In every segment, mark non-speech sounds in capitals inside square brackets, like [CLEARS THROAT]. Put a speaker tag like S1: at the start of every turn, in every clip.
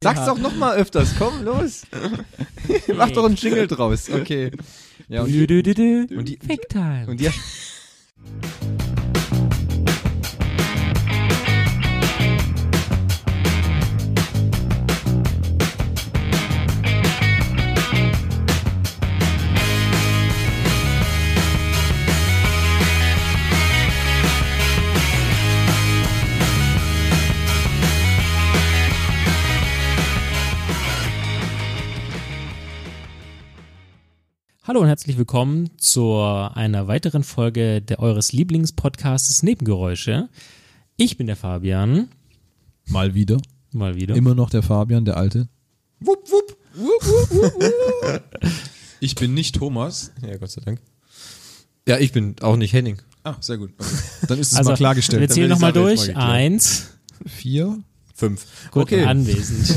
S1: Sag's doch noch mal öfters, komm, los. Mach doch einen Jingle draus. Okay. Ja, und, die, und die-
S2: Fake Time.
S1: und die,
S2: Hallo und herzlich willkommen zu einer weiteren Folge der eures Lieblingspodcasts Nebengeräusche. Ich bin der Fabian,
S3: Mal wieder.
S2: mal wieder.
S3: Immer noch der Fabian, der Alte.
S1: wupp, wupp.
S3: Ich bin nicht Thomas.
S1: Ja, Gott sei Dank. Ja, ich bin auch nicht Henning.
S3: Ah, sehr gut. Okay. Dann ist es
S2: also
S3: mal klargestellt.
S2: wir zählen
S1: Dann
S2: nochmal
S1: wird die Sache
S2: durch.
S1: jetzt mal geklärt.
S2: Eins,
S3: Vier.
S1: Fünf.
S2: gut
S1: okay.
S3: [LAUGHS]
S2: anwesend.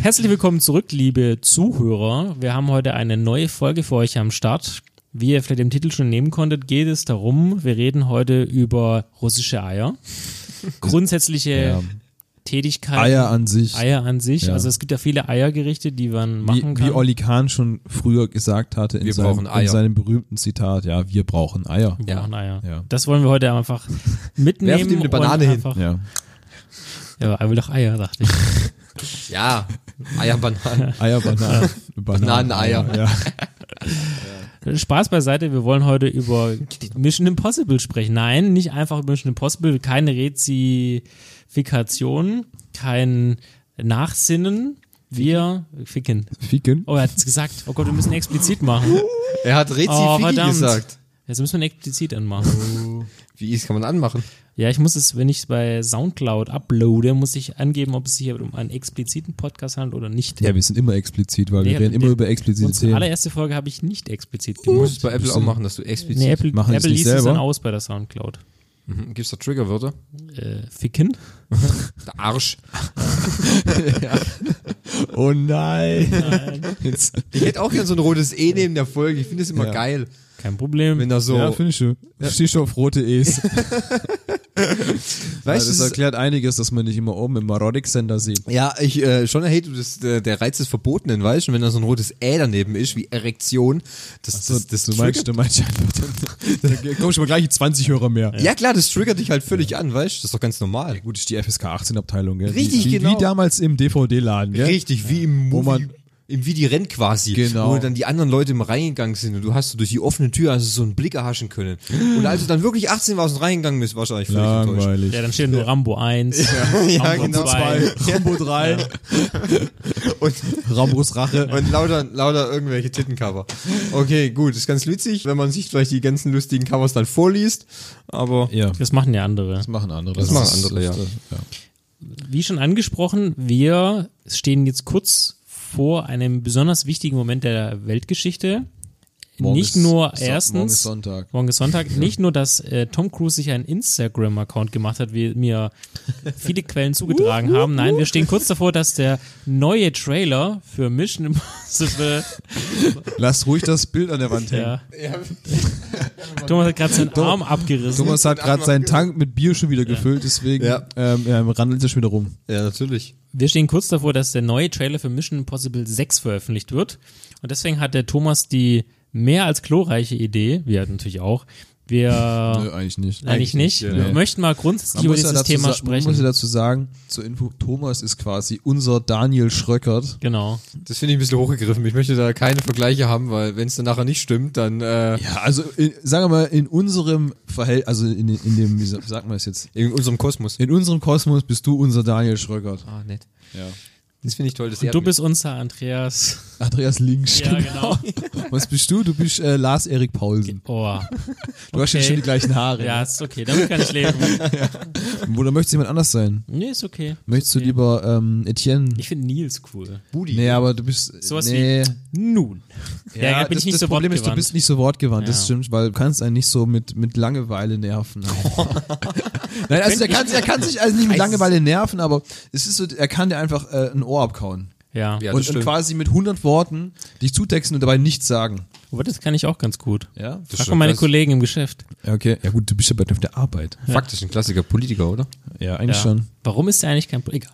S2: Herzlich willkommen zurück, liebe Zuhörer. Wir haben heute eine neue Folge für euch am Start. Wie ihr vielleicht im Titel schon nehmen konntet, geht es darum, wir reden heute über russische
S3: [LAUGHS]
S2: Eier. Grundsätzliche
S3: Ja.
S2: Tätigkeiten.
S3: Eier an sich.
S2: Eier an sich.
S3: Ja.
S2: Also es gibt ja viele Eiergerichte, die man
S3: Wie,
S2: machen
S3: wie
S2: kann.
S3: Olli Kahn schon früher gesagt hatte in,
S1: Wir brauchen
S3: seinem,
S1: Eier.
S3: in seinem berühmten Zitat, ja, wir brauchen Eier.
S2: Wir brauchen Eier.
S3: Ja.
S2: Das wollen wir heute
S3: [LAUGHS]
S2: einfach mitnehmen.
S1: Werft ihm eine Banane
S2: und
S1: hin.
S2: einfach,
S3: Ja.
S2: Ja, er will doch Eier,
S3: [LAUGHS]
S2: dachte ich.
S1: Ja, Eier, Bananen.
S2: [LAUGHS]
S3: Eier, Bananen.
S1: Bananeneier.
S3: Ja.
S2: Spaß beiseite, wir wollen heute über Mission Impossible sprechen. Nein, nicht einfach über Mission Impossible, keine Rezifikation, kein Nachsinnen. Wir ficken.
S3: Ficken.
S2: Oh, er hat's gesagt. Oh Gott, wir müssen explizit
S3: [LAUGHS]
S2: machen.
S1: Er hat Rezi
S2: Oh,
S1: Figi
S2: verdammt.
S1: gesagt.
S2: Jetzt müssen wir ihn explizit anmachen.
S1: Wie ist, kann man anmachen?
S2: Ja, ich muss es, wenn ich es bei Soundcloud uploade, muss ich angeben, ob es sich hier um einen expliziten Podcast handelt oder nicht.
S3: Ja, wir sind immer explizit, weil
S2: Nee,
S3: wir reden
S2: der-
S3: immer über explizite
S2: Unsere
S3: Themen.
S2: allererste Folge habe ich nicht explizit
S1: Du
S2: gemacht.
S1: musst es bei Apple auch machen, dass du
S2: Nee,
S1: explizit.
S2: Apple,
S3: Machen
S2: Apple
S3: Sie es
S2: liest
S3: nicht
S2: es
S3: selber?
S2: dann aus bei der Soundcloud.
S1: Mhm. Gibst du Triggerwörter?
S2: Äh, ficken?
S1: Der Arsch.
S3: Oh nein.
S2: Nein.
S3: Jetzt.
S1: Ich hätte auch gerne so ein rotes E neben der Folge. Ich finde es immer
S3: Ja.
S1: geil,
S2: Kein Problem.
S1: wenn da so.
S3: Ja, finde ich schön. Stehst du auf rote [LAUGHS] E's.
S1: weißt
S3: das
S1: du, es-
S3: erklärt einiges, dass man nicht immer oben im Marodik-Sender sieht.
S1: Ja, ich äh, schon erhält du das, der, der Reiz des Verbotenen, weißt du, Und wenn da so ein rotes Ä daneben ist, wie Erektion, das,
S3: So,
S1: das, das
S3: du meinst,
S1: triggert,
S3: du meinst einfach, dann, dann komm schon mal gleich die 20 Hörer mehr.
S1: ja. klar, das triggert dich halt völlig an, weißt du, das ist doch ganz normal.
S3: Gut, ist die FSK 18 Abteilung, gell?
S1: Richtig,
S3: wie, wie,
S1: genau.
S3: Wie damals im DVD-Laden, gell?
S1: Richtig, wie im Movie,
S3: Wo man-
S1: im wie die rennt quasi,
S3: Genau.
S1: wo dann die anderen Leute im reingegangen sind und du hast so durch die offene Tür also so einen Blick erhaschen können. Und als du dann wirklich 18 warst und reingegangen bist, warst du eigentlich völlig enttäuscht.
S3: Langweilig.
S2: ja, dann steht nur Rambo 1. Ja, Rambo
S1: genau.
S2: zwei.
S3: Rambo 3,
S1: Und,
S3: Rambos Rache.
S1: und lauter, lauter irgendwelche Tittencover. Okay, gut, ist ganz witzig, wenn man sich vielleicht die ganzen lustigen Covers dann vorliest, aber
S3: Ja,
S2: Das machen ja andere.
S3: das machen andere.
S1: Das machen andere, ja.
S3: ja.
S2: Wie schon angesprochen, wir stehen jetzt kurz vor einem besonders wichtigen Moment der Weltgeschichte.
S3: Morgen
S2: Nicht
S3: ist
S2: nur
S3: Son-
S2: erstens.
S3: Morgen ist Sonntag.
S2: Morgen ist Sonntag.
S3: [LAUGHS]
S2: Nicht nur, dass äh, Tom Cruise sich einen Instagram-Account gemacht hat, wie mir viele Quellen zugetragen haben. Nein, wir stehen kurz davor, dass der neue Trailer für Mission
S3: [LAUGHS]
S2: Impossible.
S3: Lass ruhig das Bild an der Wand hängen.
S2: Ja. Thomas hat gerade seinen Arm abgerissen.
S3: Thomas hat gerade seinen Tank mit Bier schon wieder gefüllt, deswegen
S1: Ja.
S3: ähm, ja, randelt er schon wieder rum.
S1: ja natürlich.
S2: Wir stehen kurz davor, dass der neue Trailer für Mission Impossible 6 veröffentlicht wird. Und deswegen hat der Thomas die mehr als glorreiche Idee, wir natürlich auch, wir
S3: [LAUGHS] Nö, eigentlich nicht.
S2: eigentlich nicht,
S3: ja.
S2: wir
S3: Nee.
S2: möchten mal grundsätzlich über dieses
S3: dazu
S2: Thema
S3: sa- Man muss ja
S2: sprechen.
S3: dazu sagen, zur Info, Thomas ist quasi unser Daniel Schröckert.
S2: Genau.
S1: Das finde ich ein bisschen hochgegriffen. Ich möchte da keine Vergleiche haben, weil wenn es dann nachher nicht stimmt, dann äh,
S3: Ja, also in, sagen wir mal, in unserem Verhältnis, also in, in dem, wie sa- sagt man das jetzt?
S1: in unserem Kosmos.
S3: In unserem Kosmos bist du unser Daniel Schröckert.
S1: Ah, nett.
S3: Ja.
S1: Das finde ich toll. Das
S2: Du bist unser
S3: [LAUGHS]
S2: Andreas.
S3: Andreas Links.
S2: Ja, genau.
S3: [LAUGHS] Was bist du? Du bist äh, Lars-Erik Paulsen.
S2: Oh.
S3: [LAUGHS] Du hast ja
S2: Okay.
S3: schon die gleichen Haare.
S2: Ja, ist okay, damit kann ich leben.
S3: [LAUGHS] Oder möchtest du jemand anders sein?
S2: Nee, ist okay.
S3: Möchtest du
S2: okay.
S3: lieber ähm, Etienne?
S2: Ich finde Nils cool.
S1: Budi.
S3: Nee, aber du bist.
S2: Sowas
S3: nee.
S2: Nun. Ja, da bin
S3: das,
S2: ich nicht
S3: das
S2: so
S3: Problem ist, du
S2: wortgewandt.
S3: bist nicht so wortgewandt,
S2: Ja.
S3: das stimmt, weil du kannst einen nicht so mit, mit
S2: [LAUGHS]
S3: Langeweile nerven. [LAUGHS] Nein, also der kann, der kann sich also nicht mit Langeweile nerven, aber es ist so, er kann dir einfach äh, ein Ohr abkauen.
S1: Ja.
S2: Ja. ja.
S1: das
S3: und, und
S1: stimmt.
S3: quasi mit 100 Worten dich zutexten und dabei nichts sagen.
S2: Aber Oh, das kann ich auch ganz gut.
S3: Ja?
S2: Frag mal meine Kollegen im Geschäft.
S3: Okay. Ja gut, du bist ja bald auf der Arbeit.
S1: Faktisch ein klassischer Politiker, oder?
S3: Ja, eigentlich
S2: Ja.
S3: schon.
S2: Warum ist der eigentlich kein. Egal.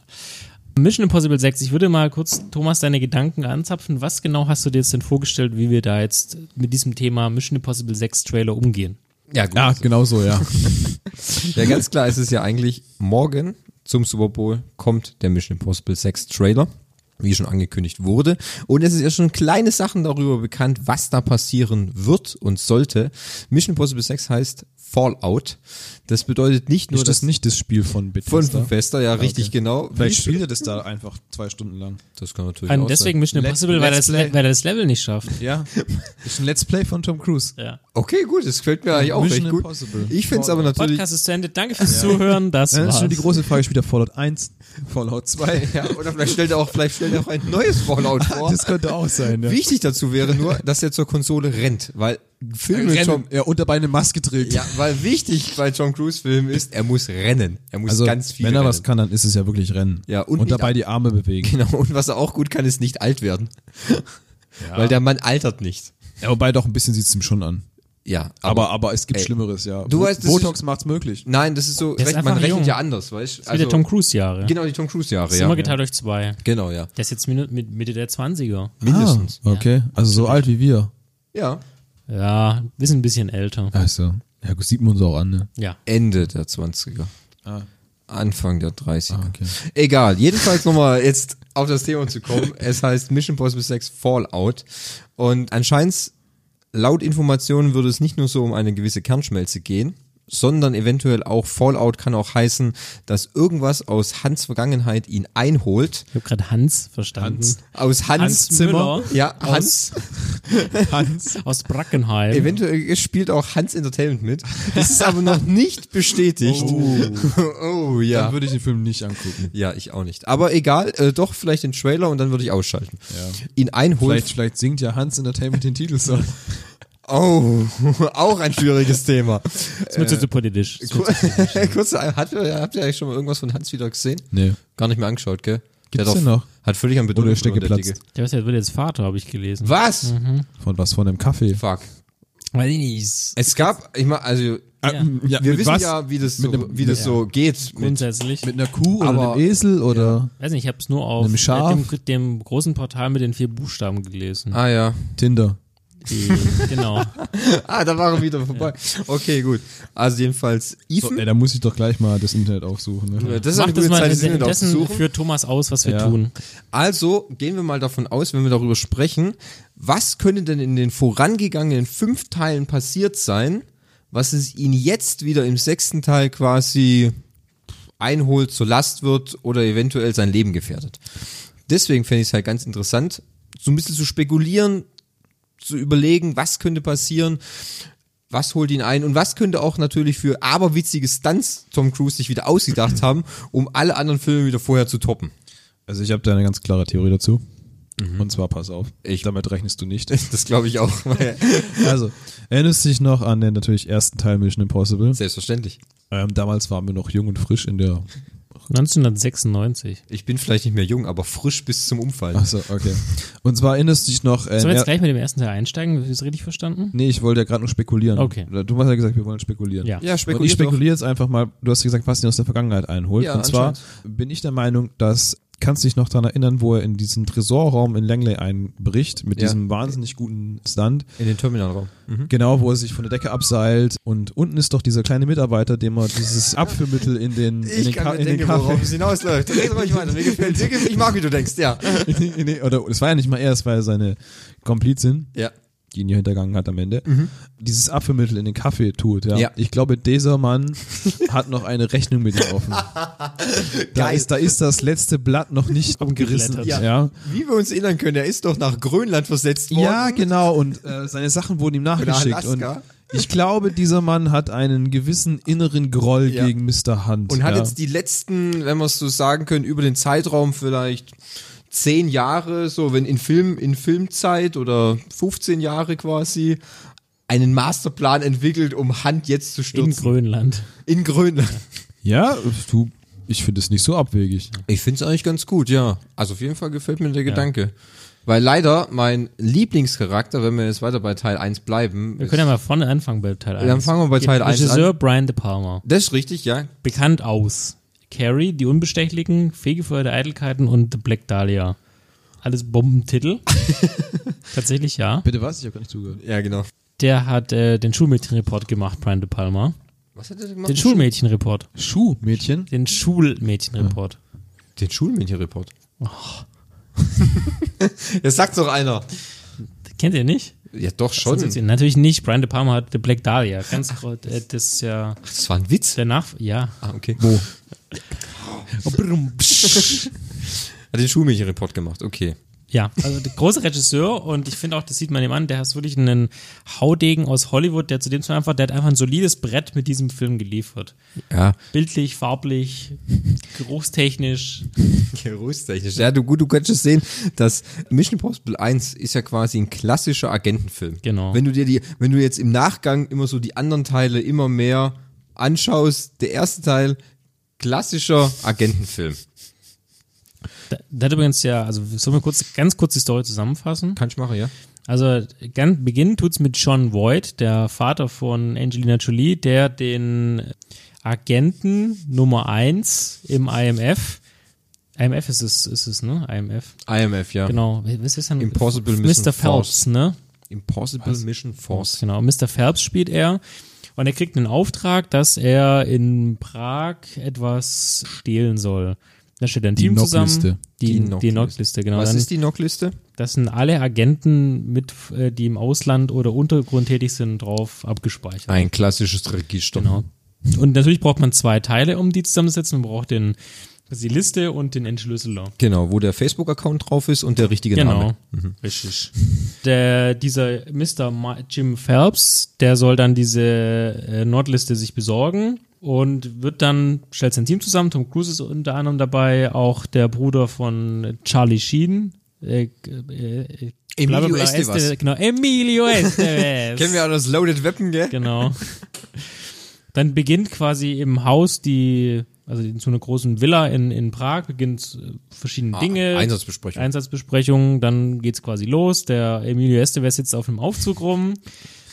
S2: Mission Impossible 6, ich würde mal kurz, Thomas, deine Gedanken anzapfen. Was genau hast du dir jetzt denn vorgestellt, wie wir da jetzt mit diesem Thema Mission Impossible 6 Trailer umgehen?
S1: Ja, gut.
S3: Ja, genau so,
S1: [LAUGHS]
S3: ja.
S1: Ja, ganz klar ist es ja eigentlich, morgen zum Super Bowl kommt der Mission Impossible 6 Trailer, wie schon angekündigt wurde. Und es ist ja schon kleine Sachen darüber bekannt, was da passieren wird und sollte. Mission Impossible 6 heißt Fallout. Das bedeutet nicht nur,
S3: Ist das
S1: dass
S3: nicht das Spiel von
S1: von
S3: Bethesda?
S1: Bethesda, ja, richtig genau.
S3: Vielleicht spielt er das da einfach zwei Stunden lang.
S1: Das kann natürlich
S2: An
S1: auch
S2: deswegen Mission
S3: Let's-
S2: Impossible, weil er,
S3: Let's
S2: das,
S3: Play.
S2: weil er das Level nicht schafft.
S3: Ja. [LAUGHS] ist ein Let's Play von Tom Cruise.
S2: Ja.
S1: sein. Okay, gut, das gefällt mir eigentlich auch
S3: Mission
S1: recht gut.
S3: Impossible.
S1: Ich finde es aber [LAUGHS] natürlich
S2: Podcast ist zu Ende. Danke fürs Zuhören. Das
S3: Das ist
S2: war's.
S3: schon die große Frage, spielt er Fallout 1, Fallout 2?
S1: [LAUGHS] ja, oder vielleicht stellt er auch vielleicht stellt er auch ein neues
S3: [LAUGHS]
S1: Fallout vor.
S3: Ah, Das könnte auch sein, ja.
S1: Wichtig dazu wäre nur, dass er zur Konsole rennt, weil Filme mit Tom,
S3: ja, und dabei eine Maske trägt.
S1: Ja, weil wichtig bei Tom Cruise Filmen ist, er muss rennen. Er muss
S3: Also,
S1: ganz viel
S3: wenn er
S1: rennen.
S3: was kann, dann ist es ja wirklich Rennen.
S1: Ja, und
S3: und,
S1: nicht
S3: dabei die Arme bewegen.
S1: Genau, und was er auch gut kann, ist nicht alt werden. Weil der Mann altert nicht.
S3: Ja, wobei doch ein bisschen sieht es ihm schon an.
S1: Ja,
S3: Aber, aber es gibt
S1: ey,
S3: Schlimmeres, ja.
S1: du
S3: Bo-
S1: weißt, das
S3: Botox macht's möglich.
S1: nein, das ist so,
S2: Der ist
S1: recht, man
S2: einfach
S1: rechnet
S2: jung.
S1: ja anders, weißt du?
S2: Wie
S3: Also,
S2: der Tom Cruise Jahre.
S1: Genau, die Tom Cruise Jahre,
S2: Das ist
S1: ja.
S2: immer geteilt durch zwei.
S1: Genau, ja.
S2: Der ist jetzt Minu- mit Mitte der 20er.
S1: Mindestens.
S3: Ah, okay. Also so alt wie wir.
S1: Ja.
S2: Ja, wir sind ein bisschen älter.
S3: Also, ja, gut, sieht man uns auch an, ne?
S2: Ja.
S1: Ende der 20er.
S3: Ah.
S1: Anfang der 30er.
S3: Ah, okay.
S1: Egal, jedenfalls nochmal jetzt auf das Thema zu kommen. [LAUGHS] Es heißt Mission Possible 6 Fallout. Und anscheinend, laut Informationen, würde es nicht nur so um eine gewisse Kernschmelze gehen, sondern eventuell auch Fallout kann auch heißen, dass irgendwas aus Hans Vergangenheit ihn einholt.
S2: Ich habe gerade Hans verstanden.
S3: Hans.
S1: Aus Hans,
S2: Hans Zimmer.
S1: Ja,
S2: Aus-
S1: Hans.
S2: [LAUGHS]
S3: Hans.
S2: Aus Brackenheim.
S1: Eventuell spielt auch Hans Entertainment
S3: [LAUGHS]
S1: mit. Das ist aber noch nicht bestätigt. [LAUGHS] Oh, ja.
S3: Dann würde ich den Film nicht angucken.
S1: Ja, ich auch nicht. Aber egal, äh, doch vielleicht den Trailer und dann würde ich ausschalten.
S3: Ja.
S1: Ihn einholen.
S3: Vielleicht, vielleicht singt ja Hans Entertainment den Titelsong.
S1: [LAUGHS] Oh, [LAUGHS] auch ein schwieriges
S3: [LAUGHS]
S1: Thema.
S2: Das wird jetzt
S3: äh,
S2: so politisch. Das wird so-
S1: Kurze, habt ihr, habt ihr eigentlich schon mal irgendwas von Hans wieder gesehen?
S3: [LAUGHS] nee.
S1: Gar nicht mehr angeschaut, gell?
S3: Gibt's
S1: hat
S3: den noch?
S1: Hat völlig an Bedeutung.
S3: Oder ist der
S1: verloren,
S3: geplatzt? Mhm.
S1: Dicke.
S2: Der weiß ja, wird jetzt Vater, habe ich gelesen.
S1: Was?
S3: Von was? Von einem Kaffee?
S1: Fuck.
S2: Weiß ich nicht.
S1: Es gab, ich meine, also
S3: Ähm, ja,
S1: wir
S3: mit
S1: wissen
S3: was?
S1: ja, wie das so,
S3: Mit einem-
S1: wie das
S3: ja.
S1: so geht. Mit,
S2: Grundsätzlich.
S3: Mit einer Kuh oder
S1: Aber-
S3: einem Esel oder
S2: weiß nicht, ich habe es nur auf
S3: Einem Schaf.
S2: äh, dem, dem großen Portal mit den vier Buchstaben gelesen.
S1: ah
S3: [LAUGHS]
S1: ja.
S3: Tinder?
S2: Die, genau.
S1: Ah, da waren wir wieder vorbei. Okay, gut. Also jedenfalls
S3: So, äh,
S1: Ethan.
S3: ey, da muss ich doch gleich mal das Internet aufsuchen. Ne?
S1: das ist eine
S2: Macht das
S1: gute
S2: mal
S1: Zeit, das Internet
S2: indessen
S1: aufzusuchen.
S2: für Thomas aus, was wir
S3: Ja.
S2: tun.
S1: Also gehen wir mal davon aus, wenn wir darüber sprechen, was könnte denn in den vorangegangenen fünf Teilen passiert sein, was es ihn jetzt wieder im sechsten Teil quasi einholt, zur Last wird oder eventuell sein Leben gefährdet. Deswegen fände ich es halt ganz interessant, so ein bisschen zu spekulieren, zu überlegen, was könnte passieren, was holt ihn ein und was könnte auch natürlich für aberwitzige Stunts Tom Cruise sich wieder ausgedacht haben, um alle anderen Filme wieder vorher zu toppen.
S3: Also ich habe da eine ganz klare Theorie dazu. Und zwar, pass auf,
S1: Ich-
S3: damit rechnest du nicht.
S1: Das glaube ich auch. Weil
S3: Also, erinnerst du dich noch an den natürlich ersten Teil Mission Impossible?
S1: Selbstverständlich.
S3: Ähm, damals waren wir noch jung und frisch in der...
S2: 1996.
S1: Ich bin vielleicht nicht mehr jung, aber frisch bis zum Umfallen.
S3: Achso, okay. Und zwar erinnerst du dich noch... Äh,
S2: Sollen wir jetzt
S3: er-
S2: gleich mit dem ersten Teil einsteigen? Habe ich das richtig verstanden?
S3: nee, ich wollte ja gerade nur spekulieren.
S2: Okay.
S3: Du hast ja gesagt, wir wollen spekulieren.
S2: Ja.
S1: Ja,
S3: Und ich
S1: spekuliert doch.
S3: spekuliere jetzt einfach mal, du hast ja gesagt, was ihn aus der Vergangenheit einholt.
S1: Ja,
S3: und zwar bin ich der Meinung, dass, kannst du dich noch daran erinnern, wo er in diesen Tresorraum in Langley einbricht, mit
S1: Ja.
S3: diesem wahnsinnig guten Stunt,
S1: In den Terminalraum.
S2: Mhm.
S3: genau, wo er sich von der Decke abseilt und unten ist doch dieser kleine Mitarbeiter, dem er dieses Abführmittel in den, in den, Ka in den Kaffee... [LAUGHS]
S1: es hinausläuft. Red ruhig weiter. Mir gefällt Ich mag, wie du denkst, ja.
S3: In den, in den, oder es war ja nicht mal er, es war ja seine Komplizin.
S1: Ja.
S3: die ihn ja hintergangen hat am Ende, dieses Apfelmittel in den Kaffee tut. Ja.
S1: Mhm. Ja.
S3: Ich glaube,
S1: [LAUGHS]
S3: dieser Mann hat noch eine Rechnung mit ihm offen. da,
S1: Geil.
S3: ist, da ist das letzte Blatt noch [LAUGHS] nicht abgerissen.
S2: Abgeblättert.
S3: Ja.
S1: Ja.
S3: Ja.
S1: Wie wir uns erinnern können, er ist doch nach Grönland versetzt worden.
S3: genau. Und äh, seine Sachen wurden ihm nachgeschickt. Und
S1: Alaska.
S3: ich glaube, dieser Mann hat einen gewissen inneren Groll
S1: Ja.
S3: gegen Mr. Hunt.
S1: Und hat
S3: ja.
S1: jetzt die letzten, wenn wir es so sagen können, über den Zeitraum vielleicht zehn Jahre, so wenn in Film, in Filmzeit oder 15 Jahre quasi, einen Masterplan entwickelt, um Hand jetzt zu
S2: In
S1: stürzen.
S2: Grönland.
S1: in Grönland.
S3: ja, du, ich finde es nicht so abwegig.
S1: Ich finde es eigentlich ganz gut, ja. Also auf jeden Fall gefällt mir der Gedanke. Weil leider mein Lieblingscharakter, wenn wir jetzt weiter bei Teil 1 bleiben,
S2: Wir
S1: ist-
S2: können ja mal vorne anfangen bei Teil 1.
S1: Dann fangen wir bei Teil eins
S2: Regisseur Brian De Palma.
S1: das ist richtig, ja.
S2: Bekannt aus Carrie, die Unbestechlichen, Fegefeuer der Eitelkeiten und The Black Dahlia. Alles Bombentitel. Tatsächlich ja.
S3: Bitte was? Ich habe gar nicht zugehört.
S1: Ja, genau.
S2: Der hat äh, den Schulmädchenreport gemacht, Brian De Palma.
S1: Was hat er gemacht?
S2: Den Schulmädchenreport.
S3: Schuhmädchen?
S2: Den Schulmädchenreport.
S1: Den Schulmädchenreport.
S2: Oh.
S1: [LAUGHS] Jetzt sagt doch einer.
S2: Kennt ihr nicht?
S1: Ja, doch schon.
S2: Sonst jetzt- Natürlich nicht. Brian De Palma hat The Black Dahlia. Ganz groß, äh, das ist ja
S1: Das war ein Witz.
S2: der Nach... Ja.
S1: Ah, okay. [LAUGHS] Wo? Hat den Schulmädchenreport gemacht, okay.
S2: Ja, also der große Regisseur und ich finde auch, das sieht man ihm an, der hat wirklich einen Haudegen aus Hollywood, der zu dem Zeitpunkt einfach, der hat einfach ein solides Brett mit diesem Film geliefert.
S1: Ja.
S2: Bildlich, farblich, geruchstechnisch.
S1: Geruchstechnisch. [LAUGHS] Ja, du, gut, du könntest sehen, dass Mission Impossible 1 ist ja quasi ein klassischer Agentenfilm.
S2: Genau.
S1: Wenn du dir die, wenn du jetzt im Nachgang immer so die anderen Teile immer mehr anschaust, der erste Teil, klassischer Agentenfilm.
S2: Da, da hat übrigens ja, also sollen wir kurz, ganz kurz die Story zusammenfassen?
S1: Kann ich machen, ja?
S2: Also ganz beginnen tut's mit John Voight, der Vater von Angelina Jolie, der den Agenten Nummer eins im IMF, IMF ist es, ist es, ne? IMF.
S1: IMF, ja.
S2: Genau, was ist denn?
S1: Impossible Mission
S2: Mr. Phelps,
S1: Force.
S2: ne?
S1: Impossible Mission Force.
S2: Genau, Mr. Phelps spielt er. Und er kriegt einen Auftrag, dass er in Prag etwas stehlen soll. Da steht ein Team zusammen.
S3: Knockliste.
S2: Die, die
S1: Knockliste.
S2: Knockliste, genau.
S1: Was
S2: Dann,
S1: ist die Knockliste?
S2: das sind alle Agenten, mit, äh, die im Ausland oder Untergrund tätig sind, drauf abgespeichert.
S1: Ein klassisches Register.
S2: Genau. Und natürlich braucht man zwei Teile, um die zusammenzusetzen. Man braucht den, die Liste und den Entschlüsseler.
S1: Genau, wo der Facebook-Account drauf ist und der richtige
S2: Genau.
S1: Name. Mhm.
S2: Richtig. Der, dieser Mr. Ma- Jim Phelps, der soll dann diese äh, Nordliste sich besorgen und wird dann, stellt sein Team zusammen. Tom Cruise ist unter anderem dabei, auch der Bruder von Charlie Sheen. Äh, äh, äh, bla, bla, bla,
S1: Emilio Estevas.
S2: Este-
S1: [LAUGHS]
S2: Genau, Emilio Estevez.
S1: Kennen wir auch das Loaded Weapon, gell?
S2: Genau. Dann beginnt quasi im Haus die, also in so einer großen Villa in, in Prag, beginnt äh, verschiedene
S1: Ah,
S2: Dinge.
S1: Einsatzbesprechung.
S2: Einsatzbesprechungen, dann geht's quasi los. Der Emilio Estevez sitzt auf einem Aufzug rum.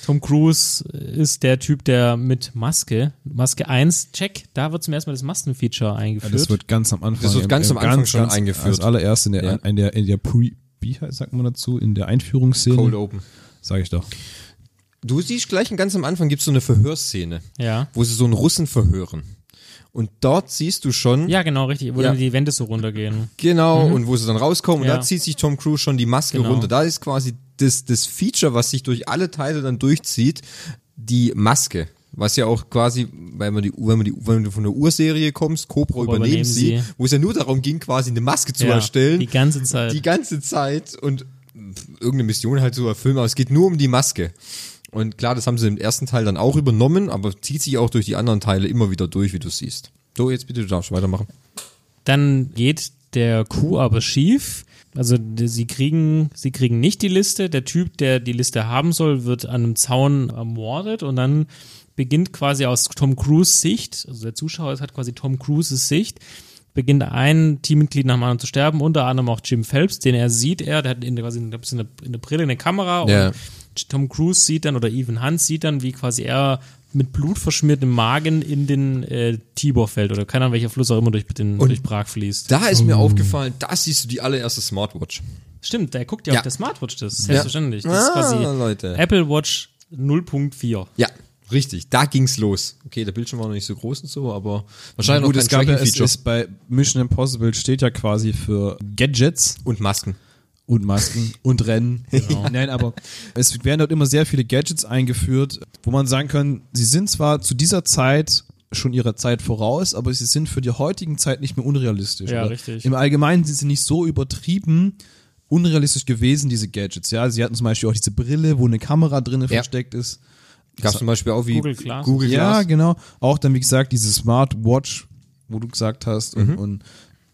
S2: Tom Cruise äh, ist der Typ, der mit Maske, Maske 1, check, da wird zum ersten Mal das Maskenfeature eingeführt.
S3: das wird ganz am Anfang.
S1: Das wird
S3: im-
S1: ganz
S3: im-
S1: am Anfang schon eingeführt.
S3: Als allererst in der,
S1: Ja.
S3: in der, in der Pre, wie heißt- sagt man dazu, in der Einführungsszene.
S1: Cold Open.
S3: Sag ich doch.
S1: Du siehst gleich ganz am Anfang gibt es so eine Verhörszene,
S2: ja.
S1: wo sie so einen Russen verhören. Und dort siehst du schon,
S2: Ja, genau, richtig, wo
S1: Ja.
S2: dann die Wände so runtergehen.
S1: genau, und wo sie dann rauskommen,
S2: Ja.
S1: und da zieht sich Tom Cruise schon die Maske
S2: Genau.
S1: runter. Da ist quasi das, das Feature, was sich durch alle Teile dann durchzieht, die Maske. Was ja auch quasi, weil man die, wenn man die, wenn du von der Urserie kommst, Cobra übernehmen,
S2: übernehmen
S1: sie,
S2: sie.
S1: wo es ja nur darum ging, quasi eine Maske zu
S2: Ja,
S1: erstellen.
S2: die ganze
S3: Äh.
S2: Zeit.
S1: Die ganze Zeit und pf, irgendeine Mission halt zu erfüllen, aber es geht nur um die Maske. Und klar, das haben sie im ersten Teil dann auch übernommen, aber zieht sich auch durch die anderen Teile immer wieder durch, wie du siehst. So, jetzt bitte, du darfst weitermachen.
S2: Dann geht der Coup aber schief. Also die- sie kriegen, sie kriegen nicht die Liste. Der Typ, der die Liste haben soll, wird an einem Zaun ermordet und dann beginnt quasi aus Tom Cruise Sicht, also der Zuschauer hat quasi Tom Cruises Sicht, beginnt ein Teammitglied nach dem anderen zu sterben, unter anderem auch Jim Phelps, den er sieht, er, der hat in, der- quasi in der, in der Brille eine Kamera und
S1: Ja.
S2: Tom Cruise sieht dann oder Even Hunt sieht dann, wie quasi er mit blutverschmiertem Magen in den äh, Tibor fällt oder keine Ahnung, welcher Fluss auch immer durch, den, durch Prag fließt.
S1: Da ist
S3: Oh.
S1: mir aufgefallen, da siehst du die allererste Smartwatch.
S2: Stimmt, der guckt ja,
S1: Ja.
S2: auf der Smartwatch, das ist selbstverständlich. Das ist
S1: Ah,
S2: quasi
S1: Leute.
S2: Apple Watch 0.4.
S1: Ja, richtig, da ging's los. Okay, der Bildschirm war noch nicht so groß und so, aber wahrscheinlich
S3: Gut,
S1: noch
S3: es
S1: kein
S3: gab ja, es
S1: Tracking-Feature.
S3: ist bei Mission Impossible steht ja quasi für Gadgets
S1: Und Masken.
S3: und Masken und Rennen. [LAUGHS] Nein, aber es werden dort immer sehr viele Gadgets eingeführt, wo man sagen kann, sie sind zwar zu dieser Zeit schon ihrer Zeit voraus, aber sie sind für die heutigen Zeit nicht mehr unrealistisch.
S2: Ja,
S3: Oder
S2: richtig.
S3: Im Allgemeinen sind sie nicht so übertrieben unrealistisch gewesen, diese Gadgets. Ja, sie hatten zum Beispiel auch diese Brille, wo eine Kamera drin versteckt ist.
S1: Gab's zum Beispiel auch wie
S2: Google Glass.
S1: Google
S3: Ja,
S1: Glass.
S3: genau. Auch dann, wie gesagt, diese Smartwatch, wo du gesagt hast, und, und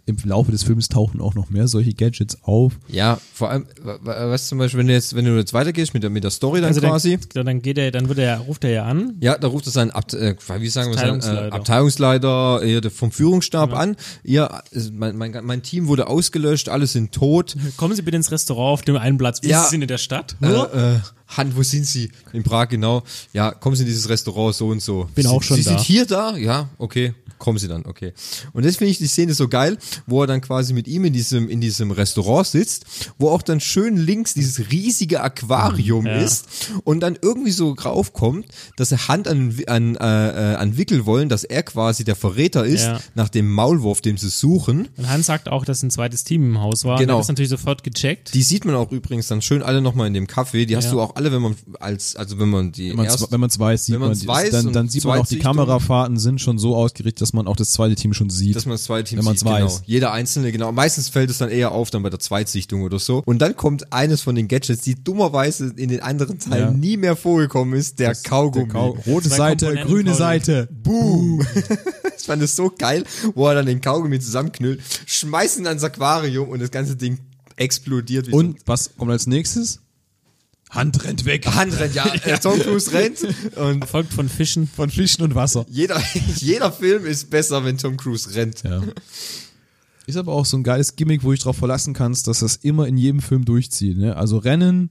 S3: im Laufe des Films tauchen auch noch mehr solche Gadgets auf.
S1: Ja, vor allem, wa- wa- was zum Beispiel, wenn du jetzt, wenn du jetzt weitergehst mit der, mit der Story dann
S2: Also
S1: quasi.
S2: Dann, dann geht er, dann wird er, ruft er ja an.
S1: Ja, da ruft er seinen Abt äh, wie sagen wir seinen, äh,
S2: Abteilungsleiter.
S1: Abteilungsleiter äh, der- vom Führungsstab an. Ja, mein, mein, mein Team wurde ausgelöscht, alle sind tot.
S2: Kommen Sie bitte ins Restaurant auf dem einen Platz. Wie
S1: Ja.
S2: ist es in der Stadt?
S1: Äh, äh, Han, wo sind Sie? In Prag, genau. Ja, kommen Sie in dieses Restaurant so und so.
S2: Bin
S1: Sie,
S2: auch schon
S1: Sie
S2: da.
S1: sind hier da? Ja, okay, kommen sie dann, okay. Und das finde ich die Szene so geil, wo er dann quasi mit ihm in diesem, in diesem Restaurant sitzt, wo auch dann schön links dieses riesige Aquarium
S2: Mhm, Ja.
S1: ist und dann irgendwie so raufkommt, dass er Hand an, an, äh, äh, an Wickel wollen, dass er quasi der Verräter ist,
S2: Ja.
S1: nach dem Maulwurf, dem sie suchen.
S2: Und Hans sagt auch, dass ein zweites Team im Haus war. Und
S1: Genau.
S2: Er ist natürlich sofort gecheckt.
S1: Die sieht man auch übrigens dann schön alle nochmal in dem Café. Die hast
S2: Ja.
S1: du auch alle, wenn man als, also wenn man die
S3: Wenn man
S1: erst-
S3: es wenn man's weiß, sieht
S1: wenn
S3: man
S1: man's
S3: die,
S1: weiß
S3: dann, dann
S1: und
S3: sieht man auch, die
S1: Zweitsichtung-
S3: Kamerafahrten sind schon so ausgerichtet, dass man auch das zweite Team schon sieht.
S1: dass man das zweite Team
S3: Wenn man's
S1: sieht,
S3: weiß.
S1: genau. Jeder einzelne, genau. Meistens fällt es dann eher auf, dann bei der Zweitsichtung oder so. Und dann kommt eines von den Gadgets, die dummerweise in den anderen Teilen
S3: Ja.
S1: nie mehr vorgekommen ist, der Kaugummi.
S3: Der Kau- rote
S2: Zwei
S3: Seite,
S2: Komponenten,
S3: grüne
S2: Paul.
S3: Seite.
S1: Boom. [LAUGHS] ich fand es so geil, wo er dann den Kaugummi zusammenknüllt, schmeißt ihn ans Aquarium und das ganze Ding explodiert. Wie
S3: Und was kommt als nächstes? Hand rennt weg.
S1: so Hand
S3: [LAUGHS]
S1: rennt, ja. Äh, Tom Cruise rennt und
S2: Verfolgt von Fischen.
S3: Von Fischen und Wasser.
S1: jeder, [LAUGHS] jeder Film ist besser, wenn Tom Cruise rennt.
S3: Ja. Ist aber auch so ein geiles Gimmick, wo ich drauf verlassen kannst, dass das immer in jedem Film durchzieht. Ne? Also Rennen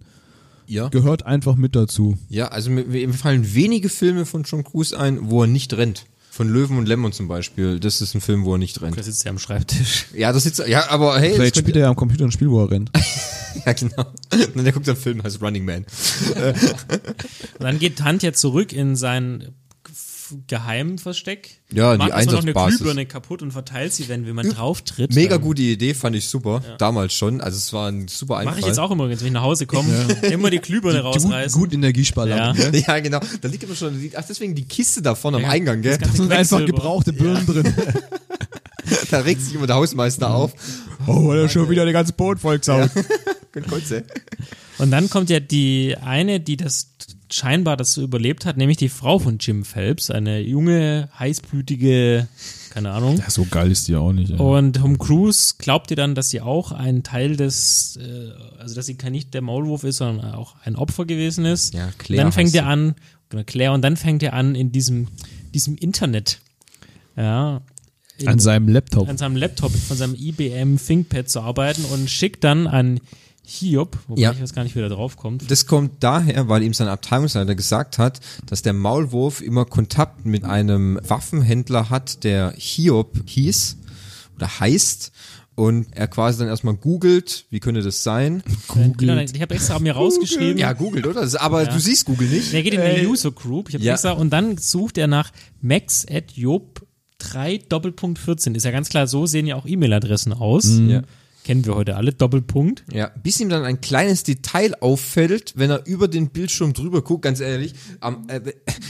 S1: Ja.
S3: gehört einfach mit dazu.
S1: Ja, also mir, mir fallen wenige Filme von Tom Cruise ein, wo er nicht rennt. Von Löwen und Lemmon zum Beispiel. Das ist ein Film, wo er nicht rennt.
S2: Da sitzt er am Schreibtisch.
S1: Ja, das ist ja, aber hey,
S3: Vielleicht
S1: das
S3: spielt er ja am Computer ein Spiel, wo er rennt.
S1: [LAUGHS] ja genau. Nein, der guckt einen Film, heißt Running Man.
S2: Und dann geht Hand ja zurück in sein f- Geheimversteck.
S1: Ja, die
S2: Macht erstmal noch eine
S1: Einsatzbasis.
S2: Glühbirne kaputt und verteilt sie, wenn, wenn man drauf tritt.
S1: Mega
S2: Dann-
S1: gute Idee, fand ich super damals schon. Also es war ein super Einfall.
S2: Mache ich
S1: [LAUGHS]
S2: jetzt auch immer, übrigens, wenn ich nach Hause komme. [LAUGHS] Immer die Glühbirne
S3: Gut,
S2: rausreißen.
S3: gut Energiesparlampe.
S2: Ja.
S3: Ne?
S1: Ja, genau. Da liegt immer schon, ach deswegen die Kiste da vorne am Eingang, gell?
S2: das
S1: [LAUGHS]
S2: ganze-
S3: sind einfach
S2: Quecksilber.
S3: gebrauchte Birnen drin.
S1: Da regt sich immer der Hausmeister
S2: Mhm.
S1: auf.
S3: Oh, hat er schon wieder den ganzen Boot vollgesaut.
S1: Gönn Konze.
S2: Und dann kommt ja die eine, die das scheinbar das so überlebt hat, nämlich die Frau von Jim Phelps, eine junge, heißblütige, keine Ahnung.
S3: so geil ist die auch nicht.
S1: Oh,
S3: ey.
S2: Und Tom Cruise glaubt ihr dann, dass sie auch ein Teil des, äh, also dass sie kein nicht der Maulwurf ist, sondern auch ein Opfer gewesen ist.
S1: Ja,
S2: Und
S1: Claire
S2: dann fängt
S1: heißt
S2: er an, genau, Claire, und dann fängt er an in diesem, diesem Internet, ja, in,
S3: An seinem Laptop.
S2: an seinem Laptop, von seinem IBM ThinkPad zu arbeiten und schickt dann an Hiob, wobei
S1: Ja.
S2: ich weiß gar nicht, wie der drauf kommt.
S1: Das kommt daher, weil ihm sein Abteilungsleiter gesagt hat, dass der Maulwurf immer Kontakt mit einem Waffenhändler hat, der Hiob hieß oder heißt. Und er quasi dann erstmal googelt, wie könnte das sein?
S2: Googelt. Ich habe extra mir rausgeschrieben.
S1: Ja, googelt, oder? Das ist- Aber du siehst Google nicht.
S2: Der geht in die User Group. Ich habe
S1: Ja.
S2: extra und dann sucht er nach max at job 3 Doppelpunkt 14. Ist ja ganz klar, so sehen ja auch E-Mail-Adressen aus.
S3: Mhm.
S2: Hm.
S1: Ja.
S2: Kennen wir heute alle. Doppelpunkt.
S1: Ja, bis ihm dann ein kleines Detail auffällt, wenn er über den Bildschirm drüber guckt, ganz ehrlich, am, äh,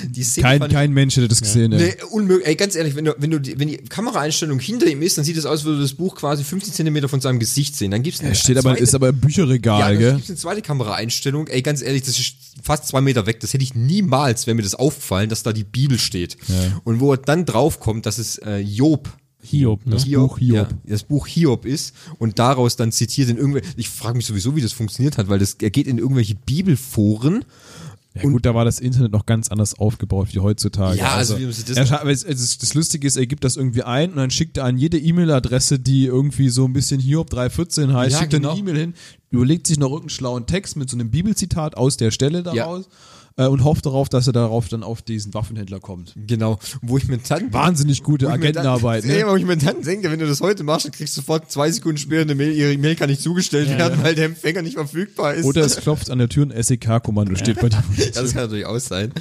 S1: die Szene
S3: Kein,
S1: fand ich-
S3: kein Mensch hätte das gesehen. ey.
S1: Nee, unmöglich. Ey, ganz ehrlich, wenn du, wenn du, die, wenn die Kameraeinstellung hinter ihm ist, dann sieht es aus, als würde das Buch quasi 15 Zentimeter von seinem Gesicht sehen. Dann gibt's eine
S3: Er steht aber,
S1: zweite-
S3: ist aber im Bücherregal,
S1: ja, dann
S3: gell?
S1: gibt's eine zweite Kameraeinstellung. Ey, ganz ehrlich, das ist fast zwei Meter weg. Das hätte ich niemals, wäre mir das aufgefallen, dass da die Bibel steht. Und wo er dann draufkommt, dass es äh, Job
S2: Hiob, ne?
S1: Hiob,
S3: Buch Hiob.
S1: Ja, das Buch Hiob ist und daraus dann zitiert in irgendwelche, ich frage mich sowieso, wie das funktioniert hat, weil das, er geht in irgendwelche Bibelforen
S3: Ja, gut, da war das Internet noch ganz anders aufgebaut wie heutzutage.
S1: Ja, also wie haben sie das-
S3: er, scha- aber es, es, das Lustige ist, er gibt das irgendwie ein und dann schickt er an jede E-Mail-Adresse, die irgendwie so ein bisschen Hiob 314 heißt,
S1: Ja,
S3: schickt er
S1: genau.
S3: eine E-Mail hin, überlegt sich noch irgendeinen schlauen Text mit so einem Bibelzitat aus der Stelle daraus äh, und hofft darauf, dass er darauf dann auf diesen Waffenhändler kommt.
S1: Genau, wo ich mir dann
S3: Wahnsinnig gute
S1: wo ich mir [LAUGHS]
S3: Agentenarbeit.
S1: Dann, nee,
S3: Ne?
S1: wo ich mir dann denke, wenn du das heute machst, dann kriegst du sofort zwei Sekunden später eine Mail, ihre Mail kann nicht zugestellt werden, weil der Empfänger nicht verfügbar ist.
S3: Oder es klopft an der Tür ein SEK-Kommando steht bei dir.
S1: Ja, [LAUGHS] das kann natürlich auch sein.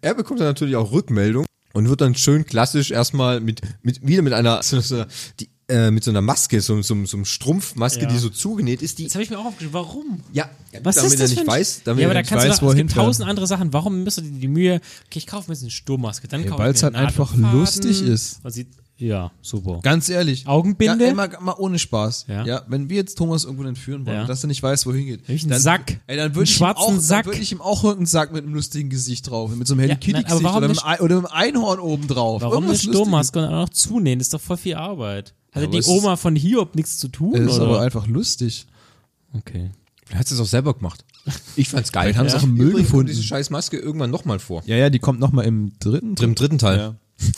S1: Er bekommt dann natürlich auch Rückmeldung und wird dann schön klassisch erstmal mit, mit wieder mit einer [LAUGHS] so, so, die, äh, mit so einer Maske, so, so, so einem Strumpfmaske,
S2: Ja.
S1: die so zugenäht ist, die
S2: Jetzt habe ich mir auch aufgeschrieben, warum?
S1: ja,
S2: Was
S1: damit
S2: ist
S1: er
S2: das
S1: nicht
S2: für ein
S1: weiß, damit
S2: ja,
S1: er
S2: aber da
S1: nicht
S2: kannst
S3: weiß,
S2: du noch, es
S3: wohin
S2: gibt
S3: fahren.
S2: tausend andere Sachen. Warum müsst ihr die, die Mühe, okay, ich kaufe mir jetzt eine Sturmmaske, dann kaufe ich mir
S3: weil's halt
S2: einen
S3: einfach
S2: Nadelfaden.
S3: lustig ist.
S2: Man sieht, ja, super.
S3: Ganz ehrlich.
S2: Augenbinde?
S3: Ja, immer, mal ohne Spaß.
S2: Ja.
S3: Ja. wenn wir jetzt Thomas irgendwo entführen wollen,
S2: Ja.
S3: dass er nicht weiß, wohin geht.
S2: Nämlich einen
S3: dann,
S2: Sack.
S3: Ey, dann
S2: Einen
S3: würde ich, ihm
S2: schwarzen
S3: auch- dann
S2: Sack.
S3: würd ich ihm auch irgendeinen Sack mit einem lustigen Gesicht drauf. Mit so einem
S2: Ja,
S3: Hello Kitty
S2: nein, aber
S3: Gesicht
S2: warum
S3: oder, mit
S2: nicht-
S3: einem Ei- oder mit einem Einhorn oben drauf.
S2: Warum eine
S3: Irgendwas Lustiges.
S2: Sturmmaske und dann auch noch zunähen? Das ist doch voll viel Arbeit. Hatte
S3: aber
S2: die
S3: es ist-
S2: Oma von Hiob nichts zu tun?
S3: Das ist
S2: oder?
S3: aber einfach lustig.
S2: okay.
S1: Vielleicht hat es auch selber [LAUGHS] gemacht. Ich fand's geil.
S3: Vielleicht haben sie auch im Müll
S1: Übrigens kommt
S3: gefunden.
S1: diese scheiß Maske irgendwann nochmal vor.
S3: Ja, ja, die kommt nochmal im dritten.
S1: Im dritten Teil. [LAUGHS]
S3: Ja.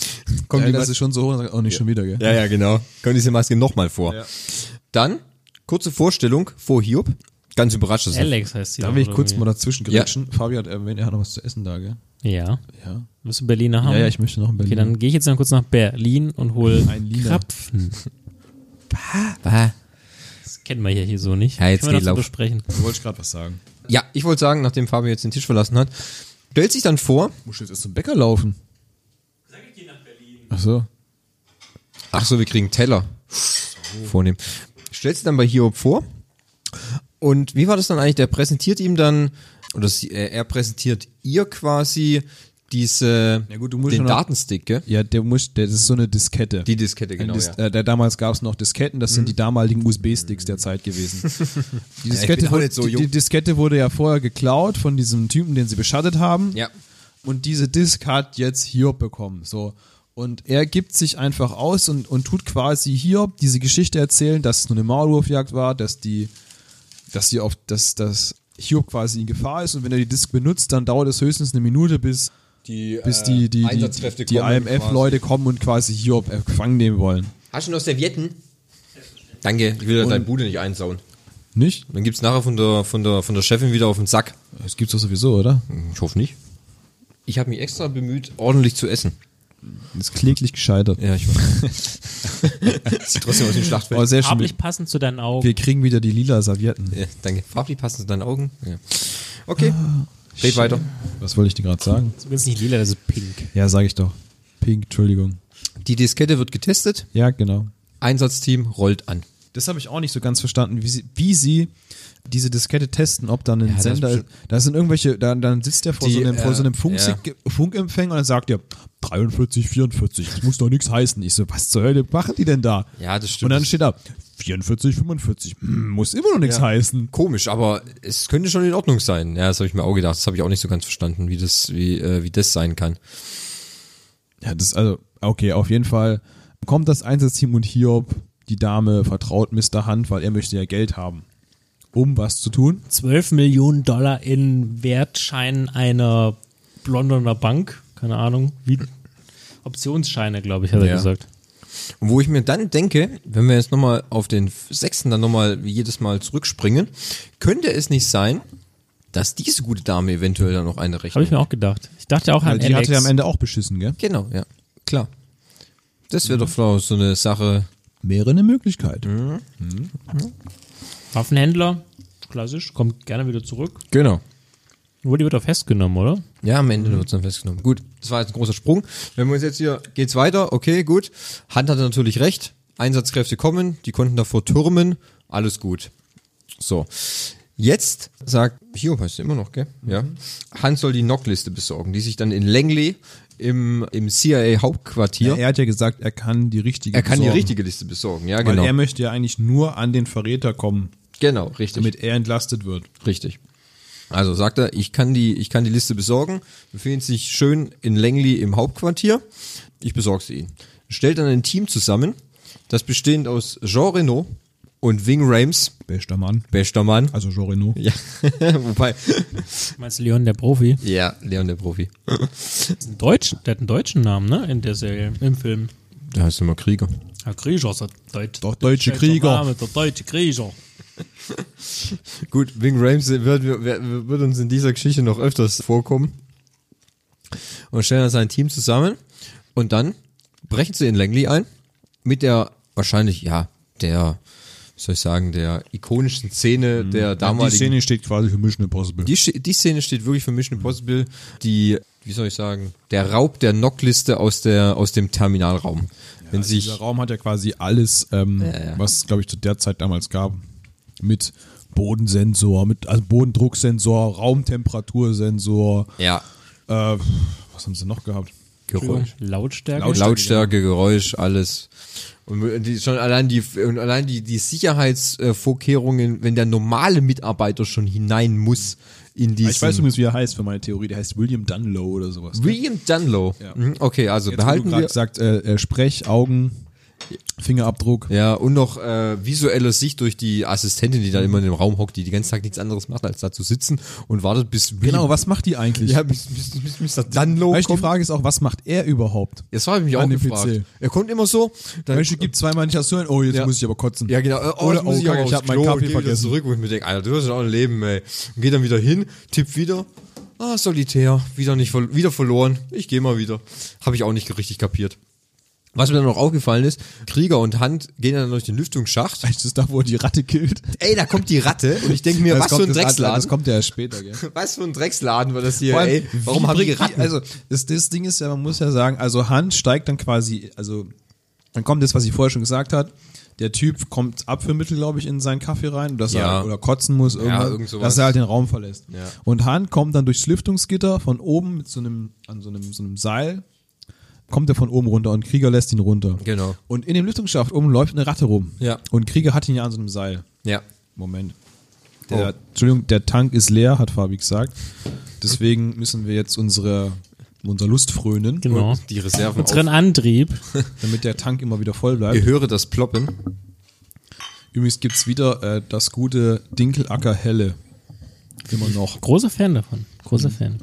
S1: Kommt
S3: Ja,
S1: die
S3: das
S1: Mas-
S3: ist schon so hoch. und sagt, Oh, nicht schon wieder, gell?
S1: ja, ja, genau. Kommt diese Maske nochmal vor. Dann, kurze Vorstellung vor Hiob. Ganz überrascht. dass er-
S2: Alex heißt sie.
S3: Darf
S2: doch,
S3: ich
S2: oder
S3: kurz
S2: wie?
S3: mal dazwischen grätschen? Fabi hat erwähnt, er hat noch was zu essen da, gell?
S2: Ja.
S3: Ja.
S2: Willst du Berliner haben?
S3: Ja, ja, ich möchte noch ein
S2: Okay,
S3: Berliner.
S2: dann gehe ich jetzt noch kurz nach Berlin und hole
S3: Ein Lina.
S2: Krapfen.
S1: Bah.
S2: Das kennen wir ja hier so nicht.
S1: Ja, jetzt
S2: Können wir
S1: geh
S2: noch so
S1: lauf.
S2: besprechen.
S3: du wolltest gerade was sagen.
S1: Ja, ich wollte sagen, nachdem Fabio jetzt den Tisch verlassen hat, stellt sich dann vor,
S3: Musst du jetzt erst zum Bäcker laufen? Ach so.
S1: Ach so, wir kriegen Teller. Vornehm. Stellst du dann bei Hiob vor. Und wie war das dann eigentlich? Der präsentiert ihm dann, oder sie, äh, er präsentiert ihr quasi diese,
S3: Ja gut, du musst
S1: den
S3: schon noch-
S1: Datenstick, gell?
S3: Ja, der muss, der, das ist so eine Diskette.
S1: Die Diskette, genau.
S3: Ein Dis
S1: ja. Mhm.
S3: äh, da, damals gab es noch Disketten, das sind die damaligen USB-Sticks der Zeit
S1: [LAUGHS]
S3: gewesen. Die
S1: bin
S3: Diskette,
S1: auch
S3: wurde,
S1: nicht so
S3: die,
S1: jung.
S3: die Diskette wurde ja vorher geklaut von diesem Typen, den sie beschattet haben.
S1: Ja.
S3: Und diese Disk hat jetzt Hiob bekommen. So. Und er gibt sich einfach aus und, und tut quasi Hiob diese Geschichte erzählen, dass es nur eine Maulwurfjagd war, dass die, dass sie auf, dass, dass Hiob quasi in Gefahr ist und wenn er die Disk benutzt, dann dauert es höchstens eine Minute, bis
S1: Die,
S3: bis die, äh, die, die,
S1: Einsatzkräfte
S3: die, die
S1: kommen
S3: IMF-Leute kommen und quasi Hiob äh, gefangen nehmen wollen.
S1: Hast du noch Servietten? Danke, ich will ja deine Bude nicht einsauen.
S3: Nicht?
S1: Dann gibt's nachher von der, von, der, von der Chefin wieder auf den Sack.
S3: Das gibt's doch sowieso, oder?
S1: Ich hoffe nicht. Ich habe mich extra bemüht, ordentlich zu essen.
S3: Ist kläglich gescheitert.
S1: Ja, ich weiß. [LAUGHS] Sieht trotzdem aus wie ein Schlachtfeld.
S3: Aber sehr schön.
S2: Farblich passend zu deinen Augen.
S3: Wir kriegen wieder die lila Servietten.
S1: Ja, danke. Farblich passend zu deinen Augen. Ah, Ja. Okay. Red weiter.
S3: Was wollte ich dir gerade sagen?
S2: Das ist übrigens nicht lila, das ist pink.
S3: Ja, sage ich doch. Pink, Entschuldigung.
S1: Die Diskette wird getestet.
S3: Ja, genau.
S1: Einsatzteam rollt an.
S3: Das habe ich auch nicht so ganz verstanden, wie sie, wie sie diese Diskette testen, ob dann ein
S1: das
S3: Sender,
S1: ist
S3: da sind irgendwelche, dann, dann sitzt der vor
S1: Die,
S3: so einem, vor so einem
S1: äh,
S3: Funksig- Funkempfänger und dann sagt er 43, 44, das muss doch nichts heißen. Ich so, was zur Hölle machen die denn da?
S1: Ja, das stimmt.
S3: Und dann steht da 44, 45, hm, muss immer noch nichts heißen.
S1: Komisch, aber es könnte schon in Ordnung sein. Ja, das habe ich mir auch gedacht. Das habe ich auch nicht so ganz verstanden, wie das, wie, äh, wie das sein kann.
S3: Ja, das, also, okay, auf jeden Fall kommt das Einsatzteam und Hiob, die Dame vertraut Mr. Hunt, weil er möchte ja Geld haben, um was zu tun.
S2: 12 Millionen Dollar in Wertscheinen einer Londoner Bank. Keine Ahnung. Wie Optionsscheine, glaube ich, hat er
S1: Ja.
S2: gesagt.
S1: Und wo ich mir dann denke, wenn wir jetzt nochmal auf den sechsten dann nochmal wie jedes Mal zurückspringen, könnte es nicht sein, dass diese gute Dame eventuell dann noch eine
S2: Habe
S1: Rechnung.
S2: ich mir auch gedacht. Ich dachte auch
S3: Weil
S2: an
S3: die
S2: Alex.
S3: hatte ja am Ende auch beschissen, gell?
S1: Genau, ja. Klar. Das wäre doch doch so eine Sache.
S3: Wäre eine Möglichkeit.
S1: Mhm.
S2: Waffenhändler, klassisch, kommt gerne wieder zurück.
S1: Genau.
S2: Woody wird auch festgenommen, oder?
S1: Ja, am Ende wird es dann festgenommen. Gut, das war jetzt ein großer Sprung. Wenn wir uns jetzt hier, geht's weiter, okay, gut. Hand hatte natürlich recht. Einsatzkräfte kommen, die konnten davor türmen, alles gut. So. Jetzt sagt, Hiob heißt er immer noch, gell? Ja.
S3: Mhm.
S1: Hand soll die Knockliste besorgen, die sich dann in Langley im, im CIA-Hauptquartier,
S3: Er hat ja gesagt, er kann die richtige
S1: er kann die
S3: besorgen.
S1: richtige Liste besorgen, ja,
S3: Weil
S1: genau.
S3: er möchte ja eigentlich nur an den Verräter kommen,
S1: Genau, richtig.
S3: damit er entlastet wird.
S1: Richtig. Also sagt er, ich kann die, ich kann die Liste besorgen, befindet sich schön in Langley im Hauptquartier, ich besorge sie ihnen. Stellt dann ein Team zusammen, das bestehend aus Jean Reno und Wing Rames,
S3: Bester Mann.
S1: bester Mann. [LAUGHS]
S3: Also Jean Reno.
S1: Ja, wobei,
S2: Du meinst Leon der Profi?
S1: ja, [LAUGHS] Leon der Profi.
S2: Ist ein Deutsch, der hat einen deutschen Namen, ne? In der Serie, im Film.
S1: Da heißt immer Krieger.
S2: Herr Krieger ist der Deutsch.
S3: Doch, deutsche
S2: deutscher
S3: Krieger.
S2: Name, der deutsche Krieger.
S1: Gut, Wing Rames wird, wird, wird uns in dieser Geschichte noch öfters vorkommen. Und stellen dann sein Team zusammen. Und dann brechen sie in Langley ein. Mit der, wahrscheinlich, ja, der, wie soll ich sagen, der ikonischen Szene der
S3: Mhm. Die
S1: damaligen.
S3: Szene steht quasi für Mission Impossible.
S1: die, Sche- die Szene steht wirklich für Mission Impossible. Die, wie soll ich sagen, der Raub der Knockliste aus der, aus dem Terminalraum. Wenn
S3: Also
S1: sich,
S3: dieser Raum hat ja quasi alles, ähm,
S1: ja.
S3: was es, glaube ich, zu der Zeit damals gab. Mit Bodensensor, mit also Bodendrucksensor, Raumtemperatursensor.
S1: ja,
S3: Äh, was haben sie noch gehabt?
S1: Geräusch.
S2: Lautstärke.
S1: Lautstärke, Lautstärke, Geräusch, alles. Und die, schon allein die und allein die, die Sicherheitsvorkehrungen, wenn der normale Mitarbeiter schon hinein muss in diesen
S3: Ich weiß übrigens, wie er heißt für meine Theorie. Der heißt William Dunlow oder sowas.
S1: William Dunlow. Mhm, Okay, also
S3: Jetzt, wo du
S1: behalten
S3: gerade
S1: wir
S3: gesagt, äh, äh, Sprech, Augen. Fingerabdruck.
S1: Ja, und noch äh, visuelle Sicht durch die Assistentin, die da immer in dem Raum hockt, die den ganzen Tag nichts anderes macht, als da zu sitzen und wartet, bis
S3: Genau, was macht die
S1: [LAUGHS]
S3: eigentlich?
S1: ja, bis, bis, bis, bis Mr. Dunlow
S3: Weißt du, die
S1: kommt.
S3: Frage ist auch, was macht er überhaupt?
S1: Das habe ich mich auch
S3: An den
S1: gefragt.
S3: PC.
S1: Er kommt immer so. Dann,
S3: Menschen gibt zwei Manifestationen. Oh, jetzt
S1: Ja.
S3: muss ich aber kotzen.
S1: ja, genau. äh, Oh,
S3: Oder,
S1: jetzt muss
S3: oh,
S1: ich, aber
S3: Kacke,
S1: aufs
S3: ich habe meinen
S1: Klo und
S3: Kaffee
S1: geh wieder
S3: vergessen.
S1: zurück, wo ich mir denke, Alter, du hast ja auch ein Leben, ey. Und geht dann wieder hin, tippt wieder. Ah, solitär. Wieder nicht, verl- wieder verloren. Ich gehe mal wieder. Habe ich auch nicht richtig kapiert. Was mir dann noch aufgefallen ist, Krieger und Hand gehen dann durch den Lüftungsschacht.
S3: [LAUGHS] Weißt du, da, wo er die Ratte killt?
S1: Ey, da kommt die Ratte und ich denke mir,
S3: Das
S1: was für ein
S3: das-
S1: Drecksladen.
S3: Das kommt ja erst später, gell?
S1: [LAUGHS] Was für ein Drecksladen war das hier,
S3: Vor allem,
S1: ey? Warum
S3: wie
S1: haben die
S3: bringt-
S1: Ratten?
S3: Also, das, das Ding ist ja, man muss ja sagen, also Hand steigt dann quasi, also dann kommt das, was ich vorher schon gesagt hat. Der Typ kommt Abführmittel, glaube ich, in seinen Kaffee rein, dass
S1: Ja.
S3: er oder kotzen muss, irgendwas,
S1: irgend sowas.
S3: dass er halt den Raum verlässt.
S1: Ja.
S3: Und Han kommt dann durchs Lüftungsgitter von oben mit so einem, an so einem, so einem Seil, kommt er von oben runter und Krieger lässt ihn runter.
S1: Genau.
S3: Und in dem Lüftungsschacht oben läuft eine Ratte rum.
S1: Ja.
S3: Und Krieger hat ihn ja an so einem Seil.
S1: ja.
S3: Moment. Der, Entschuldigung, der Tank ist leer, hat Fabi gesagt. Deswegen müssen wir jetzt unsere, unsere Lust frönen,
S2: Genau.
S1: Und die Reserven
S2: Unseren
S1: auf.
S2: Antrieb.
S3: [LAUGHS] damit der Tank immer wieder voll
S1: Ich
S3: bleibt.
S1: höre das Ploppen.
S3: Übrigens gibt es wieder äh, das gute Dinkelacker Helle. Immer noch.
S2: Großer Fan davon. Großer Fan.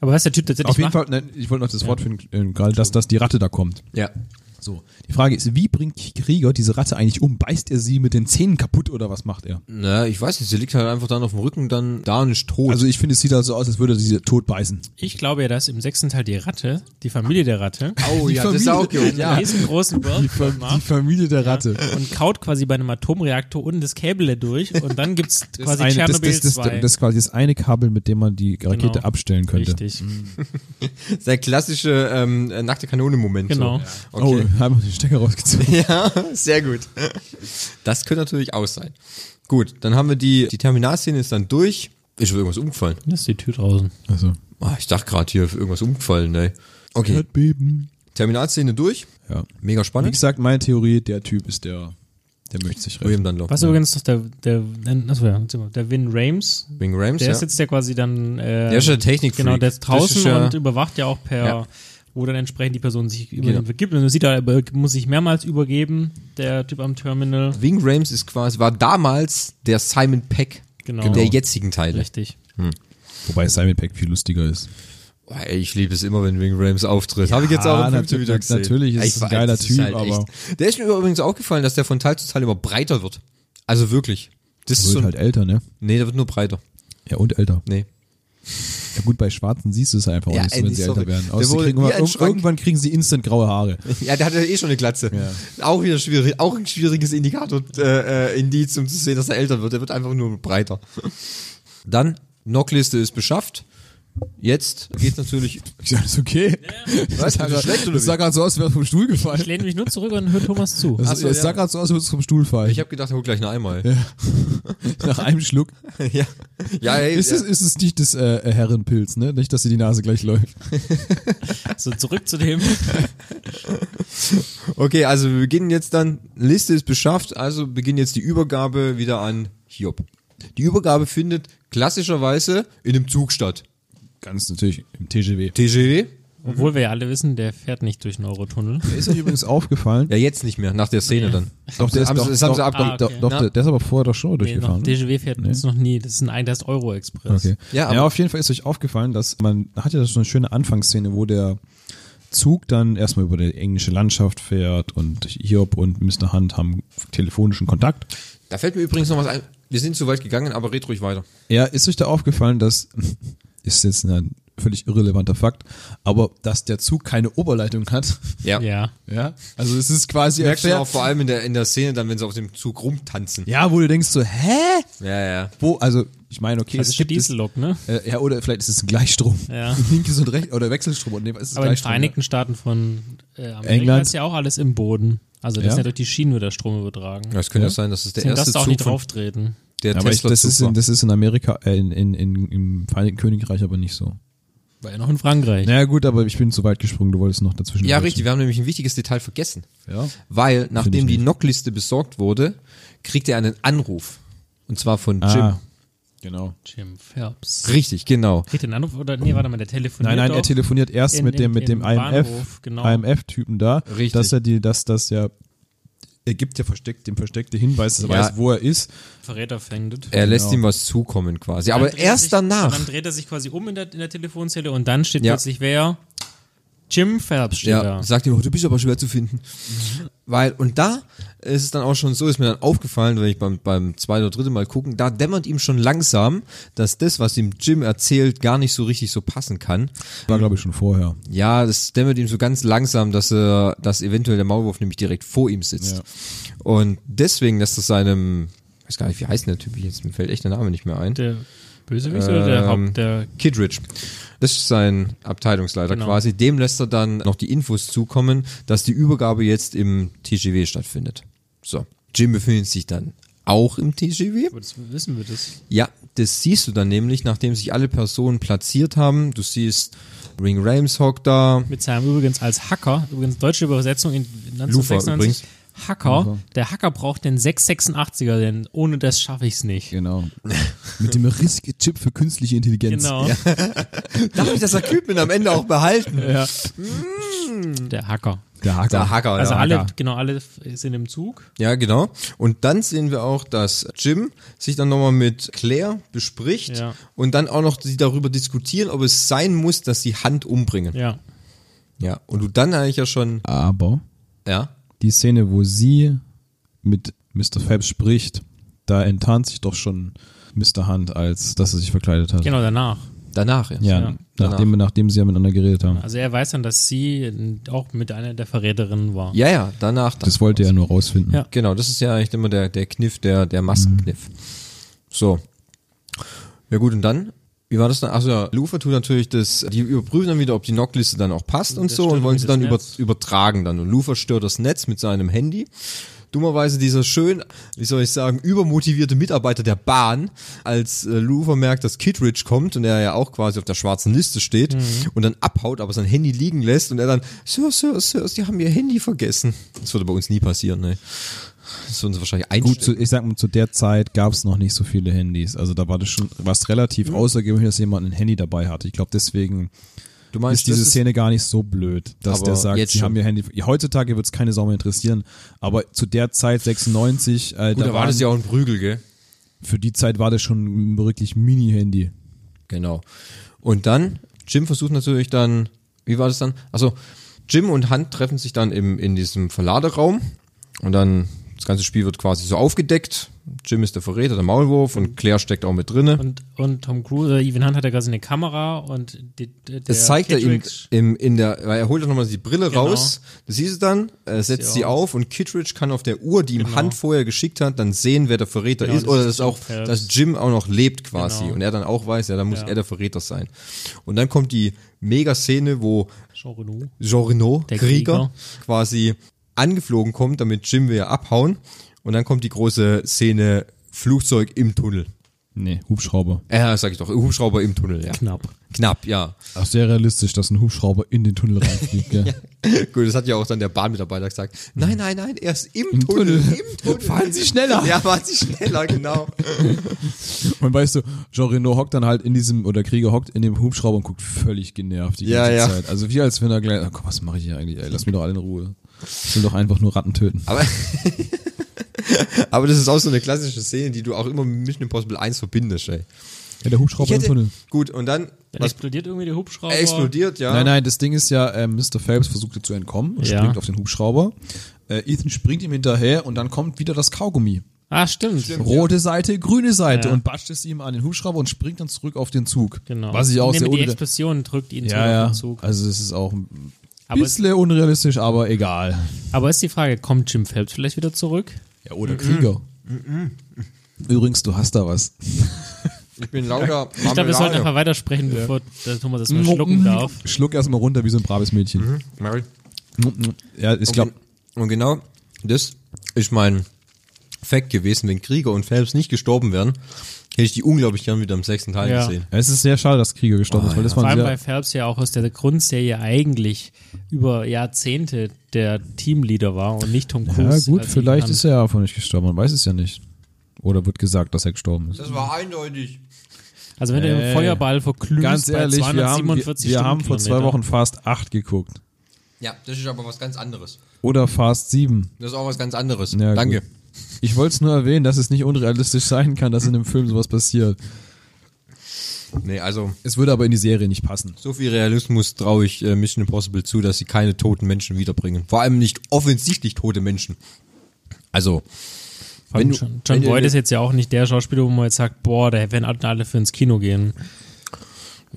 S2: Aber was der Typ tatsächlich
S3: Mhm. Auf jeden
S2: macht,
S3: Fall, nein, ich wollte noch das Wort finden, äh, dass, dass die Ratte da kommt.
S1: Ja.
S3: So. Die Frage ist, wie bringt Krieger diese Ratte eigentlich um? Beißt er sie mit den Zähnen kaputt oder was macht er?
S1: Na, ich weiß nicht, sie liegt halt einfach dann auf dem Rücken, dann da und ist tot.
S3: Also ich finde, es sieht halt so aus, als würde er sie tot beißen.
S2: ich glaube ja, dass im sechsten Teil die Ratte, die Familie der
S3: [LAUGHS]
S2: Ratte,
S1: oh
S3: die Familie-
S1: gut,
S2: einen riesengroßen Workflow macht
S3: Familie der Ratte.
S2: und kaut quasi bei einem Atomreaktor unten das Käble durch und dann gibt's quasi
S3: eine, das,
S2: Tschernobyl
S3: das, das,
S2: 2.
S3: das ist quasi das eine Kabel, mit dem man die Rakete
S2: Genau.
S3: abstellen könnte. Mhm.
S2: Richtig.
S1: Der klassische ähm, äh, nackte Kanone-Moment.
S2: Genau.
S1: So.
S3: [LAUGHS]
S1: Okay.
S3: Oh, haben wir den Stecker rausgezogen.
S1: [LAUGHS] Ja, sehr gut. Das könnte natürlich aus sein. Gut, dann haben wir die, die Terminalszene ist dann durch. Ist schon irgendwas umgefallen?
S2: Das ist die Tür draußen.
S3: [LAUGHS] Also,
S1: Ah, ich dachte gerade hier, ist irgendwas umgefallen, ey. Okay,
S3: Erdbeben.
S1: Terminalszene durch.
S3: Ja.
S1: Mega
S3: Wie
S1: spannend.
S3: gesagt, meine Theorie, der Typ ist der, der möchte sich retten.
S1: William Dunlop.
S2: Was übrigens noch der, der, achso, ja, jetzt sind wir- der Vin Rames,
S1: Wing Rams,
S2: der
S1: ja.
S2: ist jetzt der quasi dann, äh,
S1: Der ist ja der Technikfreak.
S2: Genau, der ist draußen
S1: Das ist ja-
S2: und überwacht ja auch per,
S1: Ja.
S2: wo dann entsprechend die Person sich über
S1: Genau.
S2: den vergibt. Und man sieht, er über- muss sich mehrmals übergeben, der Typ am Terminal.
S1: Wing Rames ist quasi, war damals der Simon Peck
S2: Genau.
S1: der jetzigen Teile.
S2: Richtig.
S3: Wobei Simon Peck viel lustiger ist.
S1: Oh, ey, ich liebe es immer, wenn Wing Rames auftritt. Habe ich jetzt auch im
S3: nat-
S1: fünften wieder
S3: nat-
S1: gesehen.
S3: natürlich ist
S1: Ey,
S3: es ein
S1: war-
S3: geiler
S1: das ist halt
S3: Typ, aber-
S1: echt- Der ist mir übrigens aufgefallen, dass der von Teil zu Teil immer breiter wird. Also wirklich. Das
S3: Er
S1: ist so ein,
S3: wird halt älter, ne?
S1: Nee, der wird nur breiter.
S3: Ja, und älter.
S1: Nee. [LAUGHS]
S3: Ja, gut, bei Schwarzen siehst du es einfach
S1: Ja,
S3: auch nicht
S1: ey,
S3: so, wenn sie
S1: sorry.
S3: älter werden.
S1: Der
S3: Aber sie
S1: wurde
S3: kriegen
S1: wie
S3: immer,
S1: ein
S3: ir-
S1: Schrank.
S3: irgendwann kriegen sie instant graue Haare.
S1: Ja, der hat ja eh schon eine Glatze. Auch wieder schwierig, auch ein schwieriges Indikator, äh, äh, Indiz, um zu sehen, dass er älter wird. Der wird einfach nur breiter. [LAUGHS] Dann, Knockliste ist beschafft. Jetzt geht's natürlich.
S3: [LAUGHS] Ich sag, das ist okay.
S1: Was?
S3: Das,
S1: Ist schlecht oder
S3: sah gerade so aus, als wäre vom Stuhl
S2: Ich
S3: gefallen.
S2: lehne mich nur zurück und höre Thomas
S1: [LAUGHS]
S2: zu.
S3: Das,
S1: Ach so,
S3: das
S1: ja.
S3: sah gerade so aus, als würde es vom Stuhl fallen.
S1: Ich habe gedacht, er holt gleich einen
S3: [LAUGHS]
S1: Eimer.
S3: Nach einem Schluck.
S1: ja. Ja, ey,
S3: Ist, es, ist es nicht das äh, Herrenpilz, ne? Nicht, dass dir die Nase gleich läuft.
S2: So, Also zurück zu dem.
S1: Okay, also wir beginnen jetzt dann, Liste ist beschafft, also beginnt jetzt die Übergabe wieder an Hiob. Die Übergabe findet klassischerweise in einem Zug statt.
S3: Ganz natürlich im TGW.
S1: TGW?
S2: Obwohl wir ja alle wissen, der fährt nicht durch den Eurotunnel.
S3: Ist euch übrigens aufgefallen?
S1: Ja, jetzt nicht mehr, nach der Szene dann.
S3: Doch, der ist,
S1: haben
S3: doch,
S1: sie- das haben
S3: doch,
S1: sie abge-
S2: Ah,
S3: doch,
S2: okay.
S3: doch
S1: Na?
S3: der, der ist aber vorher doch schon
S2: Nee, noch,
S3: durchgefahren. ne?
S2: DGW fährt uns noch nie. Das ist ein ein das Euro-Express.
S3: Okay.
S1: Ja,
S3: Ja,
S1: aber-
S3: auf jeden Fall ist euch aufgefallen, dass man hat ja so eine schöne Anfangsszene, wo der Zug dann erstmal über die englische Landschaft fährt und Hiob und Mr. Hunt haben telefonischen Kontakt.
S1: Da fällt mir übrigens noch was ein. Wir sind zu weit gegangen, aber red ruhig weiter.
S3: Ja, ist euch da aufgefallen, dass, [LAUGHS] ist jetzt ein völlig irrelevanter Fakt, aber dass der Zug keine Oberleitung hat.
S1: Ja.
S2: Ja.
S3: Ja, also es ist quasi
S1: Merkst du auch
S3: erklärt.
S1: vor allem in der, in der Szene dann, wenn sie auf dem Zug rumtanzen.
S3: Ja, wo du denkst so, hä?
S1: Ja, ja.
S3: Wo, also ich meine, okay,
S2: Das
S3: es
S2: ist eine
S3: gibt es,
S2: Diesellok, ne?
S3: äh, ja, oder vielleicht ist es ein Gleichstrom.
S2: Ja.
S3: [LAUGHS] Linkes und rechts, oder Wechselstrom. Und nee, was ist es
S2: Aber in den
S3: Gleichstrom?
S2: Vereinigten Staaten von äh, Amerika
S3: England.
S2: ist ja auch alles im Boden. Also das
S3: Ja.
S2: ist ja durch die Schienen wird der Strom übertragen.
S1: Es könnte
S3: Ja.
S1: sein, dass es der
S2: Deswegen
S1: erste
S2: darfst du auch
S1: Zug
S2: nicht
S1: von,
S2: drauftreten.
S1: der
S3: Ja, aber ich,
S1: Tesla-Zug
S3: das, ist
S1: war.
S3: in, das ist in Amerika, äh, in, in, in, im Vereinigten Königreich aber nicht so.
S2: War ja noch in Frankreich.
S1: Ne.
S3: Naja gut, aber ich bin zu weit gesprungen, du wolltest noch dazwischen.
S1: Ja,
S3: grätschen.
S1: richtig. Wir haben nämlich ein wichtiges Detail vergessen.
S3: Ja.
S1: Weil, nachdem die
S3: nicht.
S1: Knockliste besorgt wurde, kriegt er einen Anruf. Und zwar von Jim.
S3: Ah. Genau.
S2: Jim Phelps.
S1: Richtig, genau.
S2: Kriegt den Anruf oder nee, warte mal, der telefoniert
S3: Nein, nein,
S2: doch.
S3: er telefoniert erst
S2: In-
S3: mit dem,
S2: im-
S3: mit dem
S2: im
S3: IMF,
S2: Bahnhof, genau.
S3: IMF-Typen da,
S1: Richtig.
S3: dass er die, dass das ja, er gibt ja versteckt, dem versteckte Hinweis, dass er
S1: Ja.
S3: weiß, wo er ist.
S2: Verräter fändet.
S1: Er lässt
S3: Genau.
S1: ihm was zukommen quasi.
S2: Dann
S1: Aber
S2: dreht er
S1: erst
S2: sich,
S1: danach.
S2: Dann dreht er sich quasi um in der, in der Telefonzelle und dann steht
S1: Ja.
S2: plötzlich wer? Jim Phelps steht
S1: Ja,
S2: da.
S1: sagt ihm, oh, du bist aber schwer zu finden.
S2: Mhm.
S1: Weil, und da ist es dann auch schon so, ist mir dann aufgefallen, wenn ich beim, beim zweiten oder dritten Mal gucken, da dämmert ihm schon langsam, dass das, was ihm Jim erzählt, gar nicht so richtig so passen kann.
S3: War, glaube ich, schon vorher.
S1: Ja, das dämmert ihm so ganz langsam, dass er, dass eventuell der Maulwurf nämlich direkt vor ihm sitzt.
S3: Ja.
S1: Und deswegen, dass das seinem, ich weiß gar nicht, wie heißt denn der Typ jetzt, mir fällt echt der Name nicht mehr ein.
S2: Der Bösewicht oder
S1: Ähm.
S2: der Haupt, der
S1: Kidridge. Das ist sein Abteilungsleiter
S2: Genau.
S1: quasi. Dem lässt er dann noch die Infos zukommen, dass die Übergabe jetzt im TGW stattfindet. So. Jim befindet sich dann auch im TGW.
S2: Jetzt wissen wir das.
S1: Ja, das siehst du dann nämlich, nachdem sich alle Personen platziert haben. Du siehst Ring Ramshock da.
S2: Mit seinem übrigens als Hacker, übrigens deutsche Übersetzung in
S1: Lufa
S2: 1996. Hacker, der Hacker braucht den 686er, denn ohne das schaffe ich es nicht.
S3: Genau. mit dem Risk-Chip für künstliche Intelligenz.
S2: Genau, [LAUGHS]
S1: Da habe ich das Equipment am Ende auch behalten.
S2: Mm. der Hacker.
S3: Der Hacker.
S1: Der Hacker,
S2: Also
S1: der
S2: alle,
S1: Hacker.
S2: genau, alle f- sind im Zug.
S1: Ja, genau. Und dann sehen wir auch, dass Jim sich dann nochmal mit Claire bespricht
S2: Ja.
S1: und dann auch noch sie darüber diskutieren, ob es sein muss, dass sie Hand umbringen.
S2: Ja.
S1: Ja, und du dann eigentlich ja schon,
S3: Aber
S1: ja,
S3: die Szene, wo sie mit Mr. Phelps spricht, da enttarnt sich doch schon Mr. Hunt, als dass er sich verkleidet hat.
S2: Genau danach.
S1: danach erst.
S3: Ja,
S2: Ja.
S3: Nachdem, nachdem sie ja miteinander geredet haben.
S2: Also er weiß dann, dass sie n- auch mit einer der Verräterinnen war.
S1: Ja, ja, danach. Dann.
S3: Das wollte er nur rausfinden.
S2: Ja. Mhm.
S1: Genau, das ist ja eigentlich immer der, der Kniff, der, der Maskenkniff. So. Ja gut, und dann, wie war das dann? Achso, ja, Lufa tut natürlich das, die überprüfen dann wieder, ob die Knockliste dann auch passt und
S2: Der
S1: so
S2: stört
S1: und wollen sie
S2: irgendwie
S1: dann über,
S2: das Netz.
S1: übertragen dann. Und Lufa stört das Netz mit seinem Handy. Dummerweise dieser schön, wie soll ich sagen, übermotivierte Mitarbeiter der Bahn, als äh, Lufa merkt, dass Kittridge kommt und er ja auch quasi auf der schwarzen Liste steht
S2: Mhm.
S1: und dann abhaut, aber sein Handy liegen lässt und er dann, Sir, Sir, Sir, Sie haben Ihr Handy vergessen. Das würde bei uns nie passieren, ne? Das würden sie wahrscheinlich einstellen.
S3: Gut, zu, ich sag mal, zu der Zeit gab es noch nicht so viele Handys. Also da war das schon was relativ
S1: Mhm.
S3: außergewöhnlich, dass jemand ein Handy dabei hatte. Ich glaube, deswegen
S1: du meinst,
S3: ist diese
S1: das
S3: Szene gar nicht so blöd, dass
S1: Aber
S3: der sagt,
S1: jetzt
S3: sie
S1: schon.
S3: haben ihr Handy. Ja, heutzutage wird es keine Sau mehr interessieren, aber zu der Zeit, 96, äh,
S1: Gut, da
S3: da
S1: war
S3: waren-
S1: das ja auch ein Prügel, gell?
S3: für die Zeit war das schon wirklich Mini-Handy.
S1: Genau. Und dann, Jim versucht natürlich dann, wie war das dann? Also Jim und Hunt treffen sich dann im, in diesem Verladeraum und dann das ganze Spiel wird quasi so aufgedeckt. Jim ist der Verräter, der Maulwurf und Claire steckt auch mit drinne.
S2: Und, und Tom Cruise, äh, Even Hunt hat ja quasi eine Kamera und die, die, der
S1: Das zeigt er ihm
S2: Kittredge-
S1: im, in der, weil er holt doch nochmal die Brille
S2: Genau.
S1: raus, das siehst du dann, er setzt
S2: Sie
S1: sie auf. und Kittredge kann auf der Uhr, die ihm Hunt vorher geschickt hat, dann sehen, wer der Verräter
S2: Genau,
S1: ist
S2: das
S1: oder
S2: ist
S1: dass auch,
S2: Phelps.
S1: dass Jim auch noch lebt quasi
S2: Genau.
S1: und er dann auch weiß, ja, dann muss
S2: Ja.
S1: er der Verräter sein. Und dann kommt die Mega-Szene, wo
S2: Jean Reno.
S1: Jean Reno,
S2: Der
S1: Krieger,
S2: Krieger.
S1: quasi angeflogen kommt, damit Jim will ja abhauen. Und dann kommt die große Szene Flugzeug im Tunnel.
S3: Nee, Hubschrauber.
S1: Äh, sag ich doch, Hubschrauber im Tunnel, ja.
S2: Knapp.
S1: Knapp, ja.
S3: Auch sehr realistisch, dass ein Hubschrauber in den Tunnel reinfliegt. [LAUGHS] Gell?
S1: Gut, das hat ja auch dann der Bahnmitarbeiter gesagt. Nein, nein, nein, er ist im, Tunnel.
S3: Tunnel.
S1: Im Tunnel.
S3: Fahren Sie schneller.
S1: Ja, fahren Sie schneller, genau.
S3: Und weißt du, Jean Reno hockt dann halt in diesem, oder Krieger hockt in dem Hubschrauber und guckt völlig genervt die
S1: Ja,
S3: ganze
S1: ja.
S3: Zeit. Also wie als wenn er gleich, oh, komm, was mache ich hier eigentlich? Ey, lass mich doch alle in Ruhe. Ich will doch einfach nur Ratten töten.
S1: Aber, aber das ist auch so eine klassische Szene, die du auch immer mit Mission Impossible 1 verbindest, ey.
S3: Ja, der Hubschrauber im Tunnel.
S1: gut, und dann,
S2: Dann
S1: was
S2: explodiert irgendwie der Hubschrauber.
S1: explodiert, ja.
S3: Nein, nein, das Ding ist ja, äh, Mr. Phelps versuchte zu entkommen und
S2: Ja.
S3: springt auf den Hubschrauber. Äh, Ethan springt ihm hinterher und dann kommt wieder das Kaugummi.
S2: Ah, stimmt.
S3: Rote Seite, grüne Seite
S2: Ja.
S3: und batscht es ihm an den Hubschrauber und springt dann zurück auf den Zug.
S2: Genau.
S3: Was ich auch
S2: Nee,
S3: sehr
S2: mit Die
S3: unter
S2: Explosion drückt ihn zurück
S3: Ja,
S2: auf
S3: ja.
S2: den Zug.
S3: Also es ist auch ein
S2: Aber es-
S3: bisschen unrealistisch, aber egal.
S2: Aber ist die Frage, kommt Jim Phelps vielleicht wieder zurück?
S3: Ja, oder Krieger. Übrigens, du hast da was.
S1: Ich bin lauter
S2: Ich glaube, wir sollten
S1: Marmelade.
S2: einfach weitersprechen, bevor der Thomas das mal schlucken darf.
S3: Schluck erstmal runter wie so ein braves Mädchen.
S1: Mary.
S2: Mhm.
S3: Ja, ich glaube,
S1: Und genau das ist mein Fact gewesen. Wenn Krieger und Phelps nicht gestorben wären, hätte ich die unglaublich gern wieder im sechsten Teil
S2: Ja.
S1: gesehen.
S3: es ist sehr schade, dass Krieger gestorben ist, weil das
S2: Vor
S3: war ein
S2: allem, weil
S3: sehr,
S2: Phelps Ah, ja auch aus der Grundserie eigentlich über Jahrzehnte der Teamleader war und nicht Tom
S3: Ja,
S2: Cruise.
S3: gut, vielleicht ist er ja einfach nicht gestorben, man weiß es ja nicht. Oder wird gesagt, dass er gestorben ist?
S1: Das war eindeutig.
S2: Also wenn du
S3: Ey,
S2: den Feuerball verklüst
S3: Äh, Ganz ehrlich,
S2: bei
S3: wir haben, wir,
S2: 247
S3: wir haben vor zwei
S2: Stundenkilometer.
S3: Wochen Fast 8 geguckt.
S1: Ja, das ist aber was ganz anderes.
S3: Oder Fast 7.
S1: Das ist auch was ganz anderes.
S3: Ja,
S1: Danke.
S3: gut. Ich wollte es nur erwähnen, dass es nicht unrealistisch sein kann, dass in einem Film sowas passiert.
S1: Nee, also
S3: Es würde aber in die Serie nicht passen.
S1: so viel Realismus traue ich äh, Mission Impossible zu, dass sie keine toten Menschen wiederbringen. Vor allem nicht offensichtlich tote Menschen. Also,
S2: Vor allem
S1: Wenn du-
S2: John,
S1: wenn
S2: John
S1: du-
S2: Boyd ist jetzt ja auch nicht der Schauspieler, wo man jetzt sagt, boah, da werden alle für ins Kino gehen.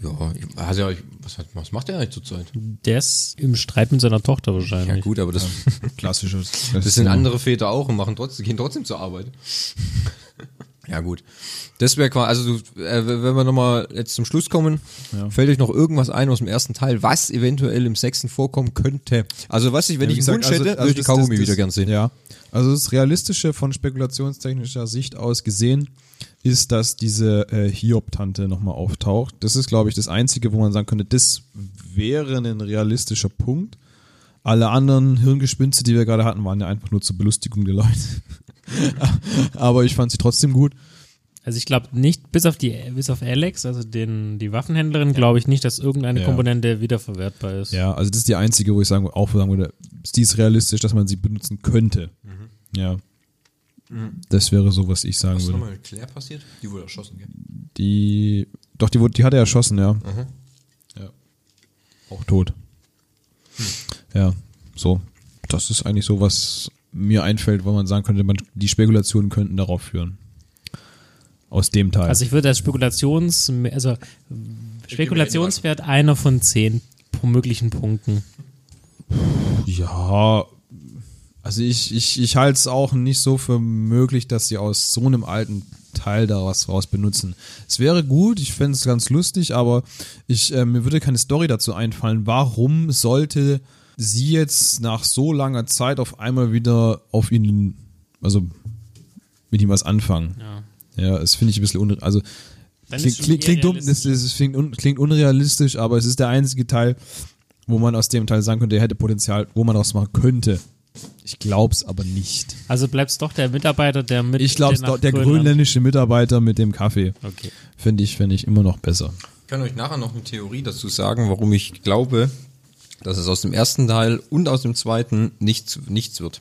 S1: ja, ich, also, ich, was, hat, was macht der eigentlich zurzeit?
S2: Der ist im Streit mit seiner Tochter wahrscheinlich.
S1: Ja, gut, aber das,
S3: Klassisches.
S1: [LAUGHS] das sind andere Väter auch und machen trotzdem, gehen trotzdem zur Arbeit. [LAUGHS] ja, gut. Das wäre quasi, also, du, äh, wenn wir nochmal jetzt zum Schluss kommen, fällt euch noch irgendwas ein aus dem ersten Teil, was eventuell im sechsten vorkommen könnte? Also, was ich, wenn ich einen Wunsch hätte, würde ich die
S3: also das-
S1: Kaugummi
S3: das-
S1: wieder gern sehen.
S3: Ja, also das Realistische von spekulationstechnischer Sicht aus gesehen ist, dass diese äh, Hiob-Tante nochmal auftaucht. Das ist, glaube ich, das Einzige, wo man sagen könnte, das wäre ein realistischer Punkt. Alle anderen Hirngespinste, die wir gerade hatten, waren ja einfach nur zur Belustigung der Leute. [LAUGHS] Aber ich fand sie trotzdem gut.
S2: Also ich glaube nicht, bis auf die, bis auf Alex, also den, die Waffenhändlerin, glaube ich nicht, dass irgendeine
S3: Ja.
S2: Komponente wiederverwertbar ist.
S3: Ja, also das ist die einzige, wo ich sagen, auch sagen würde, die ist realistisch, dass man sie benutzen könnte. Ja. Das wäre so, was ich sagen
S1: Mhm. Was ist
S3: würde.
S1: nochmal mit Claire passiert? Die wurde erschossen, gell?
S3: Die. Doch, die, wurde, die hat er erschossen, ja. ja. Auch tot. Ja, so. Das ist eigentlich so, was mir einfällt, wo man sagen könnte, man, die Spekulationen könnten darauf führen. Aus dem Teil.
S2: Also ich würde als Spekulations, also Spekulationswert einer von zehn pro möglichen Punkten.
S3: Ja, also ich, ich, ich halte es auch nicht so für möglich, dass sie aus so einem alten Teil da was raus benutzen. Es wäre gut, ich fände es ganz lustig, aber ich, äh, mir würde keine Story dazu einfallen. Warum sollte sie jetzt nach so langer Zeit auf einmal wieder auf ihn, also mit ihm was anfangen?
S2: Ja.
S3: Ja, das finde ich ein bisschen unre also
S2: Dann
S3: klingt,
S2: ist schon
S3: klingt, klingt dumm,
S2: irrealistisch.
S3: das, das klingt, un klingt unrealistisch, aber es ist der einzige Teil, wo man aus dem Teil sagen könnte, er hätte Potenzial, wo man daraus machen könnte. Ich glaub's aber nicht.
S2: Also bleibst doch der Mitarbeiter, der mit
S3: Ich glaub's
S2: der nach
S3: doch, der
S2: Grönland-
S3: grönländische Mitarbeiter mit dem Kaffee.
S2: Okay.
S3: Finde ich, finde ich immer noch besser.
S1: Ich kann euch nachher noch eine Theorie dazu sagen, warum ich glaube, dass es aus dem ersten Teil und aus dem zweiten nichts, nichts wird.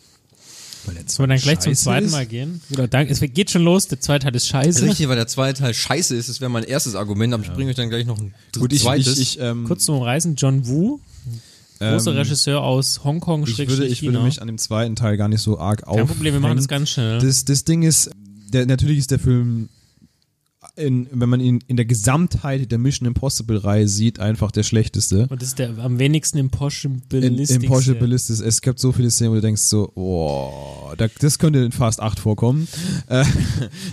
S2: Sollen wir dann gleich zum zweiten Mal gehen? Oder danke. Es geht schon los, der zweite Teil ist
S3: Also
S2: scheiße.
S1: Richtig, weil der zweite Teil scheiße ist, das wäre mein erstes Argument, aber ich bringe euch dann gleich noch ein
S3: Gut, ich,
S1: zweites.
S3: ich, ich, ähm,
S2: Kurz zum Umreißen, John Woo, großer
S3: ähm,
S2: Regisseur aus Hongkong,
S3: ich, würde, ich würde mich an dem zweiten Teil gar nicht so arg auf.
S2: Kein Problem, wir machen das ganz schnell.
S3: Das, das Ding ist, der, natürlich ist der Film, in, wenn man ihn in der Gesamtheit der Mission Impossible-Reihe sieht, einfach der schlechteste.
S2: Und das ist der am wenigsten
S3: In,
S2: impossibilistisch.
S3: in Porsche Ballistis, es gibt so viele Szenen, wo du denkst so, oh, da, das könnte in Fast 8 vorkommen.
S1: [LAUGHS]
S3: Äh,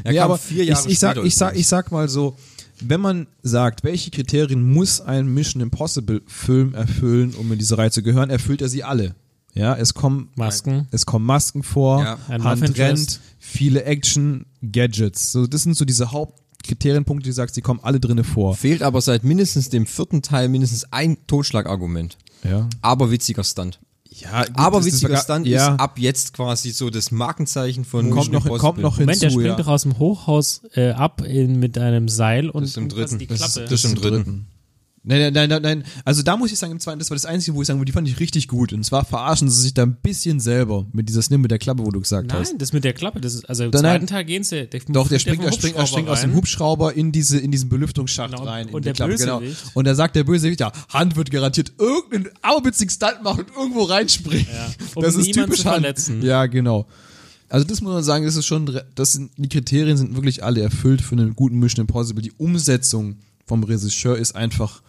S3: nee,
S1: kam
S3: aber
S1: vier Jahre
S3: ich, ich, sag,
S1: später
S3: ich, sag,
S1: übrigens.
S3: ich sag mal so, wenn man sagt, welche Kriterien muss ein Mission Impossible Film erfüllen, um in diese Reihe zu gehören, erfüllt er sie alle. Ja, es kommen
S2: Masken.
S3: es kommen Masken vor,
S1: Ja.
S2: Ein
S3: Hand
S2: Waffenfest.
S3: rennt, viele Action Gadgets. So, das sind so diese Hauptkriterienpunkte, die du sagst, die kommen alle drinne vor.
S1: Fehlt aber seit mindestens dem vierten Teil mindestens ein Totschlagargument.
S3: Ja.
S1: Aber witziger Stunt.
S3: Ja, gut,
S1: Aber
S3: das ist
S1: witziger
S3: sogar-
S1: Stunt
S3: ja.
S1: ist ab jetzt quasi so das Markenzeichen von
S3: kommt
S1: Mission
S3: noch,
S1: Impossible.
S3: kommt noch hinzu.
S2: Moment, der springt
S3: ja.
S2: doch aus dem Hochhaus äh, ab in, mit einem Seil und
S1: Das ist im
S2: und fasst
S1: dritten.
S2: die
S1: Das
S2: Klappe.
S1: ist- das ist im dritten.
S3: Nein, nein, nein, nein, nein. Also da muss ich sagen, im zweiten, das war das Einzige, wo ich sagen würde, die fand ich richtig gut. Und zwar verarschen sie sich da ein bisschen selber mit dieser Snimm mit der Klappe, wo du gesagt hast.
S2: Nein, das mit der Klappe, das ist, also im
S3: Dann-
S2: zweiten
S3: nein.
S2: Teil gehen sie. Der,
S3: Doch, der
S2: fliegt
S3: springt,
S2: vom
S3: er springt, er springt aus dem
S2: Hubschrauber
S3: Hubschrauber in, diese, in diesen Belüftungsschacht
S2: Genau,
S3: rein.
S2: und
S3: in die
S2: der
S3: Klappe,
S2: Bösewicht.
S3: Und da sagt der Bösewicht, ja, Hand wird garantiert irgendeinen aberwitzigen Stunt machen und irgendwo reinspringen. [LAUGHS]
S2: Ja, um
S3: das ist
S2: niemanden
S3: typisch
S2: zu
S3: Hand.
S2: verletzen.
S3: Ja, genau. Also das muss man sagen, das ist schon, re- das sind, die Kriterien sind wirklich alle erfüllt für einen guten Mission Impossible. Die Umsetzung vom Regisseur ist einfach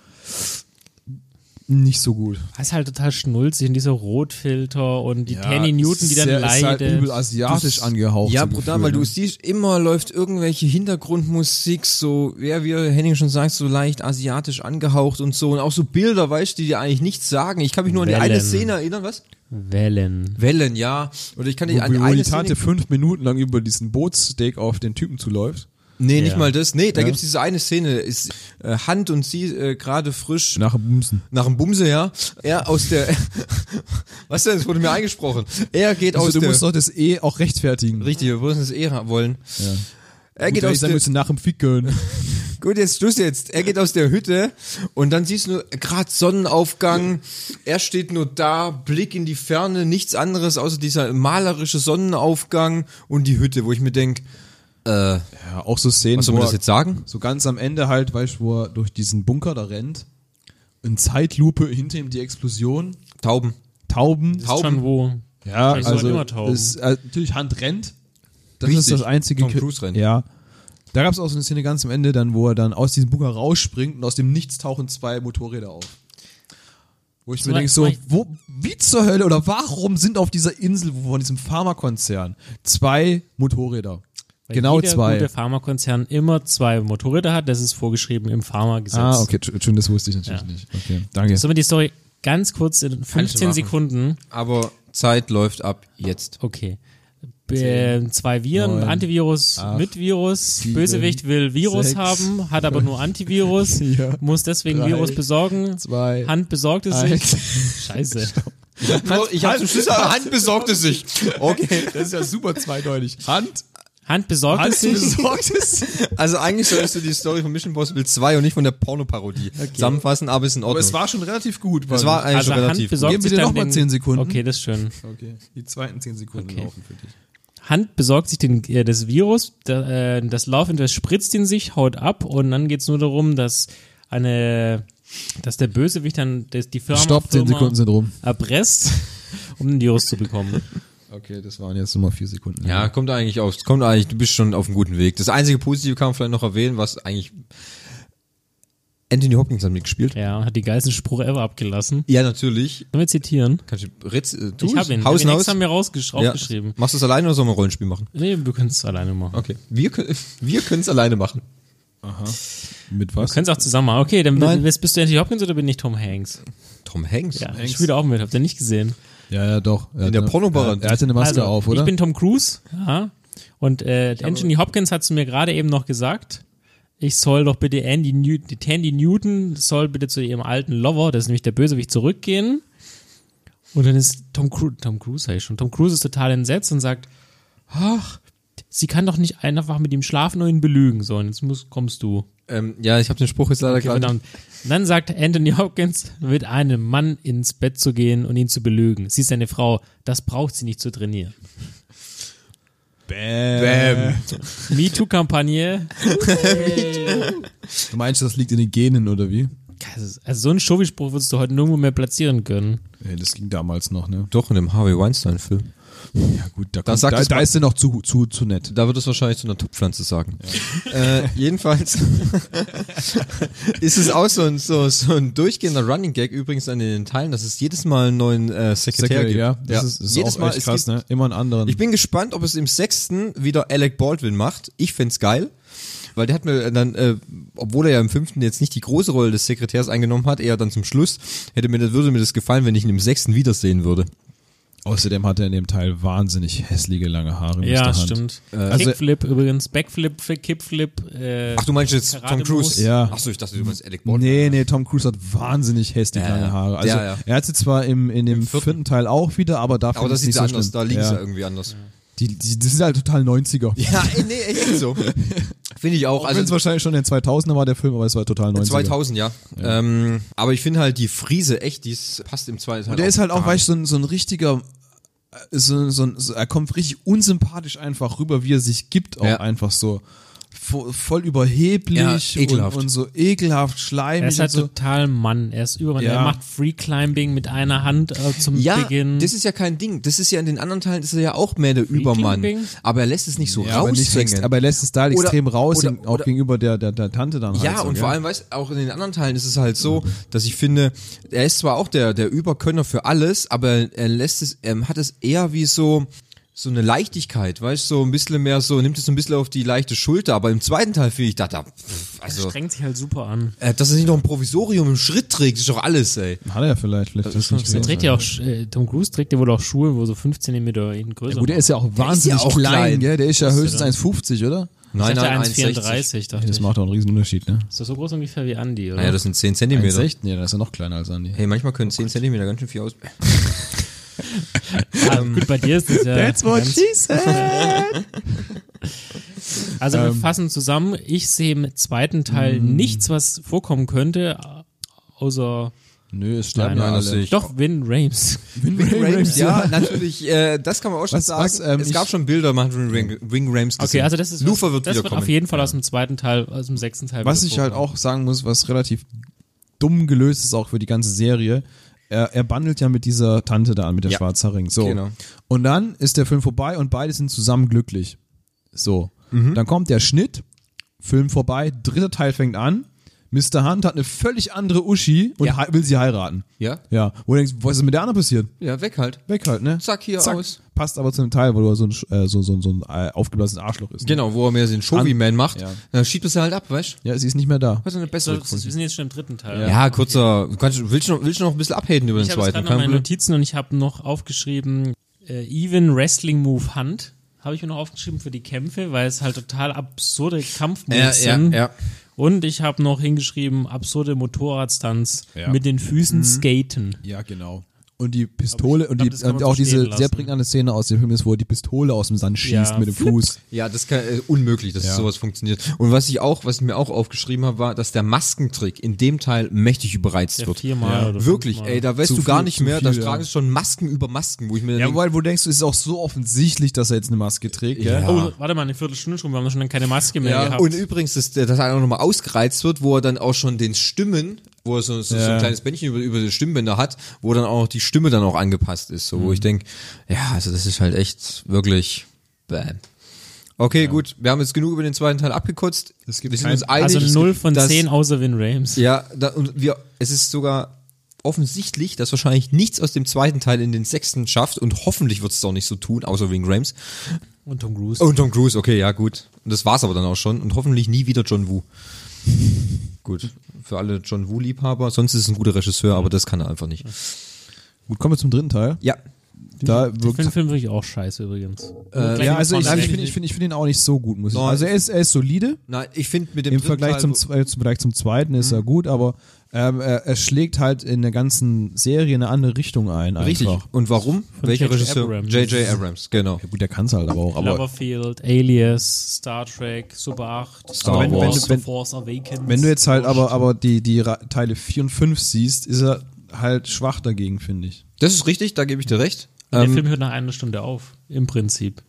S3: nicht so gut.
S2: rein. Das ist halt total schnulzig und dieser Rotfilter und die Tanny
S3: es
S2: Newton, die
S3: ist
S2: dann
S3: sehr-
S2: leidet.
S3: Ist halt übel asiatisch angehaucht.
S1: Ja,
S3: so
S1: brutal,
S3: gefühlt,
S1: weil
S3: ne?
S1: du siehst, immer läuft irgendwelche Hintergrundmusik, so, ja, wie Henning schon sagt, so leicht asiatisch angehaucht und so. Und auch so Bilder, weißt du, die dir eigentlich nichts sagen. Ich kann mich nur an die eine
S2: Wellen.
S1: Szene erinnern, was?
S2: Wellen.
S1: Wellen, ja. Oder ich kann dich
S3: Wo,
S1: an
S3: wo die
S1: eine
S3: Tante
S1: Szene...
S3: fünf Minuten lang über diesen Bootssteak auf den Typen zuläuft.
S1: Nee,
S2: Ja.
S1: nicht mal das. Nee, da
S3: Ja.
S1: gibt's diese eine Szene, ist äh, Hand und sie äh, gerade frisch
S3: Nach dem Bumsen.
S1: nach dem Bumse, ja. Er aus der [LAUGHS] Was denn? Das wurde mir eingesprochen. Er geht
S3: Also
S1: aus
S3: du
S1: der
S3: musst doch das E auch rechtfertigen.
S1: Richtig, wir müssen es eh wollen.
S3: Ja.
S1: Er geht
S3: Gut, hätte
S1: aus
S3: ich sagen
S1: der,
S3: müssen, nach dem Ficken.
S1: gut, jetzt Schluss jetzt. Er geht aus der Hütte und dann siehst du gerade Sonnenaufgang. Er steht nur da, Blick in die Ferne, nichts anderes außer dieser malerische Sonnenaufgang und die Hütte, wo ich mir denk, äh,
S3: [LAUGHS] Ja, auch so Szenen,
S1: was soll
S3: wo
S1: man
S3: er
S1: das jetzt sagen?
S3: so ganz am Ende halt, weißt du, wo er durch diesen Bunker da rennt, in Zeitlupe hinter ihm die Explosion,
S1: Tauben.
S3: Tauben.
S1: Tauben.
S2: Schon wo.
S3: Ja,
S2: Wahrscheinlich sind
S3: also
S2: immer Tauben.
S3: Ist, äh, natürlich Hand rennt. Das ist
S1: Richtig.
S3: das einzige.
S1: Tom
S3: Kri-
S1: Cruise rennt.
S3: Ja. Da gab es auch so eine Szene ganz am Ende, dann, wo er dann aus diesem Bunker rausspringt und aus dem Nichts tauchen zwei Motorräder auf. Wo ich mir
S2: Zwei-
S3: denke, so,
S2: zwei-
S3: wo, wie zur Hölle oder warum sind auf dieser Insel von diesem Pharmakonzern zwei Motorräder?
S2: Weil
S3: genau
S2: jeder
S3: zwei.
S2: gute Pharmakonzern immer zwei Motorräder hat, das ist vorgeschrieben im Pharmagesetz.
S3: Ah, okay, tsch- schön, das wusste ich natürlich
S2: Ja.
S3: nicht. Okay, danke.
S2: Sollen wir die Story ganz kurz in
S1: schon
S2: 15
S1: machen.
S2: Sekunden?
S1: Aber Zeit läuft ab jetzt.
S2: Okay. B zwei Viren,
S3: neun,
S2: Antivirus
S3: acht,
S2: mit Virus.
S3: sieben,
S2: Bösewicht will Virus
S3: sechs,
S2: haben, hat aber
S3: [LAUGHS]
S2: nur Antivirus,
S3: vier,
S2: muss deswegen
S3: drei,
S2: Virus besorgen.
S3: zwei,
S2: Hand besorgt es sich.
S3: eins.
S2: [LAUGHS] Scheiße.
S1: Ich habe zum Schluss Hand besorgte sich. Okay.
S3: [LAUGHS] Das ist ja super zweideutig. Hand,
S2: Hand besorgt
S3: Hand
S2: es
S3: [LAUGHS]
S2: sich.
S3: besorgt es.
S1: Also eigentlich solltest du die Story von Mission Possible 2 und nicht von der Pornoparodie zusammenfassen, aber ist in Ordnung.
S3: Aber es war schon relativ gut.
S1: es war eigentlich
S2: Also
S1: schon
S2: Hand
S1: relativ gut.
S2: besorgt
S3: Geben wir
S2: sich
S3: dir
S2: dann
S3: noch mal
S2: den-
S3: zehn Sekunden.
S2: Okay, das ist schön.
S3: Okay, die zweiten 10 Sekunden
S2: Okay.
S3: laufen für dich.
S2: Hand besorgt sich den, äh, das Virus, da, äh, das Laufende spritzt ihn sich, haut ab und dann geht's nur darum, dass eine, dass der Bösewicht dann das, die Firma,
S3: Stopp, 10
S2: Firma
S3: Sekunden sind rum.
S2: erpresst, [LAUGHS] um den Virus zu bekommen.
S3: Okay, das waren jetzt nochmal 4 Sekunden.
S1: Ja, kommt eigentlich aus. Kommt eigentlich, du bist schon auf einem guten Weg. Das einzige Positive kann man vielleicht noch erwähnen, was eigentlich Anthony Hopkins hat mitgespielt.
S2: Ja, und hat die geilsten Spruch ever abgelassen.
S1: Ja, natürlich.
S2: Sollen wir zitieren?
S1: Kannst du Ritz, äh, tu
S2: Ich
S1: es.
S2: habe ihn.
S1: Haus
S2: hab ihn
S1: in
S2: extra
S1: Haus.
S2: mir rausgeschrieben.
S1: Ja.
S2: aufgeschrieben.
S1: Machst du es alleine oder sollen wir ein Rollenspiel machen?
S2: Nee, wir können es alleine machen.
S1: Okay. Wir, kö- [LAUGHS] wir können es alleine machen.
S3: Mit
S2: Wir
S3: was?
S2: können es auch zusammen machen. Okay, dann
S1: Nein.
S2: bist, bist du Anthony Hopkins oder bin ich Tom Hanks?
S1: Tom Hanks.
S2: Ja,
S3: Hanks.
S2: ich spiele auch mit, habt ihr nicht gesehen.
S3: Ja, ja, doch. Er
S1: In der
S3: hat eine-
S1: Pornobarre.
S3: Er, er hatte eine Maske
S2: also,
S3: auf, oder?
S2: Ich bin Tom Cruise. Ja. Und äh, Anthony Hopkins hat zu mir gerade eben noch gesagt, ich soll doch bitte Andy Newton, die Tandy Newton soll bitte zu ihrem alten Lover, das ist nämlich der Bösewicht, zurückgehen. Und dann ist Tom Cruise, Tom Cruise sag ich schon, Tom Cruise ist total entsetzt und sagt, ach, sie kann doch nicht einfach mit ihm schlafen und ihn belügen, sondern jetzt muss, kommst du.
S1: Ähm, ja, ich habe den Spruch jetzt leider
S2: Okay,
S1: gerade.
S2: verdammt. Und Dann sagt Anthony Hopkins, mit einem Mann ins Bett zu gehen und ihn zu belügen. Sie ist eine Frau, das braucht sie nicht zu trainieren.
S3: Bäm.
S2: MeToo-Kampagne.
S3: Du meinst, das liegt in den Genen, oder wie?
S2: Also so einen Schobi-Spruch würdest du heute nirgendwo mehr platzieren können.
S3: Ey, das ging damals noch, ne?
S1: Doch, in dem Harvey Weinstein-Film.
S3: Ja, gut, da,
S1: Dann
S3: kommt,
S1: sag
S3: da,
S1: das
S3: da
S1: mal.
S3: ist er noch zu, zu, zu nett.
S1: Da wird es wahrscheinlich zu einer Topfpflanze sagen. Äh, jedenfalls [LAUGHS] ist es auch so ein, so, so ein durchgehender Running Gag übrigens an den Teilen, dass es jedes Mal einen neuen äh, Sekretär gibt.
S3: ja. Das ist, das ist
S1: jedes
S3: auch
S1: Mal
S3: echt
S1: es
S3: krass,
S1: gibt,
S3: ne? Immer einen anderen.
S1: Ich bin gespannt, ob es im sechsten wieder Alec Baldwin macht. Ich find's geil. Weil der hat mir dann, äh, obwohl er ja im fünften jetzt nicht die große Rolle des Sekretärs eingenommen hat, eher dann zum Schluss, hätte mir das, würde mir das gefallen, wenn ich ihn im sechsten wiedersehen würde.
S3: Außerdem hat er in dem Teil wahnsinnig hässliche lange Haare. Mr.
S2: Ja,
S3: Hunt.
S2: stimmt.
S3: also-
S2: Kickflip übrigens, Backflip, Kickflip. Äh,
S1: Ach, du meinst jetzt
S2: Karate
S1: Tom Cruise?
S2: Moves.
S3: Ja.
S1: Ach so, ich dachte, du meinst Alec Baldwin.
S3: Nee, nee, Tom Cruise hat wahnsinnig hässlich
S1: Ja,
S3: lange
S1: ja.
S3: Haare. Also
S1: Ja, ja.
S3: er hat sie zwar im, in dem vierten.
S1: vierten.
S3: Teil auch wieder, aber dafür
S1: Aber das
S3: ist es
S1: sieht
S3: nicht
S1: ja
S3: so
S1: anders,
S3: schlimm.
S1: da liegen
S3: ja.
S1: sie ja irgendwie anders.
S3: Die, die, die sind halt total 90er.
S1: [LAUGHS] Ja, ey, nee, echt so. [LAUGHS] Finde ich auch.
S3: Also es
S1: Also
S3: wahrscheinlich schon in den 2000er war der Film, aber es war total 90er.
S1: 2000, ja. Ähm, aber ich finde halt die Friese echt, die ist- passt im zweiten Teil.
S3: Und der ist halt auch,
S1: gar
S3: weißt du, so ein, so ein richtiger, äh, so, so, ein- so, er kommt richtig unsympathisch einfach rüber, wie er sich gibt, auch
S1: Ja.
S3: einfach so. Vo- Voll überheblich
S1: Ja, ekelhaft.
S3: Und, und so ekelhaft, schleimig
S2: er ist halt
S3: und so.
S2: total Mann. Er ist Übermann.
S3: also Ja.
S2: Er macht Free Climbing mit einer Hand äh, zum
S1: Ja,
S2: Beginn.
S1: das ist ja kein Ding. Das ist ja in den anderen Teilen ist er ja auch mehr der Übermann.
S2: Bing.
S1: Aber er lässt es nicht so
S3: Ja, aber, nicht so
S1: raushängen.
S3: ext- aber er lässt es da halt
S1: Oder-
S3: extrem raus,
S1: oder-
S3: hin- auch
S1: oder-
S3: gegenüber der, der, der Tante dann halt.
S1: ja,
S3: so,
S1: und
S3: gell?
S1: vor allem, weißt auch in den anderen Teilen ist es halt so, dass ich finde, er ist zwar auch der, der Überkönner für alles, aber er lässt es, er hat es eher wie so, so eine Leichtigkeit, weißt du, so ein bisschen mehr so, nimmt es so ein bisschen auf die leichte Schulter, aber im zweiten Teil finde ich da, da, pff,
S2: er
S1: also,
S2: strengt sich halt super an.
S1: äh, dass er nicht noch ein Provisorium im Schritt trägt, ist doch alles, ey.
S3: Hat er ja vielleicht, vielleicht hast du nicht
S2: Er
S3: gesehen.
S2: trägt ja auch, Sch- äh, Tom Cruise trägt ja wohl auch Schuhe, wo so 5 cm ihn größer
S3: Gut, der ist ja auch
S1: ist ja
S3: wahnsinnig
S1: auch
S3: klein,
S1: klein.
S3: gell? Der ist ja höchstens 1,50, oder?
S1: Nein,
S2: dachte
S1: nein,
S2: 1,34 dachte
S3: Das
S2: ich.
S3: macht auch einen riesen Unterschied, ne?
S2: Ist das so groß ungefähr wie Andi, oder?
S1: Naja, das sind 10 Zentimeter.
S3: 1,16? Nee, das ist ja noch kleiner als Andi.
S1: Hey, manchmal können 10 Zentimeter ganz schön viel aus.
S2: ah, [LAUGHS] gut, bei dir ist das ja. ganz- [LAUGHS] Also wir fassen zusammen, ich sehe im zweiten Teil nichts, was vorkommen könnte, außer
S3: Nö, es sterben
S2: Nein,
S3: ja
S1: nein, das
S3: alle.
S1: sehe ich.
S2: doch Win Rames.
S3: Wing Rames,
S1: ja, natürlich, äh, das kann man auch schon
S3: Was-
S1: sagen.
S3: was, ähm,
S1: es
S3: ich-
S1: gab schon Bilder, man hat Ring, Ring Rames gesehen.
S2: Okay, also das ist
S1: Lufa wird
S2: das wird
S1: wiederkommen.
S2: auf jeden Fall aus dem zweiten Teil, aus dem sechsten Teil.
S3: Was
S2: wieder
S3: ich halt
S2: vorkommen.
S3: auch sagen muss, was relativ dumm gelöst ist, auch für die ganze Serie. Er, er bandelt ja mit dieser Tante da an, mit der
S1: Ja.
S3: Schwarzhaarigen. So.
S1: Genau.
S3: Und dann ist der Film vorbei und beide sind zusammen glücklich. So.
S1: Mhm.
S3: Dann kommt der Schnitt, Film vorbei, dritter Teil fängt an. Mr. Hunt hat eine völlig andere Uschi und
S2: Ja.
S3: hei- will sie heiraten.
S1: Ja?
S3: Ja. Wo du denkst, was ist mit der anderen passiert?
S1: Ja, weg halt.
S3: Weg halt, ne?
S1: Zack, hier aus.
S3: Passt aber zu einem Teil, wo du so ein, Sch- äh, so, so, so ein äh, aufgeblasenes Arschloch ist.
S1: Genau, wo er mehr den Showy-Man macht.
S3: Ja.
S1: Dann schiebt es ja halt ab, weißt du?
S3: Ja, sie ist nicht mehr da.
S1: Hast du eine bessere
S2: So, das ist- Also, wir sind jetzt schon im dritten Teil.
S1: Ja, kurzer. Du kannst, willst, du noch, willst du noch ein bisschen abhaten über den
S2: Ich habe jetzt
S1: zweiten?
S2: gerade noch meine
S1: Problem.
S2: Notizen und ich habe noch aufgeschrieben, äh, Even Wrestling Move Hand habe ich mir noch aufgeschrieben für die Kämpfe, weil es halt total absurde Kampfmoves
S1: Ja, ja,
S2: sind.
S1: ja.
S2: Und ich habe noch hingeschrieben, absurde Motorradstunts
S3: Ja.
S2: mit den Füßen
S3: Mhm.
S2: skaten.
S3: Ja, genau. Und die Pistole
S2: glaub,
S3: und
S2: das
S3: die,
S2: kann man
S3: und
S2: so
S3: auch
S2: stehen
S3: diese
S2: lassen.
S3: sehr prägnante Szene aus dem Film ist, wo er die Pistole aus dem Sand schießt
S2: Ja,
S3: mit dem
S2: flip.
S3: Fuß.
S1: Ja, das kann äh, unmöglich, dass
S3: Ja.
S1: sowas funktioniert. Und was ich auch, was ich mir auch aufgeschrieben habe, war, dass der Maskentrick in dem Teil mächtig überreizt
S2: Ja,
S1: wird.
S2: viermal oder
S1: Wirklich,
S2: fünfmal.
S1: ey, da weißt
S3: Zu
S1: du gar
S3: viel-
S1: nicht
S3: zu
S1: mehr,
S3: viel,
S1: da
S3: ja.
S1: tragen sie schon Masken über Masken, wo ich mir
S3: Ja,
S1: denke,
S3: weil wo denkst du, es ist auch so offensichtlich, dass er jetzt eine Maske trägt, gell?
S1: Ja.
S2: Oh, warte mal, eine Viertelstunde schon, wir haben doch schon dann keine Maske mehr
S1: Ja,
S2: gehabt.
S1: und übrigens, dass der- dass er auch nochmal ausgereizt wird, wo er dann auch schon den Stimmen, wo er so, so, so
S3: Ja.
S1: ein kleines Bändchen über, über die Stimmbänder hat, wo dann auch die Stimme dann auch angepasst ist, so,
S3: Mhm.
S1: wo ich denke, ja, also das ist halt echt wirklich, bäm. Okay, gut, wir haben jetzt genug über den zweiten Teil abgekotzt.
S3: Es gibt
S1: wir sind
S3: kein-
S1: uns einig,
S2: also
S1: es
S2: 0
S1: gibt
S2: von
S1: das-
S2: 10 außer Win Rames.
S1: Ja, da, und wir, es ist sogar offensichtlich, dass wahrscheinlich nichts aus dem zweiten Teil in den sechsten schafft und hoffentlich wird es auch nicht so tun, außer wegen Rames.
S2: Und Tom Cruise.
S1: Und Tom Cruise, okay, ja, gut. Und das war's aber dann auch schon. Und hoffentlich nie wieder John [LAUGHS] Woo. gut. Für alle John Woo-Liebhaber. Sonst ist es ein guter Regisseur, aber das kann er einfach nicht.
S3: Gut, kommen wir zum dritten Teil.
S1: Ja.
S3: Da
S2: Ich
S3: wirkt
S2: finde Oh. den Film wirklich auch scheiße übrigens.
S3: äh,
S2: Gleich
S3: ja,
S2: mit
S3: also ich,
S2: vorne
S3: ich finde
S2: weg.
S3: ich find, ich find ihn auch nicht so gut, muss ich sagen.
S1: Nein.
S3: Also er ist, er ist solide.
S1: Nein, ich finde mit dem
S3: Im
S1: dritten
S3: Vergleich
S1: Teil-
S3: zum, zwe- äh, zum Vergleich zum zweiten ist er gut, aber ähm, er, er schlägt halt in der ganzen Serie eine andere Richtung ein. Einfach.
S1: Richtig. Und warum? Welcher
S2: J.J.
S1: Regisseur?
S2: Abrams.
S1: J.J. Abrams, genau.
S3: Gut, der kann es halt aber auch. Aber
S2: Loverfield, Alias, Star Trek, Super 8, Star
S3: wenn- wenn-
S2: Wars,
S3: wenn-
S2: The Force Awakens.
S3: wenn du jetzt halt aber, aber die, die Ra- Teile 4 und 5 siehst, ist er halt schwach dagegen, finde ich.
S1: Das ist richtig, da gebe ich dir recht.
S2: Der
S1: Ähm,
S2: Film hört nach einer Stunde auf, im Prinzip.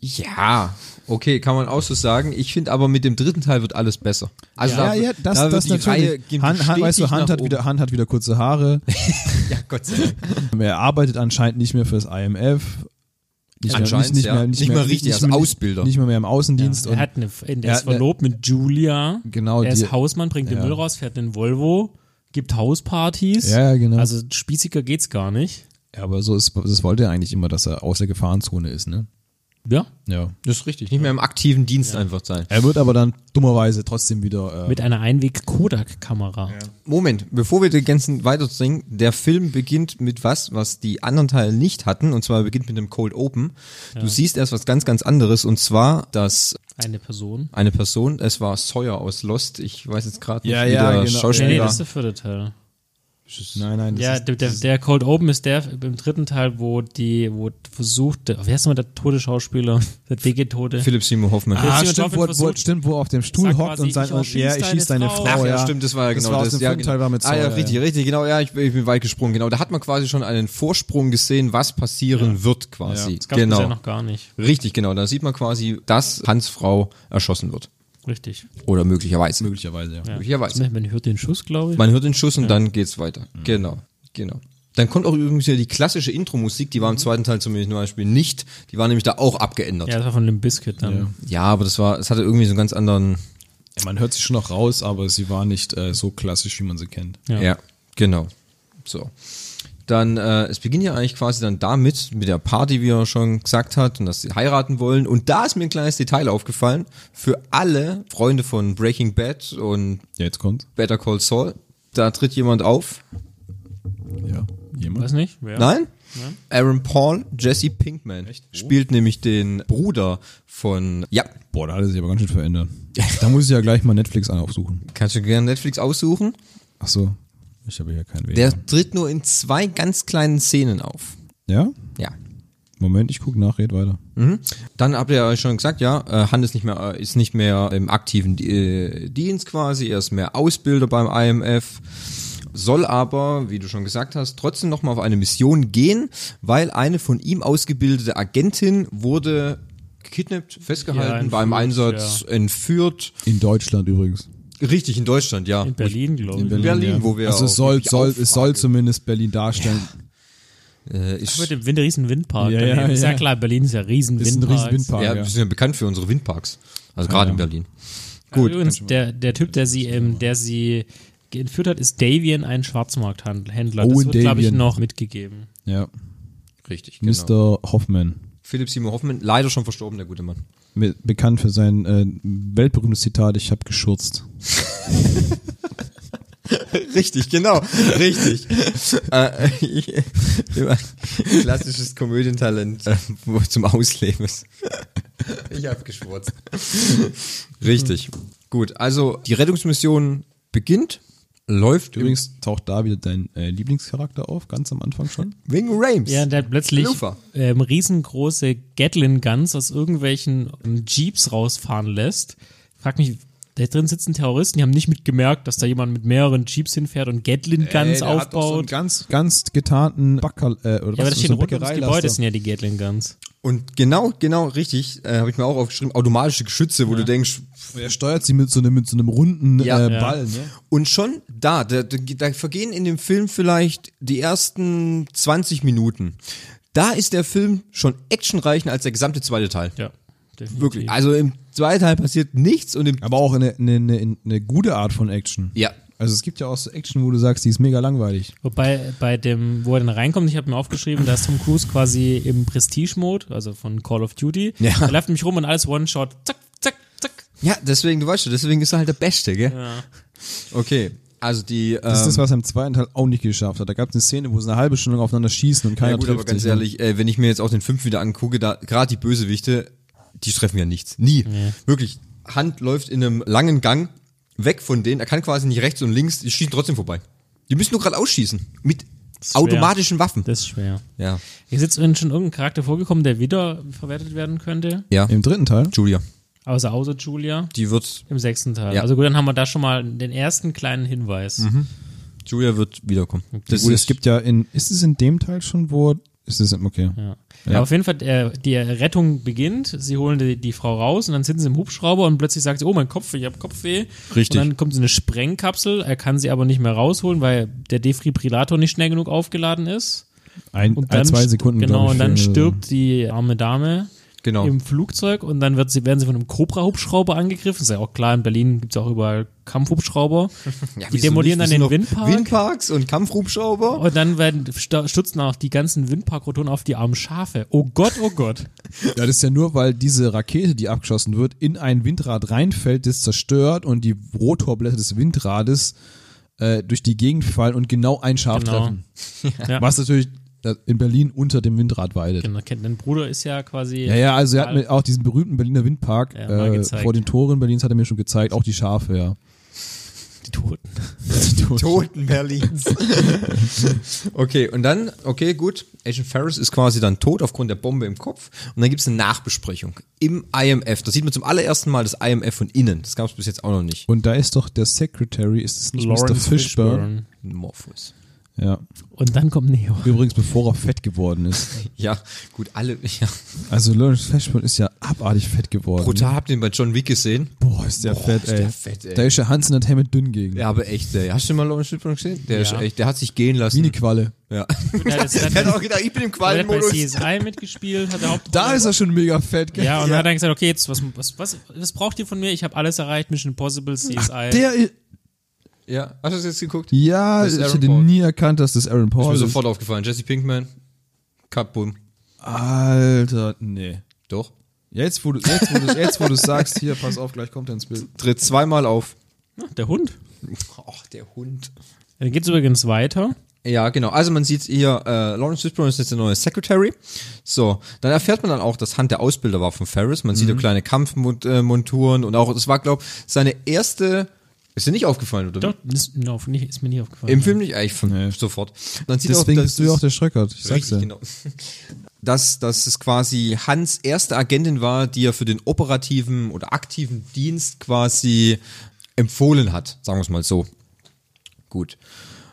S1: Ja, okay, kann man auch so sagen. Ich finde aber mit dem dritten Teil wird alles besser. Also da, da wird die Reihe geht
S3: Han, Han, weißt du,
S1: stetig
S3: Hand
S1: nach
S3: hat,
S1: oben.
S3: wieder, Hand hat wieder
S1: [LAUGHS]
S3: kurze Haare.
S1: Ja, Gott sei Dank.
S3: er arbeitet anscheinend nicht mehr fürs IMF. Nicht
S1: Anscheinend, ja. Nicht mal richtig, als
S3: mehr-
S1: Ausbilder.
S3: Nicht mal mehr im Außendienst.
S2: Er
S3: und
S2: hat eine, er
S3: er
S2: ist
S3: hat eine-
S2: verlobt mit Julia.
S3: Genau,
S2: Er ist
S3: die-
S2: Hausmann, bringt den
S3: ja.
S2: Müll raus, fährt einen Volvo, gibt Hauspartys.
S3: Ja, ja, genau.
S2: Also spießiger geht's gar nicht.
S3: ja, aber so ist, das wollte er eigentlich immer, dass er aus der Gefahrenzone ist, ne?
S2: Ja.
S3: Ja.
S1: Das ist richtig. Nicht mehr im aktiven Dienst einfach sein.
S3: Er wird aber dann dummerweise trotzdem wieder. Äh,
S2: Mit einer Einweg-Kodak-Kamera.
S1: Moment, bevor wir den ganzen weiterzwingen, der Film beginnt mit was, was die anderen Teile nicht hatten, und zwar beginnt mit einem Cold Open. Du siehst erst was ganz, ganz anderes, und zwar, dass
S2: Eine Person.
S1: eine Person, es war Sawyer aus Lost, ich weiß jetzt gerade nicht,
S3: Ja,
S1: wie
S3: ja,
S1: der
S3: genau.
S2: Nee,
S1: Schauspieler.
S2: nee, das ist der vierte Teil.
S3: nein, nein, das
S2: ja,
S3: ist,
S2: der, der, der Cold Open ist der im dritten Teil, wo die, wo versucht, der, wer ist nochmal der tote Schauspieler? [LAUGHS] Der dicke Tote.
S1: Philipp Seymour Hoffman.
S3: Ah,
S2: Jetzt jemand
S3: stimmt,
S2: Dorfman
S3: wo, wo,
S2: versucht-
S3: stimmt, wo er auf dem Stuhl
S2: Sagt
S3: hockt
S2: quasi,
S3: und sein
S2: ich
S3: und ja, ich
S2: schieß
S3: schieß
S2: deine
S3: deine
S2: Frau.
S3: Frau.
S1: Ach ja,
S3: ja,
S1: stimmt, das war ja genau
S3: das. War
S1: das.
S3: aus dem
S1: ja,
S3: fünften
S1: genau.
S3: Teil war mit
S1: ah, ja,
S3: Sawyer,
S1: richtig, richtig, genau. Ja, ich, bin- ich bin weit gesprungen. Genau, da hat man quasi schon einen Vorsprung gesehen, was passieren wird quasi.
S2: Das gab's bisher
S1: genau.
S2: noch gar nicht.
S1: Richtig, genau. Da sieht man quasi, dass Hans Frau erschossen wird.
S2: Richtig.
S1: Oder möglicherweise.
S3: Möglicherweise, ja.
S1: Möglicherweise.
S2: Man, man hört den Schuss, glaube ich.
S1: Man hört den Schuss und dann geht's weiter. Genau, genau. Dann kommt auch übrigens wieder die klassische Intro-Musik, die war im zweiten Teil zum Beispiel nicht. Die war nämlich da auch abgeändert.
S2: ja,
S1: Ja,
S2: das war von Limp Bizkit dann.
S1: aber das war, es hatte irgendwie so einen ganz anderen.
S3: Ja, Man hört sie schon noch raus, aber sie war nicht äh, so klassisch, wie man sie kennt.
S2: Ja.
S1: Ja, genau. So. Dann, äh, es beginnt ja eigentlich quasi dann damit, mit der Party, wie er schon gesagt hat, und dass sie heiraten wollen. Und da ist mir ein kleines Detail aufgefallen. Für alle Freunde von Breaking Bad und
S3: Ja, jetzt kommt.
S1: Better Call Saul, da tritt jemand auf.
S3: Ja. Jemand?
S2: Weiß nicht? Wer?
S1: Nein? Aaron Paul, Jesse Pinkman spielt nämlich den Bruder von. Ja,
S3: Boah, da hat er sich aber ganz schön verändert. [LAUGHS] Da muss ich ja gleich mal Netflix aufsuchen.
S1: kannst du gerne Netflix aussuchen.
S3: Ach so, ich habe hier keinen Weg.
S1: Der tritt nur in zwei ganz kleinen Szenen auf.
S3: ja?
S1: Ja.
S3: Moment, ich gucke nach, red weiter.
S1: Mhm. Dann habt ihr ja schon gesagt, ja, äh, Han ist nicht mehr, äh, ist nicht mehr im aktiven Di- äh, Dienst quasi, er ist mehr Ausbilder beim IMF, soll aber, wie du schon gesagt hast, trotzdem nochmal auf eine Mission gehen, weil eine von ihm ausgebildete Agentin wurde gekidnappt, festgehalten,
S2: Ja, entführt,
S1: beim Einsatz entführt.
S3: In Deutschland übrigens.
S1: Richtig, in Deutschland, ja.
S2: In Berlin, glaube ich.
S1: Berlin,
S3: ja.
S1: wo wir
S3: Also es
S1: auch
S3: soll,
S1: wirklich
S3: soll, es soll
S1: aufragen.
S3: zumindest Berlin darstellen.
S1: Äh, ist,
S2: Mit dem Wind, riesen Windpark.
S3: Ja,
S2: daneben.
S3: ja,
S2: ist ja
S3: ja.
S2: klar, Berlin ist ja riesen
S3: Ist ein
S2: Windpark.
S3: riesen Windpark,
S1: ja,
S3: ja.
S1: wir sind ja bekannt für unsere Windparks. Also gerade
S3: ja.
S1: in Berlin.
S2: Gut. Übrigens, der, der Typ, der sie, ähm, der sie entführt hat, ist Davian, ein Schwarzmarkthändler.
S3: Owen
S2: das wird, glaube ich,
S3: Davian.
S2: noch mitgegeben.
S3: Ja.
S1: Richtig, genau.
S3: Mr. Hoffman.
S1: Philipp Simon Hoffmann, leider schon verstorben, der gute Mann.
S3: Be- Bekannt für sein äh, weltberühmtes Zitat, ich habe geschurzt.
S1: Richtig, genau. Richtig. [LAUGHS] Äh, [LAUGHS] immer klassisches Komödientalent äh, wo- zum Ausleben ist. Ich hab geschwurzt. Richtig. Gut, also die Rettungsmission beginnt, läuft übrigens
S3: Übrigens taucht da wieder dein äh, Lieblingscharakter auf, ganz am Anfang schon.
S1: wegen Rames.
S2: Ja, der hat plötzlich
S1: Lufer.
S2: ähm, riesengroße Gatlin-Guns aus irgendwelchen ähm, Jeeps rausfahren lässt. Frag mich, da drin sitzen Terroristen, die haben nicht mitgemerkt, dass da jemand mit mehreren Jeeps hinfährt und Gatlin-Guns aufbaut.
S3: ganz, ganz getarnten Backer,
S2: ja,
S3: äh, oder
S2: aber
S3: was,
S2: das
S3: so
S2: steht
S3: ein
S2: rund ums Gebäude,
S3: Bäckereilaster.
S2: sind ja die Gatlin-Guns.
S1: Und genau, genau richtig, äh, habe ich mir auch aufgeschrieben, automatische Geschütze, wo du denkst,
S3: Er steuert sie mit so einem, mit so einem runden
S1: Ja.
S3: äh,
S2: Ja.
S3: Ball. Ne?
S1: Und schon da, da, da, da vergehen in dem Film vielleicht die ersten 20 Minuten. Da ist der Film schon actionreicher als der gesamte zweite Teil.
S2: Ja, definitiv.
S1: Wirklich. Also im zweiten Teil passiert nichts und im.
S3: Aber auch eine, eine, eine, eine gute Art von Action.
S1: Ja.
S3: Also es gibt ja auch so Action, wo du sagst, die ist mega langweilig.
S2: Wobei bei dem, wo er dann reinkommt, ich habe mir aufgeschrieben, da ist Tom Cruise quasi im Prestige-Mode, also von Call of Duty.
S1: Ja.
S2: Er läuft mich rum und alles One-Shot, zack, zack, zack.
S1: Ja, deswegen, du weißt schon, deswegen ist er halt der Beste, gell? Ja. Okay. Also die. Ähm,
S3: Das ist das, was er im zweiten Teil auch nicht geschafft hat. Da gab es eine Szene, wo sie eine halbe Stunde lang aufeinander schießen und keiner
S1: ja, gut,
S3: trifft
S1: aber ganz
S2: ne?
S3: sich.
S1: ehrlich,
S3: ne?
S1: äh, wenn ich mir jetzt auch den fünf wieder angucke, da gerade die Bösewichte, die treffen ja nichts. Nie. Wirklich. Hand läuft in einem langen Gang weg von denen. Er kann quasi nicht rechts und links, die schießen trotzdem vorbei. Die müssen nur gerade ausschießen. Mit
S2: schwer.
S1: automatischen Waffen.
S2: Das ist schwer.
S1: Ja.
S2: Ist jetzt schon irgendein Charakter vorgekommen, der wieder verwertet werden könnte?
S1: Ja.
S3: Im dritten Teil?
S1: Julia.
S2: Außer, außer Julia
S1: Die wird,
S2: im sechsten Teil.
S1: Ja. Mhm.
S2: Also gut, dann haben wir da schon mal den ersten kleinen Hinweis.
S1: Julia wird wiederkommen. Das
S3: Gut, es gibt ja in, ist es in dem Teil schon, wo, ist es, in- okay.
S2: Ja. Aber auf jeden Fall, äh, die Rettung beginnt, sie holen die, die Frau raus und dann sitzen sie im Hubschrauber und plötzlich sagt sie, oh, mein Kopf, ich habe Kopfweh.
S1: Richtig.
S2: Und dann kommt so eine Sprengkapsel, er kann sie aber nicht mehr rausholen, weil der Defibrillator nicht schnell genug aufgeladen ist.
S3: Ein,
S2: Und
S3: ein
S2: dann
S3: zwei
S2: st-
S3: Sekunden.
S2: Genau,
S3: glaub ich,
S2: und dann
S3: für-
S2: stirbt die arme Dame.
S1: äh, genau.
S2: im Flugzeug und dann wird sie, werden sie von einem Cobra-Hubschrauber angegriffen. Ist ja auch klar, in Berlin gibt es auch überall Kampfhubschrauber.
S1: [LAUGHS] Ja,
S2: die
S1: wieso
S2: demolieren
S1: nicht?
S2: dann den
S1: Wir sind noch
S2: Windpark
S1: Windparks und Kampfhubschrauber.
S2: und dann werden, sta- stürzen auch die ganzen Windparkrotoren auf die armen Schafe. Oh Gott, oh Gott.
S3: Ja, das ist ja nur, weil diese Rakete, die abgeschossen wird, in ein Windrad reinfällt, das zerstört und die Rotorblätter des Windrades äh, durch die Gegend fallen und genau ein Schaf
S2: Genau.
S3: treffen.
S2: [LAUGHS] Ja.
S3: Was natürlich äh, in Berlin unter dem Windrad weidet.
S2: Genau, kennt- dein Bruder ist ja quasi.
S3: Ja, ja, also er hat mir auch diesen berühmten Berliner Windpark
S2: Ja, mal
S3: äh,
S2: gezeigt.
S3: vor den Toren Berlins hat er mir schon gezeigt, auch die Schafe, ja.
S2: Die Toten.
S3: Die Toten.
S1: [LAUGHS] Toten Berlins. okay, und dann, okay, gut. Agent Ferris ist quasi dann tot aufgrund der Bombe im Kopf. Und dann gibt's eine Nachbesprechung im IMF. Das sieht man zum allerersten Mal das IMF von innen. Das gab's bis jetzt auch noch nicht.
S3: Und da ist doch der Secretary, ist es nicht Mr.
S2: Lawrence
S3: Fishburne?
S2: Fishburne.
S1: Morphus.
S3: Ja.
S2: Und dann kommt Neo.
S3: Übrigens, bevor er fett geworden
S2: [LAUGHS]
S3: ist.
S1: Ja, gut, alle. [LAUGHS] Ja.
S3: Also Lawrence Fishburne ist ja abartig fett geworden.
S1: Brutal habt ihr ihn bei John Wick gesehen.
S3: Boah, ist der fett,
S1: ist
S3: ey.
S1: der fett, ey.
S3: Da ist ja Hans Entertainment dünn gegen.
S1: Ja, aber echt, ey. Hast du mal Lawrence Fishburne gesehen? Der ist
S2: Ja.
S1: echt, der hat sich gehen lassen.
S3: Wie eine Qualle.
S1: ja.
S2: Ja,
S1: [LAUGHS]
S2: das
S1: Der
S2: hat
S1: hat
S2: er-
S1: auch gedacht, ich bin im
S2: er hat bei
S1: Qualenmodus.
S2: CSI mitgespielt, hat er Hauptrolle.
S3: Da ist er schon mega fett, gell?
S2: ja, und dann hat er gesagt, okay, jetzt, was, was, was, was braucht ihr von mir? Ich habe alles erreicht, Mission Impossible, CSI.
S3: Der i-
S1: Ja, hast du das jetzt geguckt?
S3: Ja,
S1: Das ist
S3: ich
S1: Aaron
S3: hätte
S1: Paul.
S3: nie erkannt, dass das Aaron
S1: Ist
S3: Paul
S1: mir
S3: ist.
S1: sofort aufgefallen. Jesse Pinkman. Kaputt.
S3: Alter, nee.
S1: Doch.
S3: Jetzt, wo du jetzt, wo du, jetzt, wo du sagst, hier, pass auf, gleich kommt er ins Bild.
S1: Tritt zweimal auf.
S2: der Hund.
S1: Ach, der Hund.
S2: Dann geht's übrigens weiter.
S1: Ja, genau. Also man sieht hier, äh, Lawrence Fishburne ist jetzt der neue Secretary. So, dann erfährt man dann auch, dass Hunt der Ausbilder war von Ferris. Man sieht so kleine Kampfmonturen und auch, es war, glaube seine erste, ist dir nicht aufgefallen, oder?
S2: Doch, ist, no, nicht, ist mir nicht aufgefallen.
S1: Im Film nicht, eigentlich von, sofort. Dann sieht
S3: Deswegen
S1: auch, dass
S3: bist du ja
S1: es-
S3: auch der Schröckert. Ich sag's
S1: Richtig,
S3: ja.
S1: genau. Dass, dass es quasi Hans erste Agentin war, die er für den operativen oder aktiven Dienst quasi empfohlen hat, sagen wir es mal so. Gut.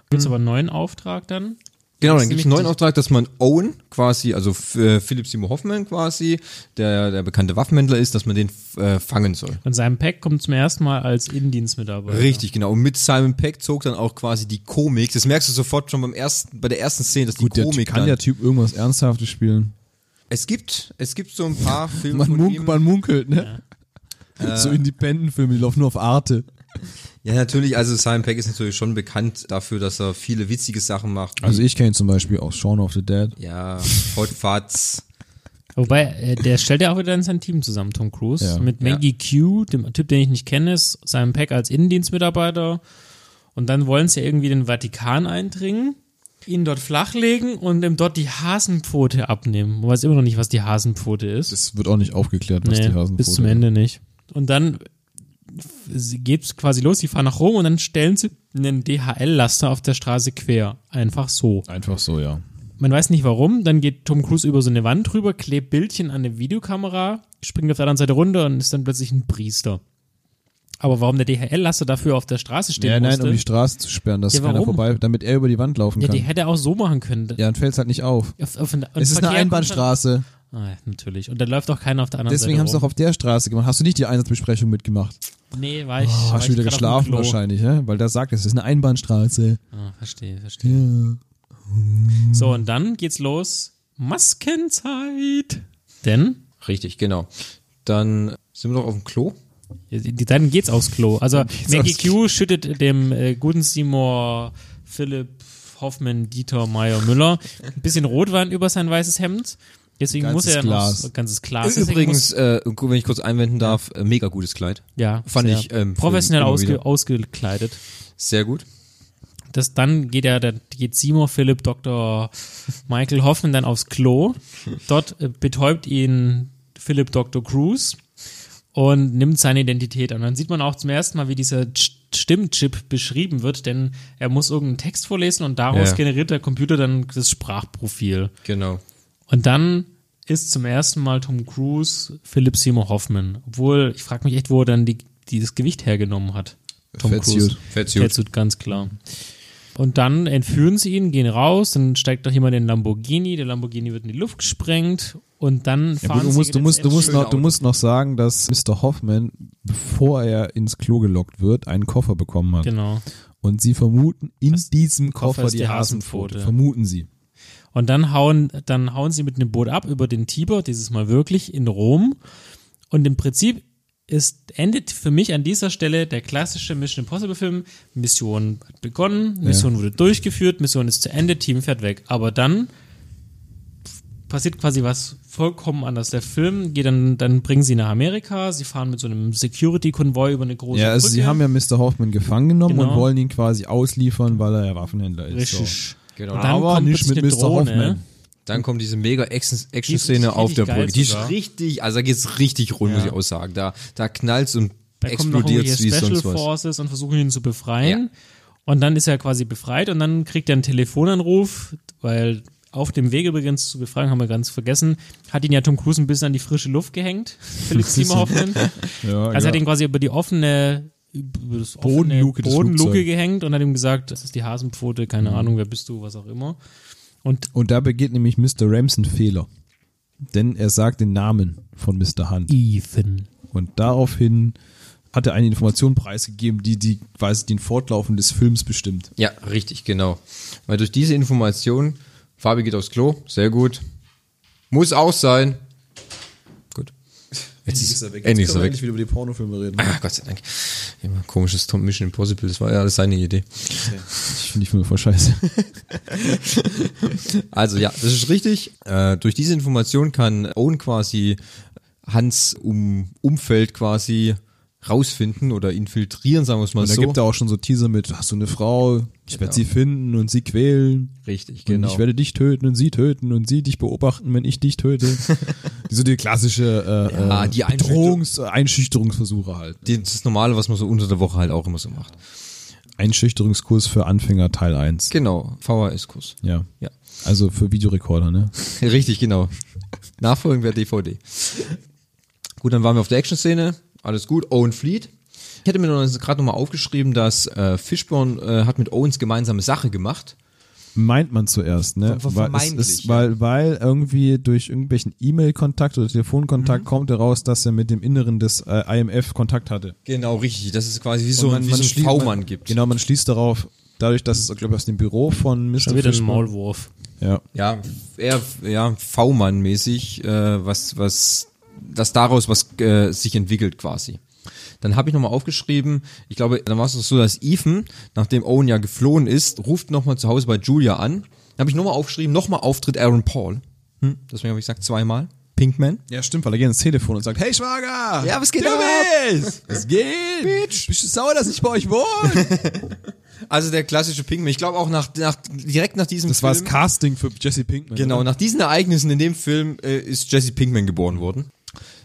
S2: Gibt es aber einen neuen Auftrag dann?
S1: Genau,
S2: ist
S1: dann gibt es einen
S2: nämlich
S1: neuen
S2: die-
S1: Auftrag, dass man Owen quasi, also F- äh, Philipp Seymour Hoffman quasi, der der bekannte Waffenhändler ist, dass man den äh, fangen soll.
S2: Von seinem Pack kommt zum ersten Mal als Innendienstmitarbeiter.
S1: Richtig, genau. Und mit Simon Peck zog dann auch quasi die Komik. Das merkst du sofort schon beim ersten, bei der ersten Szene, dass
S3: Gut,
S1: die
S3: der
S1: Komik
S3: kann
S1: dann,
S3: der Typ irgendwas Ernsthaftes spielen.
S1: Es gibt, es gibt so ein [LAUGHS] paar Filme
S3: Man,
S1: von
S3: munk,
S1: ihm.
S3: man munkelt, ne? So Independent-Filme, die laufen nur auf Arte.
S1: Ja, natürlich. Also Simon Peck ist natürlich schon bekannt dafür, dass er viele witzige Sachen macht.
S3: Also ich kenne ihn zum Beispiel aus Shaun of the Dead.
S1: [LAUGHS] ja, Hot Fats.
S2: Wobei, äh, der stellt ja auch wieder in sein Team zusammen, Tom Cruise.
S3: Ja.
S2: Mit Maggie Q, dem Typ, den ich nicht kenne, ist seinem Pack als Innendienstmitarbeiter. Und dann wollen sie ja irgendwie in den Vatikan eindringen, ihn dort flachlegen und ihm dort die Hasenpfote abnehmen. Man weiß immer noch nicht, was die Hasenpfote ist.
S3: Das wird auch nicht aufgeklärt, was
S2: Nee,
S3: die Hasenpfote
S2: bis zum Ende nicht. Und dann f- geht's quasi los, die fahren nach Rom und dann stellen sie einen DHL-Laster auf der Straße quer. Einfach so.
S3: Einfach so, ja.
S2: Man weiß nicht warum, dann geht Tom Cruise über so eine Wand drüber, klebt Bildchen an eine Videokamera, springt auf der anderen Seite runter und ist dann plötzlich ein Priester. Aber warum der DHL-Laster dafür auf der Straße stehen
S3: Ja, nein,
S2: musste,
S3: um die Straße zu sperren, dass
S2: Ja,
S3: keiner
S2: warum?
S3: vorbei, damit er über die Wand laufen
S2: ja, die
S3: kann.
S2: hätte er auch so machen können.
S3: Ja, dann fällt's halt nicht auf.
S2: Auf, auf, und
S3: Es ist eine
S2: Verkehr kommt
S3: Einbahnstraße.
S2: dann- Ah, ja, natürlich. Und dann läuft auch keiner auf der anderen
S3: Deswegen haben
S2: Seite
S3: sie auch auf der Straße gemacht. Hast du nicht die Einsatzbesprechung mitgemacht?
S2: auch Nee, war ich
S3: Oh,
S2: war
S3: hast du
S2: ich
S3: wieder
S2: grad auf dem
S3: geschlafen
S2: Klo.
S3: wahrscheinlich, ja? weil da sagt es, es ist eine Einbahnstraße.
S2: Ah, verstehe, verstehe.
S3: Ja.
S2: So, und dann geht's los. Maskenzeit. Denn
S1: Richtig, genau. Dann sind wir doch auf dem Klo.
S2: dann geht's aufs Klo. Also Maggie
S3: aufs
S2: Q schüttet dem äh, guten Seymour Philipp Hoffmann Dieter Meyer Müller ein bisschen Rotwein über sein weißes Hemd. Deswegen
S3: Ganzes
S2: muss er ja
S3: Glas.
S2: noch ganzes Glas. Deswegen
S1: Übrigens,
S2: muss,
S1: äh, wenn ich kurz einwenden darf, äh, mega gutes Kleid.
S2: ja,
S1: fand
S2: sehr
S1: ich, ähm,
S2: professionell
S1: immer
S2: ausge,
S1: wieder.
S2: ausgekleidet.
S1: Sehr gut.
S2: Das, dann geht er, dann geht Seymour Philipp Dr. Michael Hoffman dann aufs Klo. Dort äh, betäubt ihn Philipp Dr. Cruz und nimmt seine Identität an. Dann sieht man auch zum ersten Mal, wie dieser Ch- Stimmchip beschrieben wird, denn er muss irgendeinen Text vorlesen und daraus
S1: Ja.
S2: generiert der Computer dann das Sprachprofil.
S1: Genau.
S2: Und dann ist zum ersten Mal Tom Cruise Philipp Seymour Hoffman. Obwohl, ich frage mich echt, wo er dann die, dieses Gewicht hergenommen hat. Tom
S3: Fettsuit.
S2: Cruise.
S1: Fettsuit.
S2: Fettsuit, ganz klar. Und dann entführen sie ihn, gehen raus, dann steigt doch jemand in den Lamborghini, der Lamborghini wird in die Luft gesprengt und dann
S3: Ja,
S2: fahren
S3: gut, du,
S2: sie
S3: musst, du, musst, du, musst
S1: schöne
S3: noch, du
S1: Autos.
S3: musst noch sagen, dass Mr. Hoffman, bevor er ins Klo gelockt wird, einen Koffer bekommen hat.
S2: Genau.
S3: Und sie vermuten in diesem Koffer,
S2: Koffer ist
S3: die,
S2: die
S3: Hasenpfote.
S2: Hasenpfote.
S3: Vermuten sie.
S2: Und dann hauen, dann hauen sie mit einem Boot ab über den Tiber, dieses Mal wirklich in Rom. Und im Prinzip ist, endet für mich an dieser Stelle der klassische Mission Impossible Film. Mission hat begonnen, Mission wurde durchgeführt, Mission ist zu Ende, Team fährt weg. Aber dann passiert quasi was vollkommen anders. Der Film geht dann, dann bringen sie nach Amerika, sie fahren mit so einem Security-Konvoi über eine große
S3: Ja, also
S2: Brücke.
S3: sie haben ja Mr. Hoffman gefangen genommen
S2: Genau.
S3: und wollen ihn quasi ausliefern, weil er ja Waffenhändler ist. So.
S2: Richtig.
S1: Genau.
S2: Und dann
S3: Aber
S2: kommt
S3: nicht
S2: plötzlich
S3: mit
S2: eine
S3: Mr.
S2: Drohne.
S3: Hoffman.
S1: Dann kommt diese mega Action-
S2: Die ist
S1: Action-Szene auf
S2: richtig
S1: der
S2: geil
S1: Brücke. Die ist
S2: sogar.
S1: richtig, also da geht's richtig rund,
S2: Ja.
S1: muss ich auch sagen. Da, da knallt's und
S2: Da kommen noch
S1: explodiert's wie
S2: irgendwelche Special
S1: sonst was.
S2: Forces und versuchen ihn zu befreien. Und dann ist er quasi befreit und dann kriegt er einen Telefonanruf, weil auf dem Weg übrigens zu befreien, haben wir ganz vergessen, hat ihn ja Tom Cruise ein bisschen an die frische Luft
S3: [LAUGHS]
S2: gehängt, Philipp Seymour Hoffman.
S3: Ja,
S2: Also
S3: ja.
S2: hat ihn quasi über die offene über das offene
S3: Bodenluke des
S2: Bodenluke
S3: Flugzeugs. Mhm.
S2: gehängt und hat ihm gesagt, das ist die Hasenpfote, keine Ahnung, wer bist du, was auch immer. Und
S3: Und da begeht nämlich Mr. Ramsen Fehler. Denn er sagt den Namen von Mr. Hunt.
S2: Ethan.
S3: Und daraufhin hat er eine Information preisgegeben, die, die quasi den Fortlaufen des Films bestimmt.
S1: Ja, richtig, genau. Weil durch diese Information, Fabi geht aufs Klo, sehr gut. Muss auch sein. Gut. Jetzt ist er weg. Endlich ist er weg.
S3: wieder über die Pornofilme reden.
S1: Ah, Gott sei Dank. Immer komisches Tom Mission Impossible, das war ja alles seine Idee.
S3: Ich finde die Filme voll scheiße.
S1: Also ja, das ist richtig. Äh, durch diese Information kann Owen quasi Hans um, Umfeld quasi rausfinden oder infiltrieren, sagen wir es mal
S3: Und da
S1: so.
S3: gibt er auch schon so Teaser mit, hast du eine Frau, ich werde
S1: Genau.
S3: sie finden und sie quälen.
S1: Richtig, genau.
S3: Und ich werde dich töten und sie töten und sie dich beobachten, wenn ich dich töte.
S1: [LAUGHS]
S3: so die klassische äh,
S1: Ja,
S3: äh,
S1: die
S3: Bedrohungs Einschüchterungsversuche halt.
S1: Die- das Normale, was man so unter der Woche halt auch immer so macht.
S3: Einschüchterungskurs für Anfänger Teil 1.
S1: Genau, VHS-Kurs.
S3: Ja.
S1: Ja.
S3: Also für Videorekorder, ne?
S1: [LAUGHS] Richtig, genau. Nachfolgen wäre DVD. Gut, dann waren wir auf der Action-Szene. Alles gut. Owen Fleet. Ich hätte mir noch- gerade nochmal aufgeschrieben, dass äh, Fishburne äh, hat mit Owens gemeinsame Sache gemacht.
S3: Meint man zuerst,
S1: Ver-
S3: ne?
S1: ver-
S3: Weil, es
S1: vermeintlich,
S3: ist,
S1: ja.
S3: weil, weil irgendwie durch irgendwelchen E-Mail-Kontakt oder Telefonkontakt
S1: Mhm.
S3: kommt heraus, dass er mit dem Inneren des äh, IMF Kontakt hatte.
S1: Genau, richtig. Das ist quasi wie so
S3: Und
S1: ein, wie so ein
S3: schließt-
S1: V-Mann Mhm.
S3: man-
S1: gibt.
S3: Genau, man schließt darauf, dadurch, dass es, glaube ich, aus dem Büro von Mr.
S2: Schon wieder ein
S3: Fishburne-
S2: Maulwurf.
S3: Ja.
S1: Ja, eher ja, V-Mann-mäßig, äh, was, was, dass daraus was äh, sich entwickelt quasi. Dann habe ich nochmal aufgeschrieben, ich glaube, dann war es doch so, dass Ethan, nachdem Owen ja geflohen ist, ruft nochmal zu Hause bei Julia an. Dann habe ich nochmal aufgeschrieben, nochmal Auftritt Aaron Paul. Hm? Deswegen habe ich gesagt, zweimal. Pinkman.
S3: Ja, stimmt, weil er geht ins Telefon und sagt, hey Schwager!
S1: Ja, was geht
S3: du
S1: ab?
S3: bist! Was geht? Bitch! Bist du sauer, dass ich bei euch wohne?
S1: [LAUGHS] Also der klassische Pinkman. Ich glaube auch nach, nach, direkt nach diesem
S3: Das war das
S1: Film-
S3: Casting für Jesse Pinkman.
S1: Genau,
S3: oder?
S1: nach diesen Ereignissen in dem Film äh, ist Jesse Pinkman geboren worden.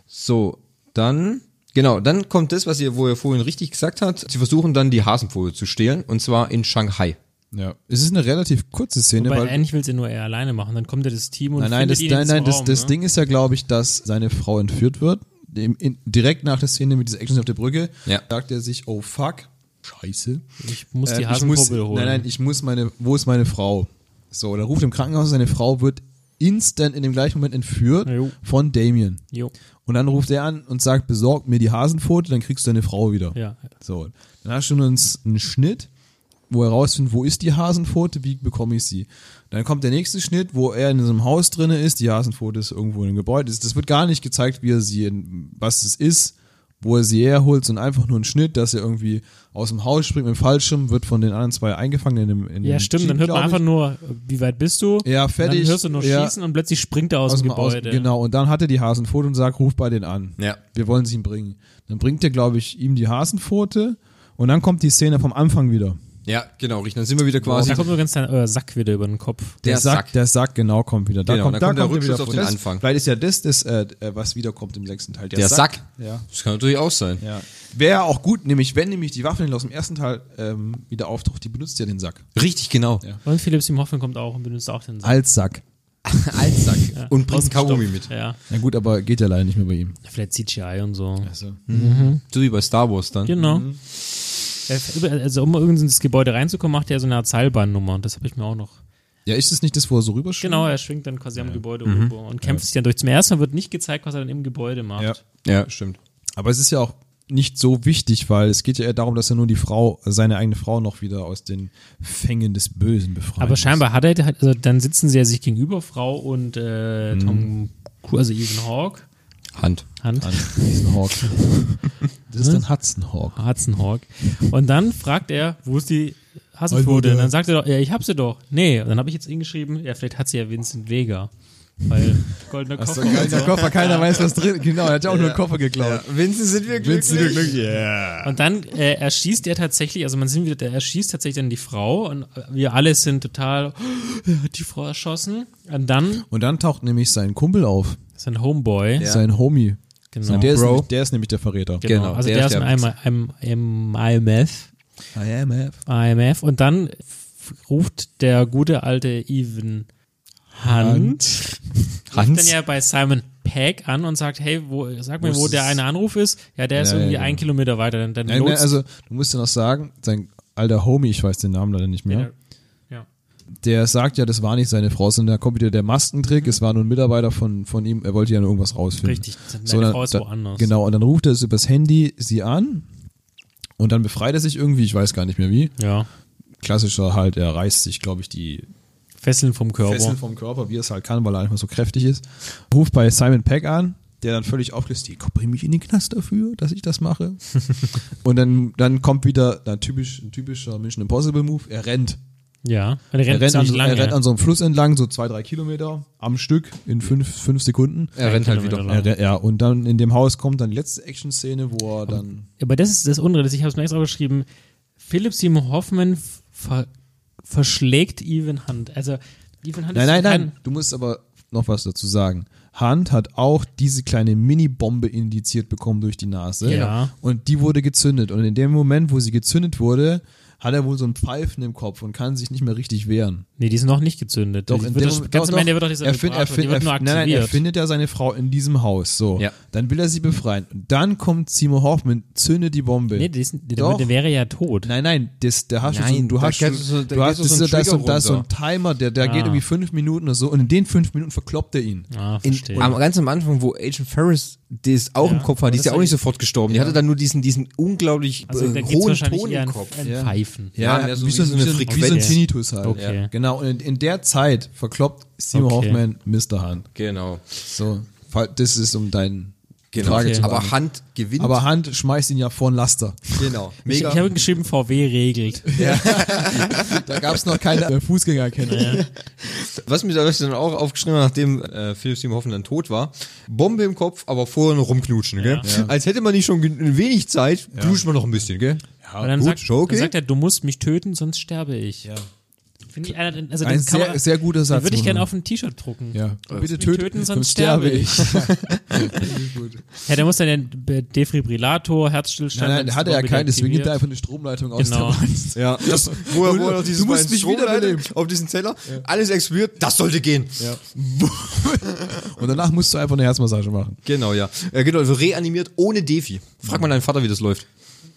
S1: So, dann, genau, dann kommt das, was ihr, wo ihr vorhin richtig gesagt habt. Sie versuchen dann die Hasenpfote zu stehlen und zwar in Shanghai.
S3: Ja. Es ist eine relativ kurze Szene,
S2: Weil
S3: weil
S2: eigentlich will sie nur er alleine machen. Dann kommt ja das Team und
S3: Nein, nein,
S2: findet
S3: das,
S2: ihn
S3: nein,
S2: in
S3: nein,
S2: diesem
S3: das,
S2: Raum,
S3: das
S2: ne?
S3: Ding ist ja, glaube ich, dass seine Frau entführt wird. Im, in, direkt nach der Szene mit dieser Action auf der Brücke
S1: Ja.
S3: sagt er sich, oh fuck, scheiße.
S2: Ich muss die
S3: Äh, ich muss,
S2: Hasenpuppe holen.
S3: Nein, nein, ich muss meine, wo ist meine Frau? So, da ruft im Krankenhaus, seine Frau wird instant in dem gleichen Moment entführt
S2: Jo.
S3: von Damien.
S2: Jo.
S3: Und dann ruft er an und sagt, besorg mir die Hasenpfote, dann kriegst du deine Frau wieder.
S2: Ja.
S3: So, dann hast du nur einen, einen Schnitt, wo er rausfindet, wo ist die Hasenpfote, wie bekomme ich sie. Dann kommt der nächste Schnitt, wo er in diesem Haus drinne ist, die Hasenpfote ist irgendwo in einem Gebäude. Das, das wird gar nicht gezeigt, wie er sie, in, was es ist, wo er sie herholt, sondern einfach nur ein Schnitt, dass er irgendwie aus dem Haus springt mit dem Fallschirm, wird von den anderen zwei eingefangen in dem in
S2: Ja,
S3: dem
S2: stimmt.
S3: Jeep,
S2: Dann hört man
S3: glaub ich.
S2: einfach nur, wie weit bist du?
S3: Ja, fertig.
S2: Und dann hörst du nur
S3: Ja.
S2: schießen und plötzlich springt er aus, dem
S3: Aus-
S2: Gebäude.
S3: genau, und dann hat er die Hasenpfote und sagt, ruf bei denen an.
S1: Ja.
S3: Wir wollen sie ihm bringen. Dann bringt er, glaube ich, ihm die Hasenpfote und dann kommt die Szene vom Anfang wieder.
S1: Ja, genau, richtig. Dann sind wir wieder
S2: Und
S1: quasi.
S2: da kommt übrigens dann euer Sack wieder über den Kopf.
S1: Der Sack.
S3: Der Sack, genau, kommt wieder. Da
S1: Genau,
S3: kommt,
S1: da
S3: da
S1: kommt der
S3: kommt er
S1: Rückschluss
S3: wieder
S1: auf
S3: vor.
S1: den
S3: das,
S1: Anfang.
S3: Vielleicht ist ja das, das äh, äh, was wiederkommt im sechsten Teil.
S1: Der Sack.
S3: Ja.
S1: Das kann natürlich auch sein.
S3: ja. Wäre auch gut, nämlich wenn nämlich die Waffe aus dem ersten Teil ähm, wieder auftaucht, die benutzt ja den Sack.
S1: Richtig, genau.
S3: Ja.
S2: Und Philipp Simhoffen kommt auch und benutzt auch den Sack.
S3: Als Sack.
S1: Als Sack. Und bringt Kaugummi mit.
S2: Ja.
S3: Na gut, aber geht ja leider nicht mehr bei ihm.
S2: Vielleicht CGI und so.
S3: Also.
S1: So wie bei Star Wars dann.
S2: Genau. Er f- über- Also um irgendwie ins Gebäude reinzukommen, macht er so eine Art Seilbahnnummer. Das habe ich mir auch noch.
S3: Ja, ist es nicht das, wo er so rüberschwimmt?
S2: Genau, er schwingt dann quasi am Gebäude rüber und kämpft sich dann durch. Zum ersten Mal wird nicht gezeigt, was er dann im Gebäude macht.
S3: Ja.
S1: Ja, stimmt.
S3: Aber es ist ja auch nicht so wichtig, weil es geht ja eher darum, dass er nur die Frau, seine eigene Frau noch wieder aus den Fängen des Bösen befreit.
S2: Aber scheinbar hat er, also dann sitzen sie ja sich gegenüber, Frau und äh, Tom, Cru- also Ethan Hawke,
S1: Hand.
S2: Hand,
S3: An diesen Hawk. Das ist ein Hudson Hawk.
S2: [LAUGHS] Hudson Hawke. Und dann fragt er, wo ist die Hasenpfote?
S3: Alter.
S2: Und dann sagt er doch, ja, ich hab sie doch. Nee, und dann habe ich jetzt ihn geschrieben, ja, vielleicht hat sie ja Vincent Vega. Weil goldener Koffer. und
S1: Also.
S2: so.
S3: Koffer, keiner weiß, was drin Genau, er hat ja auch nur einen Koffer geklaut.
S1: Vincent sind wir glücklich.
S2: Und dann äh, erschießt er tatsächlich, also man sieht wieder, er erschießt tatsächlich dann die Frau und wir alle sind total, [GASPS] er hat die Frau erschossen. Und dann
S3: Und dann taucht nämlich sein Kumpel auf,
S2: sein Homeboy.
S1: Ja.
S3: sein Homie.
S2: Genau.
S3: Und der ist,
S1: Bro.
S3: nämlich, der ist nämlich der Verräter.
S2: genau.
S1: genau,
S2: Also
S1: der
S2: der,
S1: ist
S2: ist
S1: der-
S2: einmal im, im IMF.
S3: IMF.
S2: IMF und dann f- ruft der gute alte Even Hunt, ruft dann
S1: Hans.
S2: ja bei Simon Pegg an und sagt, hey, wo, sag mir,
S3: Wo
S2: wo
S3: ist
S2: der
S3: es?
S2: eine Anruf ist. Ja, der ist
S3: Ja, ja,
S2: irgendwie
S3: genau.
S2: ein Kilometer weiter. Dann, dann
S3: Nein, nein,
S2: lotst-
S3: also, du musst ja noch sagen, sein alter Homie, ich weiß den Namen leider nicht mehr,
S2: der, ja.
S3: der sagt ja, das war nicht seine Frau, sondern da kommt wieder der Maskentrick, es war nur ein Mitarbeiter von, von ihm, er wollte ja nur irgendwas rausfinden.
S2: Richtig, seine Frau ist
S3: da-
S2: woanders.
S3: Genau, und dann ruft er es übers Handy sie an und dann befreit er sich irgendwie, ich weiß gar nicht mehr wie.
S2: ja,
S3: Klassischer halt, er reißt sich, glaube ich, die
S2: Fesseln vom Körper.
S3: Fesseln vom Körper, wie er es halt kann, weil er einfach so kräftig ist. Ruft bei Simon Peck an, der dann völlig aufgelöst, die bring mich in den Knast dafür, dass ich
S2: [LAUGHS]
S3: das mache. und dann, dann kommt wieder ein, typisch, ein typischer Mission Impossible Move, er rennt.
S2: Ja, er rennt,
S3: Er rennt, an,
S2: ziemlich lange.
S3: er rennt an so einem Fluss entlang, so zwei, drei Kilometer am Stück in fünf, fünf Sekunden.
S1: Er rennt halt
S2: Kilometer
S1: wieder.
S2: lang.
S3: Er, re- ja, und dann in dem Haus kommt dann die letzte Action-Szene, wo er dann.
S2: Aber das ist das Unrealistische. Ich habe es mir extra geschrieben. Philipp Simon Hoffman ver verschlägt Even Hunt. Also, Even Hunt
S3: Nein,
S2: ist
S3: nein,
S2: kein-
S3: nein. Du musst aber noch was dazu sagen. Hunt hat auch diese kleine Mini-Bombe indiziert bekommen durch die Nase.
S2: Ja.
S3: Und die wurde gezündet. Und in dem Moment, wo sie gezündet wurde, hat er wohl so ein Pfeifen im Kopf und kann sich nicht mehr richtig wehren.
S2: Nee, die sind noch nicht gezündet.
S3: Doch,
S2: Die
S3: in
S2: wird
S3: dem
S2: das-
S3: Moment-
S2: ganz
S3: doch,
S2: am Ende
S3: doch.
S2: wird doch dieser
S3: er find, er
S2: Vibrator, die
S3: find,
S2: wird
S3: er,
S2: nur
S3: nein, nein, er
S2: aktiviert.
S3: findet ja seine Frau in diesem Haus. So.
S1: Ja.
S3: Dann will er sie befreien. Und dann kommt Simon Hoffman, zündet die Bombe.
S2: Nee, die ist, die,
S3: Doch.
S2: der wäre ja tot.
S3: Nein, nein, das, der hast
S1: Nein,
S3: du, so- du
S1: da
S3: hast,
S1: gehst du so- da
S3: du hast,
S1: gehst du
S3: das
S1: so
S3: ist
S1: einen
S3: so, das ist so,
S1: Trigger
S3: das ist so ein
S1: runter.
S3: Timer, der, der geht
S2: Ah.
S3: irgendwie fünf Minuten oder so und in den fünf Minuten verkloppt er ihn.
S2: Ah,
S1: In,
S2: verstehe.
S1: am, ganz am Anfang, wo Agent Ferris das auch
S2: Ja,
S1: im Kopf hat, die
S2: das
S1: ist ja
S2: war
S1: auch nicht
S2: die-
S1: sofort gestorben. Die hatte dann nur diesen, diesen unglaublich
S2: also, da
S1: äh,
S2: gibt es
S1: hohen
S2: wahrscheinlich
S1: Ton
S2: eher
S1: im
S2: ein,
S1: Kopf.
S2: ein
S3: Ja.
S2: Pfeifen.
S1: Ja, mehr so wie so eine
S3: Wie so ein
S2: Frequenz.
S3: Tinnitus halt.
S2: Okay.
S3: Ja. Genau, und in, in der Zeit verkloppt Simon
S2: Okay.
S3: Hoffman Mr. Hunt.
S1: Genau.
S3: So, fall- das ist um deinen
S1: genau.
S3: Frage zu
S1: Aber
S3: beantworten.
S1: Hand gewinnt.
S3: Aber Hunt schmeißt ihn ja vor ein Laster.
S1: genau.
S2: Ich, ich
S1: Mega.
S2: habe geschrieben, VW regelt.
S3: Da gab es noch keine äh, Fußgängerkennung.
S1: Was mir dadurch dann auch aufgeschrieben hat, nachdem äh, Philipp Simon Hoffmann dann tot war, Bombe im Kopf, aber vorher noch rumknutschen, gell? Als hätte man nicht schon gen- ein wenig Zeit, knutscht man noch ein bisschen, gell?
S2: Und dann,
S1: gut,
S2: sagt,
S1: schon okay.
S2: dann sagt er, du musst mich töten, sonst sterbe ich. Finde ich einer, also
S3: Ein
S2: den kann
S3: sehr-
S2: man-
S3: sehr guter Satz,
S2: Den würde ich
S3: muss
S2: gerne
S3: man-
S2: auf ein T-Shirt drucken.
S3: Ja. Bitte
S2: mich
S3: töten,
S2: töten, sonst
S3: [LAUGHS] Gut.
S2: Ja, der muss dann den Be- Defibrillator, Herzstillstand. dann
S3: nein, nein, der
S2: ist
S3: hat
S2: die
S3: er ja
S2: Bombe
S3: keinen, deswegen
S2: deaktiviert.
S3: nimmt er einfach eine Stromleitung aus
S2: Genau.
S1: [LAUGHS]
S3: der Wand.
S1: Ja, das, wo er, wo er
S3: Du
S1: noch dieses
S3: musst
S1: beiden
S3: mich
S1: Stromleitungen
S3: wiederbeleben.
S1: auf diesen Teller, alles explodiert, das sollte gehen.
S3: Ja. Und danach musst du einfach eine Herzmassage machen.
S1: Genau, ja. Äh, genau, also reanimiert ohne Defi. Frag mal deinen Vater, wie das läuft.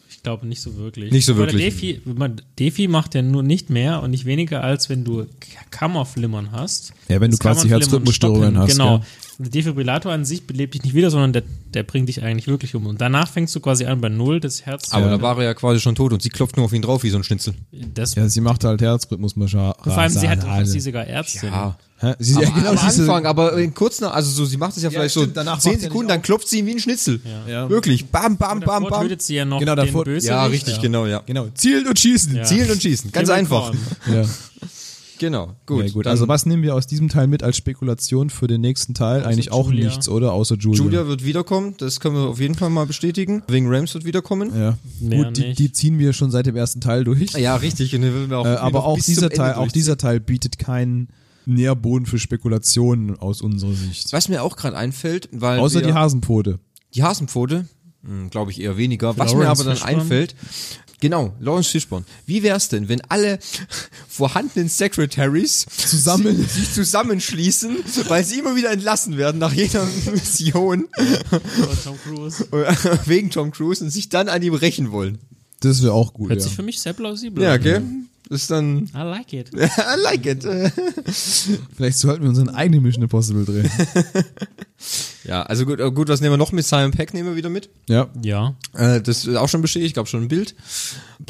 S2: Ich glaube nicht so wirklich.
S1: Nicht so
S2: Aber der
S1: wirklich.
S2: Defi, wenn man- Defi macht ja nur nicht mehr und nicht weniger als wenn du K- Kammerflimmern hast.
S3: Ja, wenn du
S2: Das
S3: quasi
S2: Kammerflimmern
S3: Herzrhythmusstörungen
S2: stoppen,
S3: hast,
S2: Genau.
S3: ja.
S2: Der Defibrillator an sich belebt dich nicht wieder, sondern der, der bringt dich eigentlich wirklich um. Und danach fängst du quasi an bei Null das Herz.
S1: Aber da war er ja quasi schon tot und sie klopft nur auf ihn drauf wie so ein Schnitzel.
S2: das,
S3: Ja, sie macht halt Herzrhythmusmassage.
S2: vor allem, sie hat sie ist sogar Ärztin.
S3: Hä? Sie,
S1: Aber
S3: ja, genau,
S1: Ah. am
S3: sie ist-
S1: Anfang, aber in kurz nach, also so, sie macht es ja,
S3: Ja,
S1: vielleicht
S3: stimmt,
S1: so
S3: danach
S1: zehn
S3: macht er
S1: Sekunden,
S3: nicht
S1: dann klopft sie ihn wie ein Schnitzel.
S3: Ja.
S1: Wirklich. Bam, bam, bam,
S2: Davor
S1: bam.
S2: tötet sie ja noch
S3: Genau, davor-
S2: den Bösewicht.
S1: Ja, richtig, genau, ja.
S3: Genau, zielen und schießen.
S2: Ja.
S1: Zielen und schießen. Ganz
S2: Tim
S1: einfach. [LAUGHS]
S2: Korn.
S3: Ja.
S1: Genau. Gut.
S3: ja, gut.
S1: Dann
S3: Also was nehmen wir aus diesem Teil mit als Spekulation für den nächsten Teil? Eigentlich auch
S2: Julia.
S3: nichts, oder? Außer Julia.
S1: Julia wird wiederkommen, das können wir auf jeden Fall mal bestätigen. Wegen Rams wird wiederkommen.
S3: Ja.
S2: Mehr
S3: gut, die,
S2: nicht.
S3: die ziehen wir schon seit dem ersten Teil durch.
S1: Ja, richtig. Und den würden wir auch
S3: Äh, aber
S1: noch
S3: auch
S1: bis zum
S3: dieser
S1: Ende
S3: Teil, auch
S1: durchziehen.
S3: dieser Teil bietet keinen Nährboden für Spekulationen aus unserer Sicht.
S1: Was mir auch gerade einfällt, weil
S3: Außer
S1: wir,
S3: die Hasenpfote.
S1: die Hasenpfote, glaube ich eher weniger. Was mir
S2: Lawrence
S1: aber dann
S2: Fishburne?
S1: einfällt, genau, Lawrence Fishburne. Wie wär's denn, wenn alle [LAUGHS] vorhandenen Secretaries
S3: Zusammen.
S1: sich zusammenschließen, weil sie immer wieder entlassen werden nach jeder [LAUGHS] Mission [LAUGHS]
S2: Oder Tom Cruise.
S1: wegen Tom Cruise und sich dann an ihm rächen wollen?
S3: Das wäre auch gut.
S2: Hört
S3: ja.
S2: sich für mich sehr plausibel
S1: Ja,
S2: an.
S1: gell? Das ist dann [LAUGHS]
S2: I like it.
S1: I like it.
S3: Vielleicht sollten wir unseren eigenen Mission Impossible drehen.
S1: Ja, also gut, äh, gut, was nehmen wir noch mit? Simon Peck nehmen wir wieder mit.
S3: ja.
S2: Ja,
S1: Äh, das ist auch schon bestätigt, gab schon ein Bild.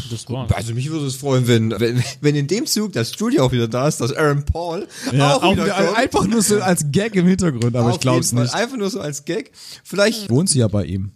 S2: das war's.
S1: Also mich würde es freuen, wenn, wenn, wenn in dem Zug, dass Julia auch wieder da ist, dass Aaron Paul
S3: Ja,
S1: auch, wieder kommt.
S3: einfach nur so als Gag im Hintergrund, aber
S1: Auf
S3: ich glaub's
S1: jeden Fall.
S3: nicht.
S1: Einfach nur so als Gag. Vielleicht.
S3: Wohnt sie ja bei ihm.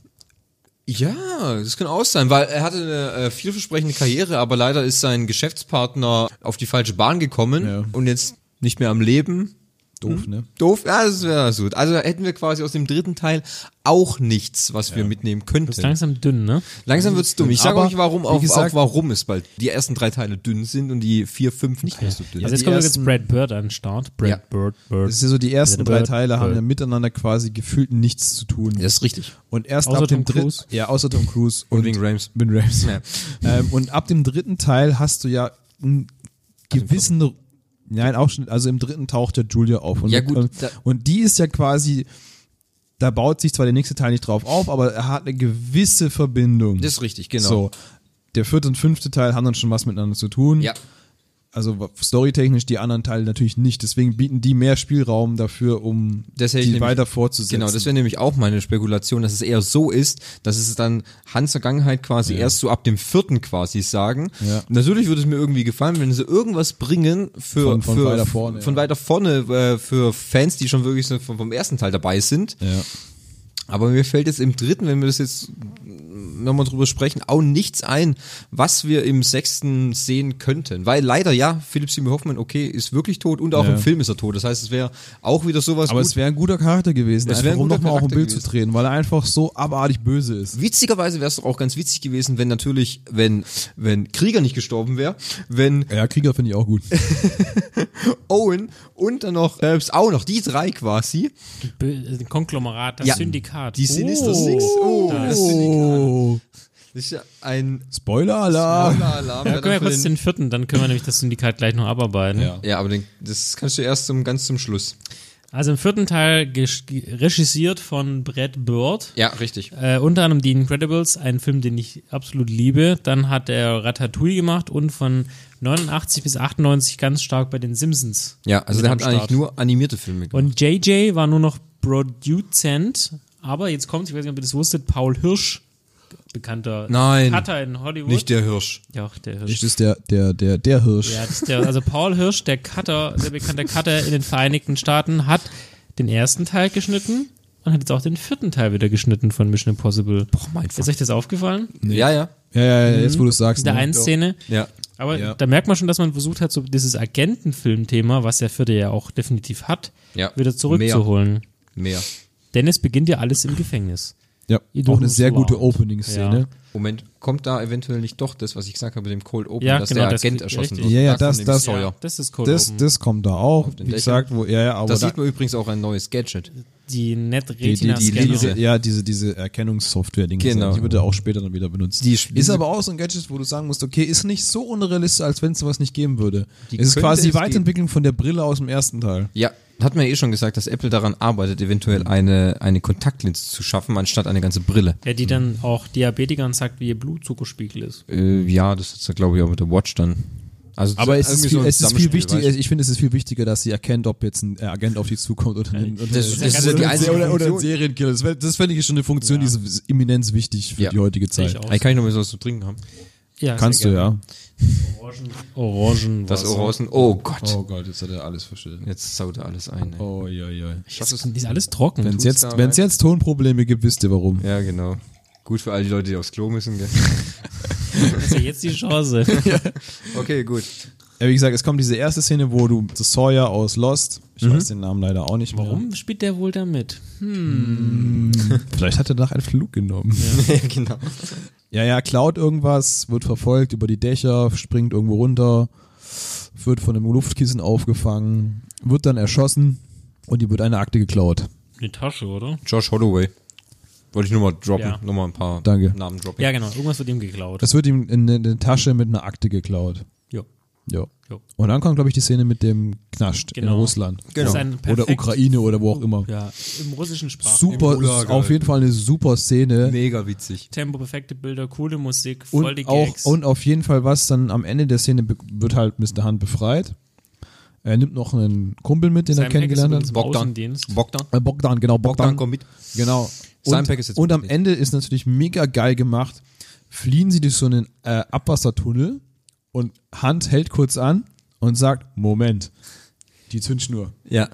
S1: Ja, das kann auch sein, weil er hatte eine äh, vielversprechende Karriere, aber leider ist sein Geschäftspartner auf die falsche Bahn gekommen
S3: Ja.
S1: und jetzt nicht mehr am Leben.
S3: Doof,
S1: Mhm.
S3: ne?
S1: Doof, ja, das wäre gut. Also hätten wir quasi aus dem dritten Teil auch nichts, was wir mitnehmen
S2: Ist
S1: könnten.
S2: langsam dünn, ne?
S1: Langsam wird's dumm. Ich sage
S3: Aber,
S1: euch, warum
S3: wie
S1: auch,
S3: gesagt-
S1: auch warum es bald die ersten drei Teile dünn sind und die vier, fünf nicht mehr so dünn.
S2: also
S3: die
S2: jetzt kommt
S3: ersten-
S2: jetzt Brad Bird an den Start. Brad
S1: Ja.
S2: Bird, Bird.
S3: Das ist ja so, die ersten drei
S2: Bird,
S3: Teile haben
S2: Bird.
S3: ja miteinander quasi gefühlt nichts zu tun.
S1: Das ist richtig.
S3: Und erst
S2: Außer
S3: ab
S2: Tom
S3: dem dritten,
S2: Cruise.
S3: ja, außer Tom Cruise und,
S1: Wing Rames.
S3: Wing Rames.
S1: Ja.
S3: ähm, und ab dem dritten Teil hast du ja einen gewissen, nein, auch schon, also im dritten taucht ja Julia auf. Und,
S1: Ja, gut,
S3: und,
S1: da-
S3: und die ist ja quasi, da baut sich zwar der nächste Teil nicht drauf auf, aber er hat eine gewisse Verbindung.
S1: Das ist richtig, genau.
S3: So. Der vierte und fünfte Teil haben dann schon was miteinander zu tun.
S1: Ja.
S3: Also w- storytechnisch die anderen Teile natürlich nicht. Deswegen bieten die mehr Spielraum dafür, um
S1: Das hätte ich
S3: die
S1: nämlich-
S3: weiter fortzusetzen.
S1: Genau, das wäre nämlich auch meine Spekulation, dass es eher so ist, dass es dann Hans Vergangenheit quasi erst so ab dem vierten quasi sagen.
S3: Ja.
S1: Natürlich würde es mir irgendwie gefallen, wenn sie irgendwas bringen für
S3: Von- von
S1: für,
S3: weiter vorne,
S1: von
S3: ja.
S1: weiter vorne äh, für Fans, die schon wirklich so vom, vom ersten Teil dabei sind.
S3: ja.
S1: Aber mir fällt jetzt im dritten, wenn wir das jetzt nochmal drüber sprechen, auch nichts ein, was wir im sechsten sehen könnten. Weil leider, ja, Philipp Seymour Hoffmann, okay, ist wirklich tot und auch
S3: Ja.
S1: im Film ist er tot. Das heißt, es wäre auch wieder sowas.
S3: Aber
S1: gut.
S3: es wäre ein guter Charakter gewesen,
S1: Es
S3: es
S1: wäre
S3: einfach,
S1: ein
S3: um
S1: guter
S3: nochmal auch ein
S1: Charakter
S3: Bild zu
S1: gewesen.
S3: drehen, weil er einfach so abartig böse ist.
S1: Witzigerweise wäre es doch auch ganz witzig gewesen, wenn natürlich, wenn, wenn Krieger nicht gestorben wäre, wenn
S3: Ja, Krieger finde ich
S1: [LAUGHS]
S3: auch gut.
S1: Owen und dann noch selbst auch noch die drei quasi.
S2: Bö- äh, Konglomerat, das
S1: Ja,
S2: Syndikat.
S1: die Sinister Six. Oh.
S2: Oh, das-
S3: Oh.
S1: Das ist ja ein
S3: Spoiler-Alarm.
S1: Spoiler-Alarm.
S2: Ja, können wir kurz den vierten, dann können wir nämlich das Syndikat gleich noch abarbeiten.
S3: Ja.
S1: ja, aber den, das kannst du erst zum, ganz zum Schluss.
S2: Also im vierten Teil gesch- regisiert von Brad Bird.
S1: Ja, richtig.
S2: Äh, unter anderem Die Incredibles, ein Film, den ich absolut liebe. Dann hat er Ratatouille gemacht und von 89 bis 98 ganz stark bei den Simpsons.
S1: Ja, also
S2: mit
S1: der
S2: am
S1: hat eigentlich
S2: Start.
S1: nur animierte Filme gemacht.
S2: Und JJ war nur noch Produzent, aber jetzt kommt, ich weiß nicht, ob ihr das wusstet, Paul Hirsch, bekannter
S1: Nein.
S2: Cutter in Hollywood.
S1: Nicht der Hirsch.
S2: ja, ach, der Hirsch.
S3: Das ist der, der, der, der Hirsch.
S2: Ja, das ist der, also Paul Hirsch, der Cutter, sehr bekannter Cutter in den Vereinigten Staaten, hat den ersten Teil geschnitten und hat jetzt auch den vierten Teil wieder geschnitten von Mission Impossible. Boah,
S1: mein
S2: Ist euch das aufgefallen?
S1: Ja, ja.
S3: Ja, ja, ja,
S1: Mhm.
S3: jetzt wo du es sagst.
S2: In der
S3: ne?
S2: einen Szene.
S1: Ja.
S2: Aber
S3: Ja.
S2: da merkt man schon, dass man versucht hat, so dieses Agentenfilm-Thema, was der vierte ja auch definitiv hat,
S1: Ja.
S2: wieder zurückzuholen.
S1: Mehr.
S2: Denn es beginnt ja alles im Gefängnis.
S3: Ja,
S2: Idol
S3: auch eine
S2: muss
S3: sehr
S2: Flower.
S3: gute Opening-Szene.
S1: Moment, kommt da eventuell nicht doch das, was ich gesagt habe mit dem Cold Open,
S2: Ja,
S1: dass
S2: genau,
S1: der
S2: das-
S1: Agent erschossen
S2: richtig.
S1: wird?
S3: Ja, ja,
S1: von
S3: das-
S1: dem
S3: das-
S1: Sawyer.
S2: Das ist Code
S3: Das,
S2: Open.
S3: das kommt da auch, wie
S1: den Dächern.
S3: gesagt, wo, ja, ja, aber
S1: Da
S3: da,
S1: sieht man übrigens auch ein neues Gadget.
S2: die net
S3: die, die, die,
S1: Scanner.
S3: diese, ja, diese, diese Erkennungssoftware-Ding,
S1: Genau.
S3: die wird ja auch später dann wieder benutzt.
S1: Die-
S3: ist aber auch so ein Gadget, wo du sagen musst, okay, ist nicht so unrealistisch, als wenn es sowas nicht geben würde.
S1: Die
S3: es ist
S1: könnte
S3: quasi die
S1: es geben.
S3: Weiterentwicklung von der Brille aus dem ersten Teil.
S1: Ja, hat man ja eh schon gesagt, dass Apple daran arbeitet, eventuell eine, eine Kontaktlinse zu schaffen, anstatt eine ganze Brille.
S2: Ja, die dann auch Diabetikern sagt, wie ihr Blutzuckerspiegel ist.
S1: Äh, ja, das ist ja, glaube ich, auch mit der Watch dann. Also das
S3: Aber es ist,
S1: irgendwie
S3: viel,
S1: so ein
S3: es ist viel
S1: Zusammenspiel,
S3: wichtiger,
S1: weißt du?
S3: ich finde, es ist viel wichtiger, dass sie erkennt, ob jetzt ein äh, Agent auf sie zukommt oder, ein- oder,
S1: das ist ja die
S3: oder, ein-
S1: einzige
S3: oder, oder ein
S1: Funktion.
S3: Serienkiller. Das, wär- das fände ich schon eine Funktion, die ist immens wichtig für
S1: Ja.
S3: die heutige
S2: Sehe ich
S3: Zeit.
S2: auch.
S1: Ey, kann ich noch mal sowas zu trinken haben?
S2: Ja,
S3: Kannst du,
S2: sehr
S3: ja.
S2: gerne. Orangen. Orangen
S1: Das Orangen. Oh Gott.
S3: Gott, jetzt hat er alles verstanden.
S1: Jetzt saut er alles ein. Ey.
S3: Oh, ja, ja.
S2: Das ist, ist alles trocken.
S3: Wenn es
S1: Tut's
S3: jetzt,
S1: da
S3: wenn's jetzt Tonprobleme gibt, wisst ihr warum.
S1: Ja, genau. Gut für all die Leute, die aufs Klo müssen. Gell?
S2: das ist ja Also jetzt die
S3: [LAUGHS]
S2: Chance.
S1: Okay, gut.
S3: Ja, wie gesagt, es kommt diese erste Szene, wo du The Sawyer aus Lost, ich weiß den Namen leider auch nicht mehr.
S2: Warum spielt der wohl damit?
S3: Mhm. [LAUGHS] Vielleicht hat er danach einen Flug genommen.
S1: ja, [LAUGHS] genau.
S3: Ja, ja, klaut irgendwas, wird verfolgt über die Dächer, springt irgendwo runter, wird von einem Luftkissen aufgefangen, wird dann erschossen und ihm wird eine Akte geklaut.
S2: Eine Tasche, oder?
S1: Josh Holloway. Wollte ich nur mal droppen.
S2: Ja.
S1: Nur mal ein paar
S3: Danke.
S1: Namen droppen.
S2: Ja, genau. Irgendwas wird ihm geklaut.
S3: Das genau. wird ihm in eine Tasche mit einer Akte geklaut.
S2: ja.
S3: Ja.
S2: Ja.
S3: Und dann kommt, glaube ich, die Szene mit dem Knascht in
S2: Genau.
S3: Russland.
S2: Das ist ein perfekt,
S3: Oder Ukraine oder wo auch immer.
S2: Ja, im russischen Sprach.
S3: Super,
S1: Im Gulag,
S3: auf jeden Fall eine super Szene.
S1: Mega witzig.
S2: Tempo, perfekte Bilder, coole Musik, voll die
S3: und auch
S2: Gags.
S3: und auf jeden Fall was dann am Ende der Szene be- wird halt Mr. Hunt befreit. Er nimmt noch einen Kumpel mit, den
S2: Simon
S3: er
S2: Peck
S3: kennengelernt
S2: ist
S3: hat.
S2: übrigens im
S1: Bogdan.
S2: Außendienst.
S1: Bogdan.
S3: Äh, Bogdan, genau, Bogdan.
S1: Bogdan, komm mit.
S3: Genau.
S1: Simon
S3: Und,
S1: Peck ist jetzt
S3: und am
S1: mit.
S3: Ende ist natürlich mega geil gemacht. Fliehen sie durch so einen äh, Abwassertunnel und Hunt hält kurz an und sagt: Moment, die Zündschnur. [LAUGHS]
S1: Ja.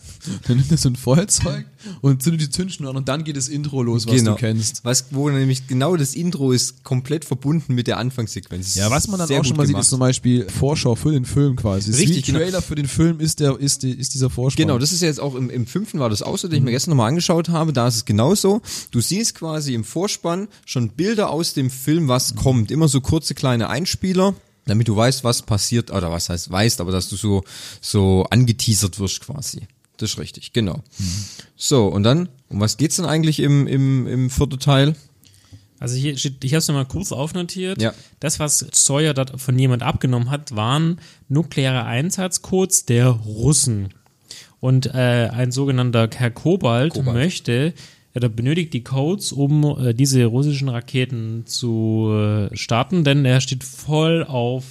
S3: Dann nimmt er so ein Feuerzeug und zündet die Zündschnur an und dann geht das Intro los, was
S1: genau.
S3: du kennst.
S1: Was, wo nämlich genau das Intro ist komplett verbunden mit der Anfangssequenz.
S3: Ja, was man dann
S1: Sehr
S3: auch schon
S1: gut
S3: mal sieht,
S1: gemacht.
S3: ist zum Beispiel Vorschau für den Film quasi. Es ist
S1: Richtig,
S3: wie ein
S1: genau.
S3: Trailer für den Film ist, der, ist, die, ist dieser Vorspann.
S1: Genau, das ist ja jetzt auch im, im fünften war das auch so, den ich mir gestern nochmal angeschaut habe. Da ist es genauso. Du siehst quasi im Vorspann schon Bilder aus dem Film, was kommt. Immer so kurze kleine Einspieler, damit du weißt, was passiert, oder was heißt weißt, aber dass du so, so angeteasert wirst quasi. Das ist richtig, genau. So, und dann, um was geht's denn eigentlich im, im, im vierten Teil?
S2: Also hier, steht- ich habe es nochmal kurz aufnotiert.
S1: Ja.
S2: Das, was Sawyer dort von jemand abgenommen hat, waren nukleare Einsatzcodes der Russen. Und äh, ein sogenannter Herr Kobalt, möchte oder benötigt die Codes, um äh, diese russischen Raketen zu äh, starten, denn er steht voll auf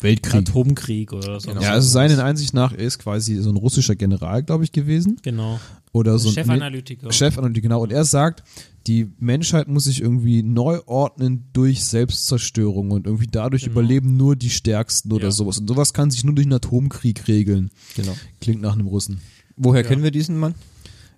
S3: Weltkrieg.
S2: Atomkrieg oder so.
S3: Ja, also seinen Einsicht nach er ist quasi so ein russischer General, glaube ich, gewesen.
S2: Genau.
S3: Oder so ein
S2: Chefanalytiker.
S3: Chefanalytiker, genau. Und er sagt, die Menschheit muss sich irgendwie neu ordnen durch Selbstzerstörung und irgendwie dadurch überleben nur die Stärksten oder
S2: Genau. Ja.
S3: sowas. Und sowas kann sich nur durch einen Atomkrieg regeln.
S1: Genau.
S3: Klingt nach einem Russen.
S1: Woher kennen wir diesen Mann?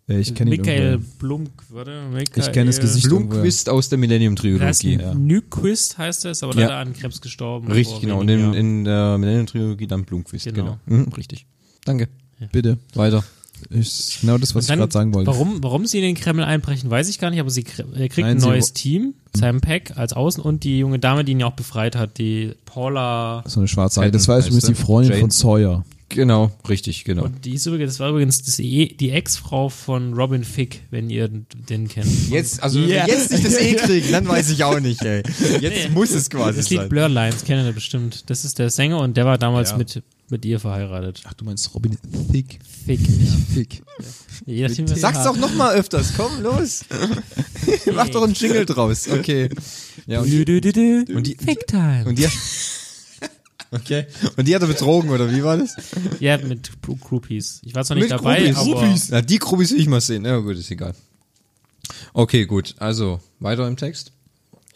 S3: Äh, Ich kenne ihn
S2: Michael
S3: irgendwo.
S2: Blumk, warte, Michael
S3: Ich kenne das Gesicht
S1: Blumquist aus der
S2: Das
S1: Millennium-Trilogie.
S3: ja.
S2: Nyquist heißt er, ist aber
S1: Ja.
S2: leider an Krebs gestorben.
S1: Richtig,
S2: vor
S1: genau. Und in,
S2: wenigen Jahren.
S1: in der Millennium-Trilogie dann Blumquist.
S2: Genau.
S1: Genau. Mhm, richtig. Danke.
S3: Bitte.
S1: Weiter.
S3: Ist genau das, was
S2: Und dann,
S3: ich gerade sagen wollte.
S2: Warum, warum sie in den Kreml einbrechen, weiß ich gar nicht, aber sie kre- er kriegt
S3: Nein,
S2: ein
S3: sie
S2: neues
S3: wo-
S2: Team,
S1: Hm.
S2: Sam Peck als Außen und die junge Dame, die ihn ja auch befreit hat, die Paula.
S3: So eine schwarze Alte. Das
S1: Titan
S3: war übrigens die
S1: heißt er.
S3: Freundin
S1: Jane.
S3: von Sawyer.
S1: Genau, richtig, genau.
S2: Und die ist übrigens, das war übrigens das e die Ex-Frau von Robin Fick, wenn ihr den kennt.
S1: Jetzt, also wenn wir
S2: Yeah.
S1: jetzt nicht das E kriegen, dann weiß ich auch nicht, ey. Jetzt
S2: Nee.
S1: muss es quasi
S2: Das Lied
S1: sein.
S2: Blur Lines kennt ihr bestimmt. Das ist der Sänger und der war damals
S3: Ja.
S2: mit, mit ihr verheiratet.
S3: Ach, du meinst Robin Thick.
S2: Fick.
S3: Thick.
S2: Je nachdem, was-
S1: Sag's doch nochmal öfters, komm, los. Mach doch einen Jingle draus. Okay. Ja, und,
S2: Du, du, du, du.
S1: und die-
S2: Fick Time.
S1: und die Okay. Und die hat er betrogen, oder wie war das?
S2: ja, mit Gru- Groupies. Ich war zwar nicht dabei, aber
S1: Na, die Groupies will ich mal sehen. Na gut, ist egal. Okay, gut. Also, weiter im Text.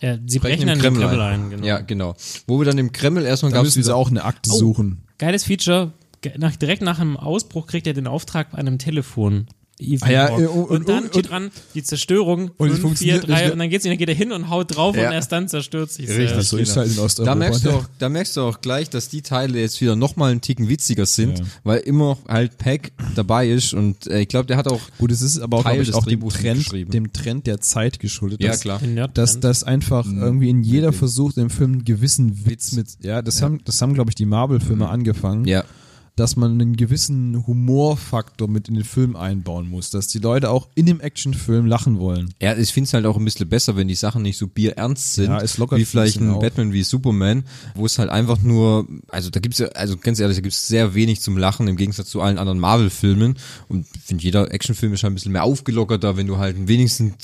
S2: äh, sie brechen dann in den Kreml ein. Genau.
S1: Ja, genau. Wo wir dann im Kreml erstmal
S3: Da
S1: gab's
S3: müssen sie
S1: wieder-
S3: auch eine Oh. Akte suchen.
S2: Geiles Feature. Ge- Nach, direkt nach dem Ausbruch kriegt er den Auftrag bei einem Telefon.
S3: Ah ja,
S2: Evening Walk.
S3: äh, und-
S2: und, dann
S3: und-
S2: steht dran, die Zerstörung,
S3: Und
S2: 5,
S3: es
S2: 4,
S3: funktioniert nicht,
S2: 3
S3: ne?
S2: und dann geht's, und dann geht er hin und haut drauf
S1: Ja.
S2: und erst dann zerstört sich
S1: Richtig.
S3: Also ist
S1: genau.
S3: halt in Osteuropa.
S1: Da merkst, du auch, da merkst du auch gleich, dass die Teile jetzt wieder nochmal einen Ticken witziger sind,
S3: Ja.
S1: weil immer halt Pack dabei ist und äh, ich glaube, der hat auch.
S3: Gut, es ist aber auch,
S1: Teil
S3: glaube ich,
S1: des
S3: auch dem
S1: Drehbuchs mitgeschrieben.
S3: Trend, dem Trend der Zeit geschuldet.
S1: Ja,
S3: dass-
S1: klar. Mhm.
S3: Dass
S2: Das,
S3: das einfach irgendwie in jeder versucht, im Film einen gewissen Witz mit. Ja, das haben, das haben, glaube ich, die Marvel-Filme angefangen.
S1: Mhm. Ja.
S3: dass man einen gewissen Humorfaktor mit in den Film einbauen muss, dass die Leute auch in dem Actionfilm lachen wollen.
S1: Ja, ich finde es halt auch ein bisschen besser, wenn die Sachen nicht so bierernst sind,
S3: Ja, es lockert
S1: wie
S3: ein
S1: vielleicht
S3: bisschen
S1: ein
S3: auf.
S1: Batman wie Superman, wo es halt einfach nur, also da gibt's ja, also ganz ehrlich, da gibt's sehr wenig zum Lachen im Gegensatz zu allen anderen Marvel-Filmen und ich finde, jeder Actionfilm ist halt ein bisschen mehr aufgelockerter, wenn du halt wenigstens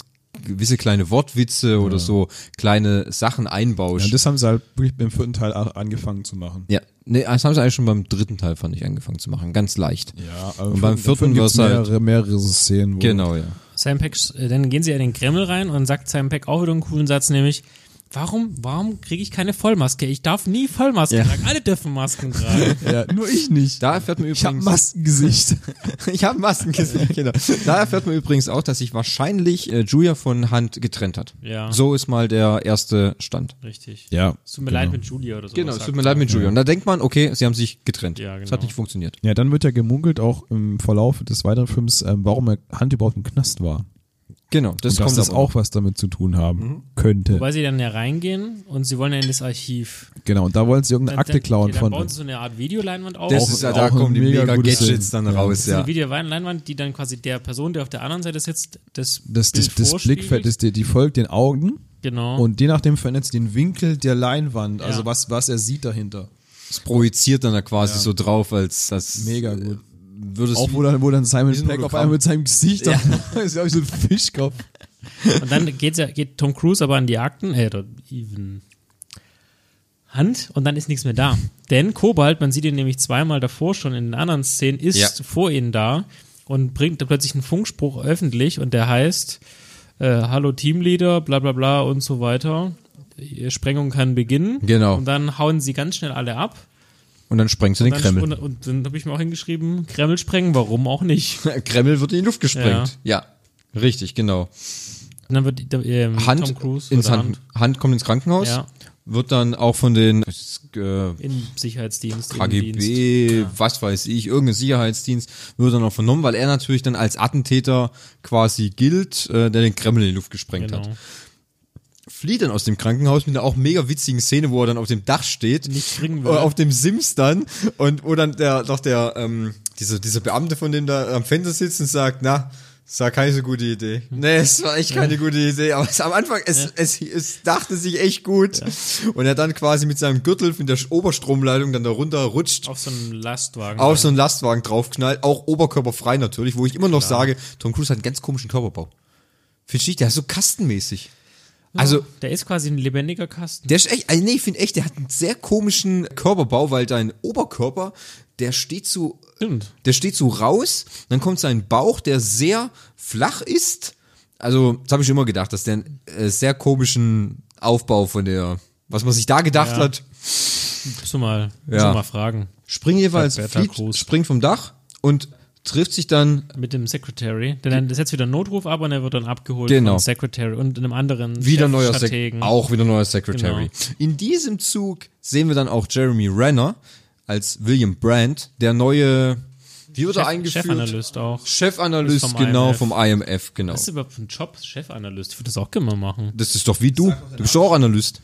S1: gewisse kleine Wortwitze oder so kleine Sachen einbaust.
S3: Ja, das haben sie halt wirklich beim vierten Teil auch angefangen zu machen.
S1: Ja, nee, das haben sie eigentlich schon beim dritten Teil, fand ich, angefangen zu machen. Ganz leicht.
S3: Ja,
S1: Und beim vierten
S3: gibt's
S1: war's halt-
S3: mehrere, mehrere so Szenen, wo
S1: Genau, ja.
S2: Sam Peck, äh, dann gehen sie in den Kreml rein und sagt Sam Peck auch wieder einen coolen Satz, nämlich, warum, warum kriege ich keine Vollmaske? Ich darf nie Vollmaske
S1: Ja.
S2: tragen. Alle dürfen Masken
S3: [LAUGHS]
S2: tragen.
S3: Ja, nur ich nicht.
S1: Da erfährt man
S3: ich habe
S1: übrigens.
S3: Maskengesicht.
S1: [LAUGHS] ich hab
S2: [LAUGHS]
S1: Maskengesicht, genau. Da erfährt man übrigens auch, dass sich wahrscheinlich äh, Julia von Hand getrennt hat.
S2: Ja.
S1: So ist mal der erste Stand.
S2: Richtig.
S3: [LAUGHS] Ja.
S2: Es tut mir leid mit Julia oder so.
S1: Genau, es tut mir leid mit Julia. Und da denkt man, okay, sie haben sich getrennt.
S2: Ja, genau.
S1: Es hat nicht funktioniert.
S3: Ja, dann wird ja gemunkelt auch im Verlauf des weiteren Films, ähm, warum er Hand überhaupt im Knast war.
S1: Genau, das
S3: Und dass
S1: kommt
S3: das
S1: aber
S3: auch was damit zu tun haben könnte.
S2: Wobei sie dann ja reingehen und sie wollen ja in das Archiv.
S3: genau, und da wollen sie irgendeine
S2: Dann,
S3: Akte klauen
S2: dann, dann
S3: von.
S2: bauen sie so eine Art Videoleinwand auf.
S1: Das
S2: auch,
S1: ist ja, da
S3: auch ein
S1: kommen die
S3: mega
S1: mega
S3: gutes
S1: Gadgets
S3: Sinn.
S1: dann
S3: Ja.
S1: raus,
S2: so
S1: ja.
S2: eine Videoleinwand, die dann quasi der Person, der auf der anderen Seite sitzt, das
S3: Das, das,
S2: Bild
S3: das
S2: vorspiegelt.
S3: Blickfeld, das, die, die folgt den Augen.
S2: Genau.
S3: Und je nachdem verändert sie den Winkel der Leinwand, also
S2: Ja.
S3: was, was er sieht dahinter.
S1: Das projiziert dann da quasi so drauf, als als
S3: Mega gut.
S1: Würdest
S3: Auch wo dann, wo dann Simon
S1: Wie ein
S3: Peck auf
S1: Hologramm.
S3: einmal mit seinem Gesicht ja. [LAUGHS] ist ja auch so ein Fischkopf.
S2: Und dann geht's ja, geht Tom Cruise aber an die Akten, äh, oder even Hand, und dann ist nichts mehr da. Denn Kobalt, man sieht ihn nämlich zweimal davor schon in den anderen Szenen, ist
S1: Ja.
S2: vor ihnen da und bringt da plötzlich einen Funkspruch öffentlich und der heißt, äh, hallo Teamleader, bla bla bla und so weiter. Die Sprengung kann beginnen.
S1: Genau.
S2: Und dann hauen sie ganz schnell alle ab.
S1: und dann sprengt sie den
S2: Dann-
S1: Kreml. [LAUGHS]
S2: Und, und dann habe ich mir auch hingeschrieben, Kreml sprengen, warum auch nicht.
S1: Kreml wird in die Luft gesprengt. Ja. Richtig, genau.
S2: Und dann wird ähm,
S1: Hand
S2: Tom Cruise
S1: ins
S2: oder
S1: Hand, Hand. kommt ins Krankenhaus,
S2: Ja.
S1: wird dann auch von den äh,
S2: im Sicherheitsdienst. Innendienst.
S1: KGB, was weiß ich, irgendein Sicherheitsdienst wird dann auch vernommen, weil er natürlich dann als Attentäter quasi gilt, äh, der den Kreml in die Luft gesprengt
S2: Genau.
S1: hat. Flieht dann aus dem Krankenhaus mit einer auch mega witzigen Szene, wo er dann auf dem Dach steht,
S2: Nicht kriegen will.
S1: äh, auf dem Sims dann und wo dann der doch der ähm, dieser dieser Beamte von dem da am Fenster sitzt und sagt, na es war keine so gute Idee.
S2: Hm.
S1: Nee, es war echt keine gute Idee. Aber es, am Anfang, es, es, es dachte sich echt gut. Und er dann quasi mit seinem Gürtel mit der Sch- Oberstromleitung dann da runter rutscht
S2: Auf so einem Lastwagen.
S1: auf so einen Lastwagen draufknallt, auch oberkörperfrei natürlich, wo ich immer noch sage, Tom Cruise hat einen ganz komischen Körperbau. Findest du nicht? Der ist so kastenmäßig. Also,
S2: der ist quasi ein lebendiger Kasten.
S1: der ist echt, also nee, ich finde echt, der hat einen sehr komischen Körperbau, weil dein Oberkörper, der steht so,
S2: Stimmt.
S1: der steht so raus, dann kommt sein Bauch, der sehr flach ist. Also, das habe ich immer gedacht, dass der einen äh, sehr komischen Aufbau von der, was man sich da gedacht
S2: Ja.
S1: hat,
S2: Musst du mal, musst
S1: Ja.
S2: du mal fragen.
S1: springt jeweils,
S2: Hat Better
S1: flieht,
S2: Cruz.
S1: springt vom Dach und trifft sich dann
S2: mit dem Secretary. Der dann setzt wieder einen Notruf ab und er wird dann abgeholt
S1: Genau.
S2: vom Secretary und einem anderen
S1: wieder
S2: Chef-
S1: neuer Sec
S2: Strategen.
S1: auch wieder neuer Secretary.
S2: Genau.
S1: In diesem Zug sehen wir dann auch Jeremy Renner als William Brandt, der neue wie wird er
S2: Chef-
S1: eingeführt?
S2: Chefanalyst auch.
S1: Chefanalyst,
S2: Ist vom
S1: genau,
S2: IMF.
S1: vom IMF, genau.
S2: Was ist überhaupt für ein Job? Chefanalyst. Ich würde das auch gerne mal machen.
S1: Das ist doch wie du. Du bist doch auch Analyst.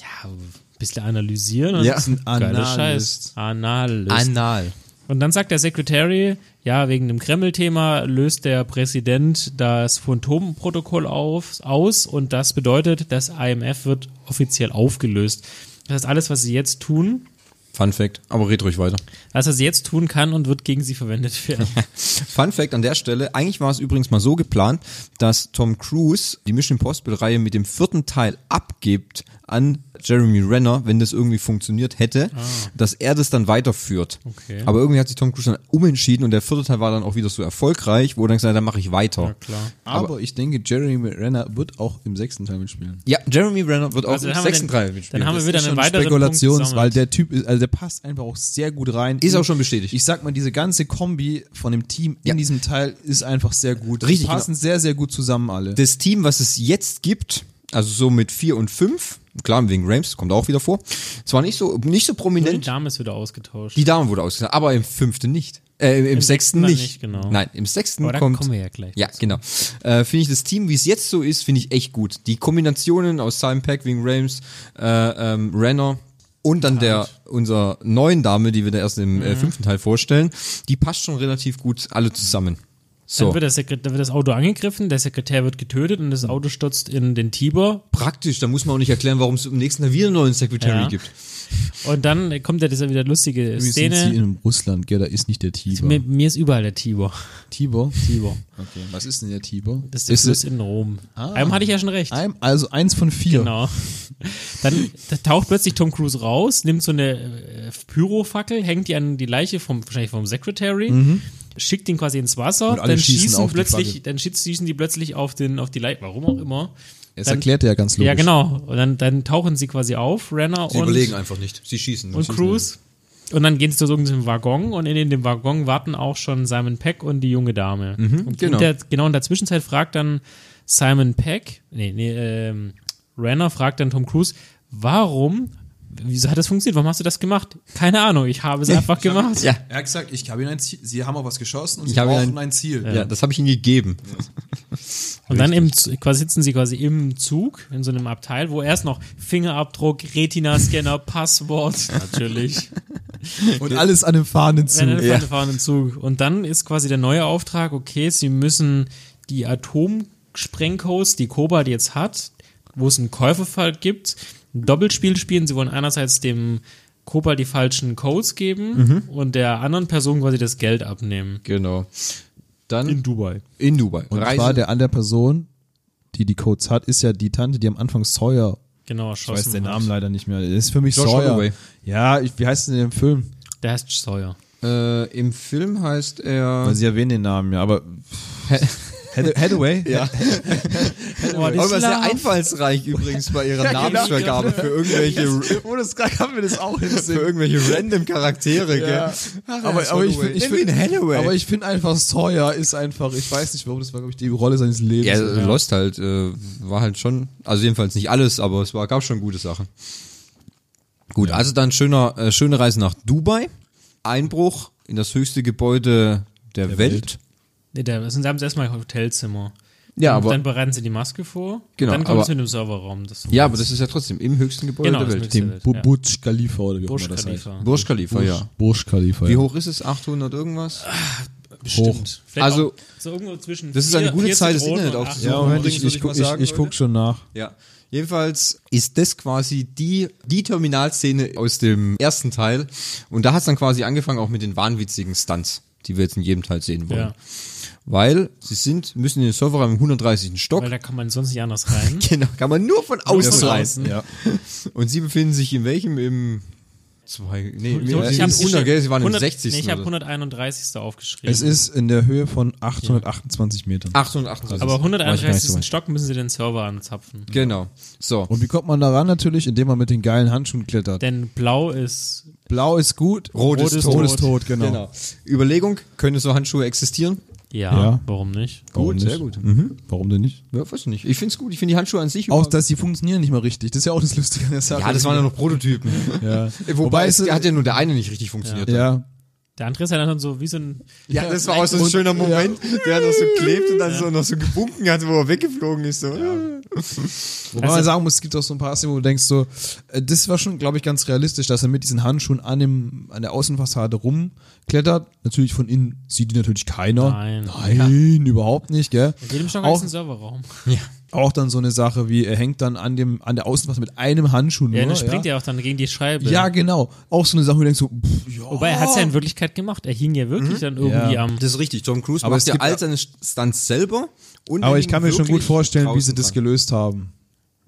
S2: Ja, ein bisschen analysieren. und
S1: Ja.
S2: das ist ein geiler
S3: Analyst.
S2: Scheiß. Analyst.
S1: Anal.
S2: Und dann sagt der Secretary, ja, wegen dem Kreml-Thema löst der Präsident das Phantomprotokoll auf, aus und das bedeutet, das IMF wird offiziell aufgelöst. Das heißt, alles, was sie jetzt tun,
S1: Fun Fact, aber red ruhig weiter.
S2: alles, was sie jetzt tun kann und wird gegen sie verwendet
S3: [LAUGHS]
S2: werden.
S1: [LAUGHS] Fun Fact an der Stelle, eigentlich war es übrigens mal so geplant, dass Tom Cruise die Mission Impossible Reihe mit dem vierten Teil abgibt an Jeremy Renner, wenn das irgendwie funktioniert hätte, dass er das dann weiterführt.
S2: Ah. Okay.
S1: Aber irgendwie hat sich Tom Cruise dann umentschieden und der vierte Teil war dann auch wieder so erfolgreich, wo er dann gesagt hat, dann mache ich weiter. Ja,
S2: Klar.
S3: Aber, ich denke, Jeremy Renner wird auch im sechsten Teil mitspielen.
S1: Jeremy Renner wird auch
S2: Also
S1: im
S2: dann haben wir
S1: sechsten
S2: den-
S1: Teil mitspielen.
S2: dann haben wir
S1: Das
S2: wieder
S1: ist
S2: einen
S1: schon
S2: weiteren Punkt
S3: Spekulations,
S2: gesammelt.
S3: weil der Typ, ist, also der passt einfach auch sehr gut rein.
S1: Ist auch schon bestätigt.
S3: Ich sag mal, diese ganze Kombi von dem Team
S1: Ja.
S3: in diesem Teil ist einfach sehr gut.
S1: Richtig, genau.
S3: Die passen sehr, sehr gut zusammen alle.
S1: das Team, was es jetzt gibt, also so mit vier und fünf, klar wegen Rames, kommt auch wieder vor, es war nicht so, nicht so
S2: Nur die
S1: prominent,
S2: Dame ist wieder ausgetauscht.
S1: Die Dame wurde ausgesagt, aber im fünften nicht. Äh, im, im, sechsten,
S2: sechsten dann
S1: nicht.
S2: nicht, genau.
S1: Nein, im sechsten
S2: Aber da
S1: kommt.
S2: kommen wir ja gleich
S1: Ja, genau. Äh, finde ich das Team, wie es jetzt so ist, finde ich echt gut. Die Kombinationen aus Simon Peck, Wing Rames, äh, ähm, Renner und dann der unserer neuen Dame, die wir da erst im
S2: Mhm.
S1: äh, fünften Teil vorstellen, die passt schon relativ gut alle zusammen. So
S2: Dann wird, der Sekretär, dann wird das Auto angegriffen, der Sekretär wird getötet und das
S3: Hm.
S2: Auto stürzt in den Tiber
S1: praktisch, da muss man auch nicht erklären, warum es im nächsten Jahr wieder einen neuen Secretary
S2: Ja.
S1: gibt.
S2: und dann kommt ja diese wieder lustige
S3: Übrigens sind sie
S2: Szene.
S3: in Russland, gell? Da ist nicht der Tiber.
S2: Mir, mir ist überall der Tiber.
S3: Tiber?
S2: Tiber.
S3: Okay, was ist denn der Tiber?
S2: Das ist der Fluss in Rom.
S3: Ah.
S2: Einem hatte ich ja schon recht.
S3: Ein, also eins von vier.
S2: Genau. Dann da taucht plötzlich Tom Cruise raus, nimmt so eine äh, Pyrofackel, hängt die an die Leiche vom wahrscheinlich vom Secretary, schickt ihn quasi ins Wasser,
S3: Mhm. Und alle
S2: dann
S3: schießen auf die
S2: plötzlich,
S3: Fackel.
S2: dann schieß- schießen die plötzlich auf den auf die Leiche, warum auch immer.
S3: Das
S2: Dann-
S3: erklärt er ja ganz logisch.
S2: Ja, genau. Und dann, dann tauchen sie quasi auf, Renner
S1: Sie
S2: und
S1: überlegen einfach nicht. Sie schießen.
S2: und
S1: Sie
S2: Cruise. Und dann gehen sie zu so einem Waggon und in dem Waggon warten auch schon Simon Peck und die junge Dame. und
S1: genau.
S2: In der, genau in der Zwischenzeit fragt dann Simon Peck, nee, nee, ähm, Renner fragt dann Tom Cruise, warum, wieso hat das funktioniert, warum hast du das gemacht? Keine Ahnung, ich habe es einfach
S1: [LAUGHS]
S2: gemacht.
S1: Ja.
S3: Er hat gesagt, ich habe ihnen ein Ziel. Sie haben auf was geschossen und
S1: Ich
S3: sie
S1: habe ihnen
S3: brauchen
S1: ein-
S3: ein Ziel.
S1: Ja, das habe ich ihnen gegeben.
S2: Und dann im, Z- quasi sitzen sie quasi im Zug, in so einem Abteil, wo erst noch Fingerabdruck, Retina-Scanner, [LAUGHS] Passwort, natürlich.
S3: Und alles an dem fahrenden
S2: Wenn
S3: Zug.
S2: er
S1: Ja.
S2: fahren, fahren im Zug. Und dann ist quasi der neue Auftrag, okay, sie müssen die Atomsprengcodes, die Koba die jetzt hat, wo es einen Käuferfall gibt, ein Doppelspiel spielen. Sie wollen einerseits dem Koba die falschen Codes
S3: Mhm.
S2: geben und der anderen Person quasi das Geld abnehmen.
S1: Genau. Dann in,
S2: Dubai.
S1: Dubai.
S3: Und zwar der andere Person, die die Codes hat, ist ja die Tante, die am Anfang Sawyer.
S2: Genau,
S3: Ich weiß
S2: erschossen
S3: den
S2: hat.
S3: Namen leider nicht mehr. Das ist für mich
S1: Josh
S3: Sawyer.
S1: Holloway.
S3: Ja, ich, wie heißt denn der im Film?
S2: Der heißt Sawyer.
S1: Äh, Im Film heißt
S3: Weil
S1: er.
S3: sie erwähnen Also den Namen, ja, aber. [LAUGHS] Hath- Hathaway? ja.
S2: Oh, die Schlaf.
S1: einfallsreich übrigens bei
S3: [LAUGHS]
S1: ihrer
S3: genau.
S2: Namensvergabe
S1: für irgendwelche,
S3: Wo das gerade haben wir das auch
S1: für irgendwelche random Charaktere.
S3: Ja. Aber, aber ich finde, ich find, aber ich finde einfach Sawyer ist einfach, ich weiß nicht warum, das war glaube ich die Rolle seines Lebens.
S1: ja, Lost halt äh, war halt schon, also jedenfalls nicht alles, aber es war, gab schon gute Sachen. Gut, also dann schöner, äh, schöne Reise nach Dubai, Einbruch in das höchste Gebäude der, Welt.
S3: Welt.
S2: Nee, der, sonst haben sie erstmal ein Hotelzimmer.
S1: Ja,
S2: Und
S1: aber-
S2: dann bereiten sie die Maske vor.
S1: Genau,
S2: Dann kommt
S1: aber-
S2: es mit dem Serverraum. Das
S1: Ja, aber das ist ja trotzdem im höchsten Gebäude
S2: Genau,
S1: der
S2: das
S1: Welt.
S2: müsste-
S3: Dem Bu
S2: Ja.
S3: Burj Khalifa oder wie auch
S2: Burj
S3: immer das heißt.
S2: Khalifa.
S1: Burj Khalifa, ja.
S3: Burj Khalifa.
S1: Wie
S3: ja.
S1: hoch ist es? 800 irgendwas?
S2: Bestimmt. Vielleicht
S1: Also-
S2: auch so irgendwo zwischen
S1: Das ist eine
S2: vier-
S1: gute
S2: vier
S1: Zeit, das
S2: Zitronen
S1: Internet
S2: und acht
S1: aufzusuchen.
S3: Ja,
S1: So,
S3: Moment,
S1: übrigens
S3: ich,
S1: würde
S3: ich,
S1: ich
S3: guck,
S1: mal
S3: ich,
S1: sagen,
S3: ich guck
S1: Leute.
S3: schon nach.
S1: Ja. Jedenfalls ist das quasi die, die Terminalszene aus dem ersten Teil. Und da hat es dann quasi angefangen auch mit den wahnwitzigen Stunts, die wir jetzt in jedem Teil sehen wollen.
S2: Ja.
S1: Weil sie sind, müssen in den Serverraum im 130. Stock. [LAUGHS]
S2: Weil da kann man sonst nicht anders rein.
S1: Genau, kann man nur von
S2: von
S1: außen reißen.
S3: Ja.
S1: Und sie befinden sich in welchem? Im Zwei, nee,
S2: Ich hab-
S1: mir,
S2: ich
S1: ich
S2: hab-
S1: ist unter, gell? Sie waren
S2: 100
S1: im 60.
S2: Nee, ich habe
S1: oder so.
S2: 131. aufgeschrieben.
S3: Es ist in der Höhe von 828 Metern.
S1: 828.
S2: aber
S3: War ich gar nicht
S2: 131.
S3: so weit.
S2: Stock müssen sie den Server anzapfen.
S1: Genau. So.
S3: Und wie kommt man da ran? Natürlich, indem man mit den geilen Handschuhen klettert.
S2: Denn blau ist
S3: Blau ist gut,
S1: Rot ist tot.
S3: Rot ist tot, genau.
S1: Genau. Überlegung, können so Handschuhe existieren?
S2: ja,
S3: Ja.
S2: warum nicht?
S3: Warum
S1: Gut,
S3: nicht?
S1: sehr gut.
S3: Mhm. Warum denn nicht?
S1: Ja, weiß nicht. Ich finde es gut. Ich finde die Handschuhe an sich
S3: Auch,
S1: über-
S3: dass die funktionieren nicht mal richtig. Das ist ja auch das Lustige an der Sache.
S1: Ja, das waren [LAUGHS] ja noch Prototypen.
S3: Ja.
S1: Wobei,
S3: Wobei
S1: es
S3: es-
S1: hat ja nur der eine nicht richtig funktioniert.
S3: Ja.
S2: Der andere ist ja dann so wie so ein
S1: Ja, das war auch so ein schöner Moment, der noch so klebt und dann so noch so gebunken hat, wo er weggeflogen ist. So.
S3: Wobei
S2: Also-
S3: man sagen muss, es gibt auch so ein paar Szenen, wo du denkst so, äh, das war schon, glaube ich, ganz realistisch, dass er mit diesen Handschuhen an, dem, an der Außenfassade rumklettert. Natürlich von innen sieht die natürlich keiner.
S2: Nein.
S3: Nein, überhaupt nicht, gell?
S2: in jedem Stock ist
S3: auch,
S2: ein Serverraum.
S3: auch dann so eine Sache wie, er hängt dann an, dem, an der Außenfassade mit einem Handschuh nur.
S2: Ja, dann springt er auch dann gegen die Scheibe.
S3: Ja, genau. Auch so eine Sache, wo du denkst so, pff, ja.
S2: Wobei er hat es
S1: genau.
S2: ja in Wirklichkeit gemacht. Er hing ja wirklich
S1: Mhm.
S2: dann irgendwie
S3: Ja.
S2: am.
S1: Das ist richtig. Tom Cruise
S3: Aber
S1: macht
S3: es
S1: ja
S3: gibt
S1: all
S3: ja-
S1: seine Stunts selber. Und
S3: Aber
S1: er
S3: ich kann mir
S1: liegt
S3: schon gut
S1: wirklich
S3: vorstellen, wie sie das
S1: draußen dran.
S3: gelöst haben.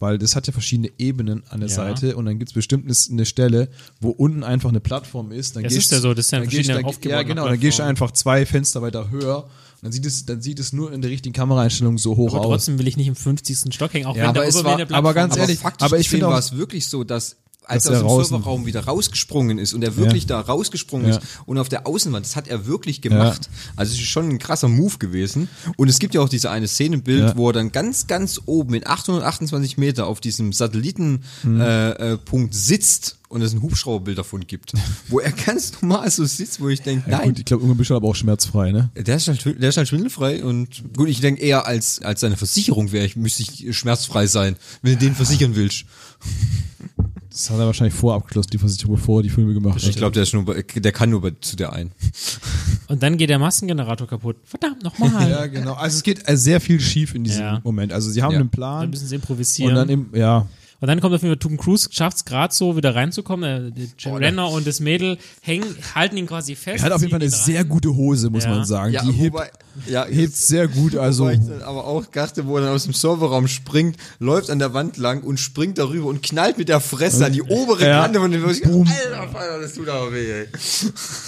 S3: Weil das hat ja verschiedene Ebenen an der
S2: Ja.
S3: Seite und dann gibt's bestimmt eine- eine Stelle, wo unten einfach eine Plattform ist. Dann
S2: Das
S3: gehst,
S2: ist ja so, das ist ja
S3: dann
S2: verschiedene
S3: gehst- dann, Ja,
S2: aufgebaute
S3: genau, dann gehst du
S2: Plattformen.
S3: einfach zwei Fenster weiter höher und dann sieht es, dann sieht es nur in der richtigen Kameraeinstellung so hoch
S2: Aber
S3: aus.
S2: trotzdem will ich nicht im 50. Stock hängen, auch
S3: Ja,
S2: wenn
S1: aber
S2: der
S1: es
S2: Oberwelle
S1: war-
S2: der
S3: aber
S2: Plattform
S3: ganz
S1: Aber
S3: ehrlich,
S1: faktisch
S3: aber ich finde
S1: gesehen war
S3: auch-
S1: es wirklich so, dass als
S3: Dass
S1: er
S3: er
S1: aus
S3: raus-
S1: dem Serverraum wieder rausgesprungen ist und er wirklich da rausgesprungen
S3: Ja.
S1: ist und auf der Außenwand, das hat er wirklich gemacht. Also es ist schon ein krasser Move gewesen. Und es gibt ja auch diese eine Szene im Bild,
S3: Ja.
S1: wo er dann ganz, ganz oben in 828 Meter auf diesem Satellitenpunkt
S3: Mhm.
S1: äh, äh, Punkt sitzt und es ein Hubschrauberbild davon
S3: [LAUGHS]
S1: gibt, wo er ganz normal so sitzt, wo ich denke,
S3: Ja,
S1: nein,
S3: gut, ich glaube, irgendwann bist du aber auch schmerzfrei, ne?
S1: der ist, halt, der ist halt schwindelfrei und gut, ich denke eher als, als seine Versicherung wäre ich, müsste ich schmerzfrei sein, wenn du den versichern willst.
S3: Das hat er wahrscheinlich vorabgeschlossen, die Versicherung, bevor er die Filme gemacht
S1: Ich
S3: hat.
S1: glaube, der ist nur bei, der kann nur bei, zu der einen.
S2: Und dann geht der Massengenerator kaputt. Verdammt, nochmal.
S3: [LAUGHS] Ja, genau. Also es geht äh, sehr viel schief in diesem
S2: Ja.
S3: Moment. Also sie haben
S1: Ja.
S3: einen
S2: Dann
S3: Plan
S2: müssen sie improvisieren.
S3: und dann im, ja,
S2: Und dann kommt auf jeden Fall Tom Cruise, schafft es gerade so, wieder reinzukommen. Der, der Jim Renner und das Mädel hängen, halten ihn quasi fest.
S3: Er hat auf jeden Fall eine
S2: ziehen ihn
S3: sehr gute Hose, muss
S2: Ja.
S3: man sagen. die hebt,
S1: ja,
S3: hebt sehr gut. Also,
S1: wobei ich dann aber auch dachte, wo er dann aus dem Serverraum springt, läuft an der Wand lang und springt darüber und knallt mit der Fresse an die obere
S3: Ja.
S1: Kante von dem
S3: Boom.
S1: Alter, Alter, das tut aber weh, ey.
S2: rein.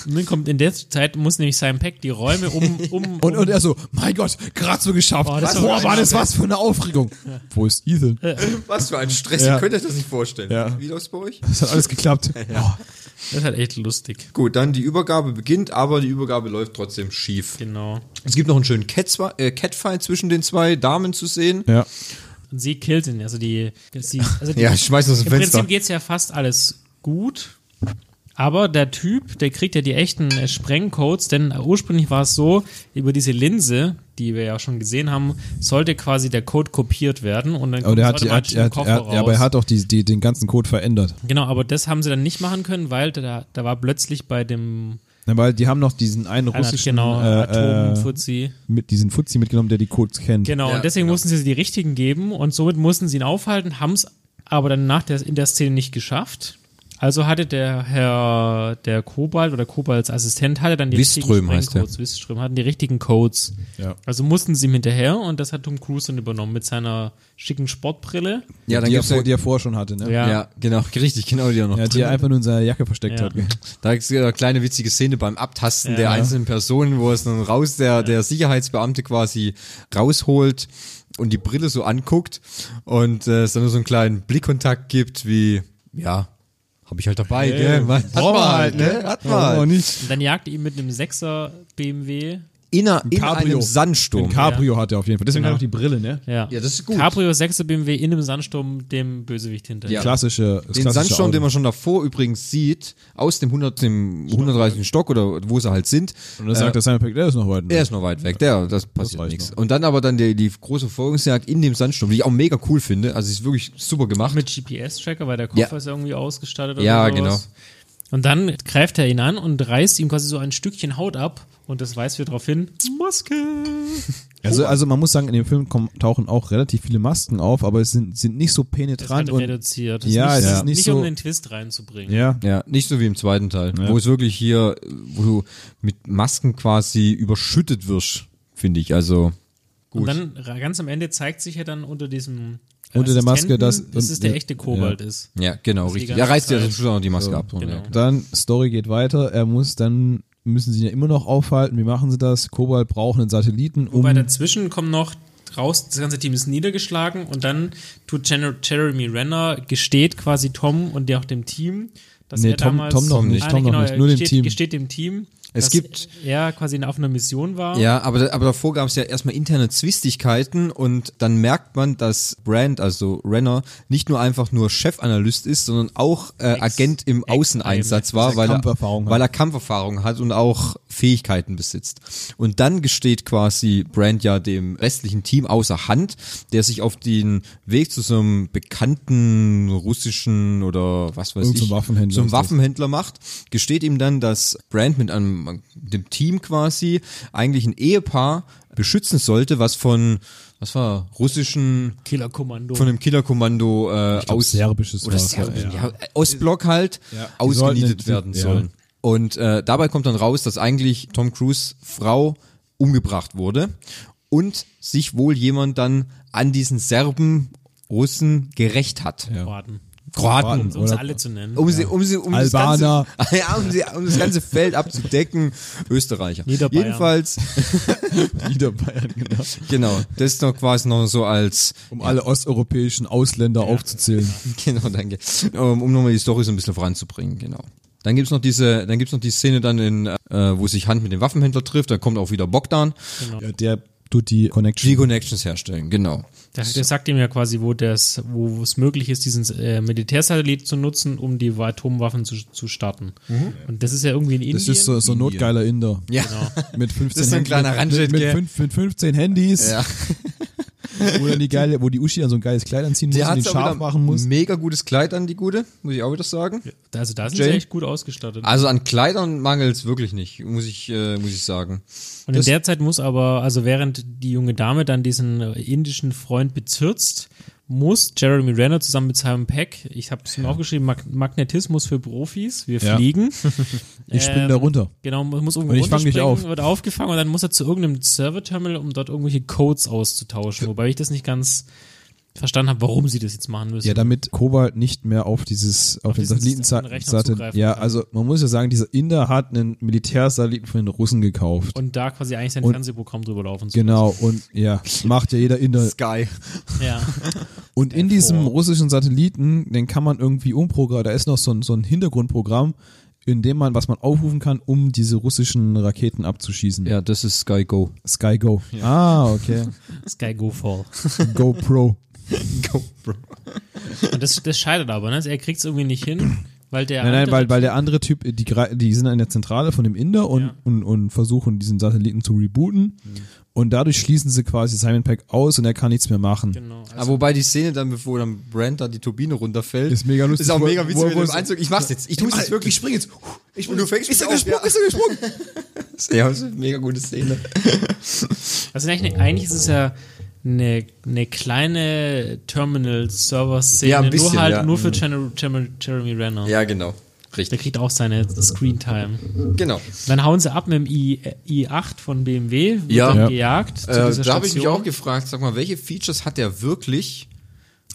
S2: Und dann kommt in der Zeit, muss nämlich Simon Peck die Räume um. um
S3: [LAUGHS] und, und er so, mein Gott, gerade so geschafft.
S2: Oh, das
S3: Boah,
S1: war
S3: war das
S1: ein-
S3: was für eine Aufregung. Wo ist Ethan?
S1: [LAUGHS] Was für ein Stress,
S3: Ja.
S1: ihr könnt euch das nicht vorstellen.
S3: Ja.
S1: Wie läuft's bei euch?
S3: Das hat alles geklappt. Oh,
S2: das ist halt echt lustig.
S1: Gut, dann die Übergabe beginnt, aber die Übergabe läuft trotzdem schief.
S2: Genau.
S1: Es gibt noch einen schönen Catfight äh, Catfight zwischen den zwei Damen zu sehen.
S3: ja.
S2: Und sie killt ihn. Also die. Sie, also
S3: [LAUGHS]
S2: die
S1: Ja, ich schmeiß aus dem
S2: Im
S1: Fenster.
S2: Prinzip geht es ja fast alles gut. Aber der Typ, der kriegt ja die echten äh, Sprengcodes, denn ursprünglich war es so, über diese Linse, die wir ja schon gesehen haben, sollte quasi der Code kopiert werden und dann
S3: Aber
S2: kommt
S3: der
S2: es
S3: hat, er hat,
S2: automatisch
S3: er
S2: im
S3: hat,
S2: Koffer
S3: er hat, ja, aber er
S2: raus.
S3: hat auch die, die, den ganzen Code verändert.
S2: Genau, aber das haben sie dann nicht machen können, weil da, da war plötzlich bei dem
S3: Ja, weil die haben noch diesen einen
S2: einer
S3: russischen
S2: genau,
S3: äh, äh,
S2: Atomfuzzi.
S3: mit diesen Fuzzi mitgenommen, der die Codes kennt.
S2: Genau,
S1: Ja,
S2: und deswegen mussten sie die richtigen geben und somit mussten sie ihn aufhalten, haben es aber dann nach der, in der Szene nicht geschafft. Also hatte der Herr, der Kobalt oder Kobalts Assistent, hatte dann die
S1: Wiström
S2: richtigen
S1: heißt der.
S2: Sprengcodes. Wiström hatten die richtigen Codes.
S3: Ja.
S2: Also mussten sie ihm hinterher und das hat Tom Cruise dann übernommen mit seiner schicken Sportbrille.
S1: Ja,
S3: die, er
S1: gibt's ja-
S3: vor, die er vorher schon hatte, ne?
S2: Ja.
S1: Ja, genau, [LAUGHS] richtig, genau, die auch noch.
S3: Ja, die er einfach nur in seiner Jacke versteckt
S2: Ja.
S3: hat. gell?
S1: Da ist eine kleine witzige Szene beim Abtasten
S2: Ja.
S1: der einzelnen Personen, wo es dann raus der, der Sicherheitsbeamte quasi rausholt und die Brille so anguckt und äh, es dann nur so einen kleinen Blickkontakt gibt, wie, ja, hab ich halt dabei, gell? Man, hat
S3: brauchen wir
S1: man
S3: halt,
S1: halt, ne? Hat man
S3: Warum auch
S1: halt.
S3: nicht.
S2: Und dann jagte ihn mit einem 6er BMW.
S1: Inner, in
S3: Cabrio.
S1: einem Sandsturm.
S3: Ein Cabrio hat er auf jeden Fall. Deswegen
S2: Genau.
S3: hat er auch die Brille, ne?
S2: Ja.
S1: Ja, das ist gut.
S2: Cabrio 6er BMW in einem Sandsturm dem Bösewicht hinterher.
S1: Ja.
S3: Klassische. das
S1: den
S3: klassische
S1: Sandsturm,
S3: Auto.
S1: den man schon davor übrigens sieht, aus dem, 100, dem 130. Stock oder wo sie halt sind.
S3: Und dann sagt der Simon Peck, der ist noch weit. ne?
S1: Er ist noch weit weg, der, das passiert
S3: reicht
S1: nichts.
S3: noch.
S1: Und dann aber dann die, die große Verfolgungsjagd in dem Sandsturm, die ich auch mega cool finde. Also sie ist wirklich super gemacht.
S2: Mit GPS-Tracker, weil der Koffer
S1: Ja.
S2: ist irgendwie ausgestattet
S1: Ja,
S2: oder sowas. genau. Und dann greift er ihn an und reißt ihm quasi so ein Stückchen Haut ab und das weist wir darauf hin.
S3: [LAUGHS]
S2: Maske!
S3: Also, also man muss sagen, in dem Film kommen, tauchen auch relativ viele Masken auf, aber es sind, sind nicht so
S2: Das
S3: penetrant
S2: halt
S3: und
S2: reduziert.
S3: Ja,
S2: nicht,
S3: es
S2: das
S3: ist nicht so-
S2: um den Twist reinzubringen.
S3: ja,
S1: Ja, nicht so wie im zweiten Teil, wo es wirklich hier, äh, wo du mit Masken quasi überschüttet wirst, finde ich. Also
S2: und
S1: gut.
S2: dann ra- ganz am Ende zeigt sich ja dann unter diesem
S3: unter der Maske,
S2: Assistenten,
S3: dass-
S2: dass es der
S3: und-
S2: echte Kobold ist.
S1: Ja, genau,
S2: die
S1: richtig.
S2: ganze
S1: Ja, reißt ja
S2: Zeit.
S1: schon die Maske ab.
S2: genau.
S1: Ja.
S3: Dann, Story geht weiter. Er muss, dann müssen sie ihn ja immer noch aufhalten. Wie machen sie das? Kobold braucht einen Satelliten, um.
S2: Wobei dazwischen kommen noch raus, das ganze Team ist niedergeschlagen und dann tut Gen Jeremy Renner, gesteht quasi Tom und der auch dem Team, dass
S3: Nee,
S2: er
S3: Tom-
S2: damals...
S3: Tom noch nicht,
S2: Ah,
S3: Tom noch
S2: genau,
S3: nicht,
S2: er
S3: nur dem
S2: gesteht,
S3: Team.
S2: Gesteht dem Team,
S1: Es
S2: dass
S1: gibt-
S2: er quasi auf einer Mission war.
S1: Ja, aber, da- aber davor gab es ja erstmal interne Zwistigkeiten und dann merkt man, dass Brand, also Renner, nicht nur einfach nur Chefanalyst ist, sondern auch äh, Agent im Außeneinsatz war,
S3: er
S1: weil er,
S3: Kampferfahrung hat.
S1: weil er Kampferfahrung hat und auch Fähigkeiten besitzt. Und dann gesteht quasi Brand ja dem restlichen Team außer Hand, der sich auf den Weg zu so einem bekannten russischen oder was weiß
S3: Irgend
S1: ich,
S3: so ein Waffenhändler
S1: zum
S3: ist das.
S1: Waffen Waffenhändler macht, gesteht ihm dann, dass Brand mit einem, dem Team quasi eigentlich ein Ehepaar beschützen sollte, was von, was war, russischen,
S2: Killerkommando.
S1: von dem Killerkommando äh,
S3: glaub,
S1: aus
S3: serbisches
S1: oder
S3: war es,
S1: serbischen,
S3: ja.
S1: ja. Ostblock halt
S3: Ja. Die
S1: ausgenietet
S3: sollten-
S1: werden
S3: ja.
S1: sollen. Und äh, dabei kommt dann raus, dass eigentlich Tom Cruise Frau umgebracht wurde und sich wohl jemand dann an diesen Serben Russen gerecht hat.
S2: Warten.
S1: Kroaten,
S2: Um sie
S3: Oder-
S2: alle zu nennen.
S1: um sie, um sie, um das
S3: Albaner.
S1: ganze, [LAUGHS] ja, um, sie, um das ganze Feld abzudecken, Österreicher.
S2: Niederbayern.
S1: Jedenfalls,
S2: [LAUGHS]
S3: Niederbayern, genau.
S1: genau, das noch quasi noch so als,
S3: Um alle osteuropäischen Ausländer aufzuzählen.
S1: [LAUGHS] genau, danke, um, um nochmal die Story so ein bisschen voranzubringen, genau. Dann gibt's noch diese, dann gibt's noch die Szene dann in, äh, wo sich Hand mit dem Waffenhändler trifft, da kommt auch wieder Bogdan,
S2: genau.
S3: Ja, der tut die Connection.
S1: die Connections herstellen, genau.
S2: Der, der sagt ihm ja quasi, wo das, wo wo es möglich ist, diesen äh, Militärsatellit zu nutzen, um die Atomwaffen zu, zu starten. Und das ist ja irgendwie in Indien.
S3: Mhm. Das ist so, so ein notgeiler Inder.
S1: Ja. [LAUGHS]
S3: Mit 15
S1: Das ist so ein
S3: Handys-
S1: kleiner Ranjit,
S3: mit, mit,
S1: gell?
S3: fünf, mit 15 Handys.
S1: Ja.
S3: Wo, dann die geile, wo die Uschi an so ein geiles Kleid anziehen muss
S1: Der
S3: und
S1: hat
S3: den scharf machen muss.
S1: mega gutes Kleid an, die gute, muss ich auch wieder sagen.
S2: also da sind sie
S1: Jane?
S2: echt gut ausgestattet.
S1: Also an Kleidern mangelt's wirklich nicht, muss ich, äh, muss ich sagen.
S2: Und in der Zeit muss aber, also während die junge Dame dann diesen äh, indischen Freund bezirzt, muss Jeremy Renner zusammen mit Simon Peck, ich habe es mir aufgeschrieben, Mag Magnetismus für Profis, wir
S3: Ja.
S2: fliegen.
S3: [LAUGHS] Ich springe da runter.
S2: Genau, man muss irgendwo
S3: Und ich fang dich
S2: runterspringen,
S3: auf.
S2: wird aufgefangen und dann muss er zu irgendeinem Serverterminal, um dort irgendwelche Codes auszutauschen. Wobei ich das nicht ganz verstanden habe, warum sie das jetzt machen müssen.
S3: Ja, damit Kobold nicht mehr auf dieses, auf, den
S2: diesen
S3: Satelliten
S2: Sa- Rechner zugreifen
S3: Ja,
S2: kann.
S3: also man muss ja sagen, dieser Inder hat einen Militärsatelliten von den Russen gekauft.
S2: und da quasi eigentlich sein
S3: Und-
S2: Fernsehprogramm drüber laufen zu
S3: genau, und ja, macht ja jeder Inder.
S1: Sky.
S2: lassen.
S3: [LAUGHS]
S2: Ja.
S3: Und in
S2: vor.
S3: diesem russischen Satelliten, den kann man irgendwie umprogrammieren, da ist noch so ein, so ein Hintergrundprogramm, in dem man, was man aufrufen kann, um diese russischen Raketen abzuschiessen.
S1: Ja, das ist Sky Go.
S3: Sky Go. Ah, okay.
S2: Sky [LAUGHS] Go Fall.
S3: GoPro.
S1: GoPro.
S2: Und das, das scheitert aber, ne? Er kriegt es irgendwie nicht hin, weil der
S3: Nein, nein,
S2: andere
S3: weil, weil der andere Typ, die, gre- die sind an der Zentrale von dem Inder und,
S2: Ja. Mhm.
S3: und, und versuchen, diesen Satelliten zu rebooten. Und dadurch schließen sie quasi Simon Pack aus und er kann nichts mehr machen.
S2: Genau. Also,
S1: Aber Ah, wobei die Szene dann, bevor dann Brand da die Turbine runterfällt,
S3: Ist mega lustig.
S1: Ist auch
S3: Wo-
S1: mega witzig
S3: wo-
S1: mit
S3: wo
S1: dem
S3: ist-
S1: Anzug. Ich mach's jetzt. Ich tu's jetzt wirklich. Ich spring jetzt. Und du fängst mich auf. Ja.
S3: ist er gesprungen?
S1: [LAUGHS] ja, das ist eine mega gute Szene.
S2: also eigentlich, eigentlich ist es ja eine, eine kleine Terminal-Server-Szene,
S1: Ja, ein bisschen,
S2: nur halt
S1: ja. Mhm.
S2: nur für Gener- Gener- Jeremy Renner.
S1: Ja, genau.
S2: Der
S1: Richtig.
S2: kriegt auch seine Screen-Time.
S1: Genau.
S2: Dann hauen sie ab mit dem I, i8 von BMW, wird
S1: Ja.
S2: dann
S3: Ja.
S2: gejagt. zu
S1: Äh,
S2: dieser
S1: da habe ich mich
S2: Station.
S1: auch gefragt, sag mal, welche Features hat der wirklich?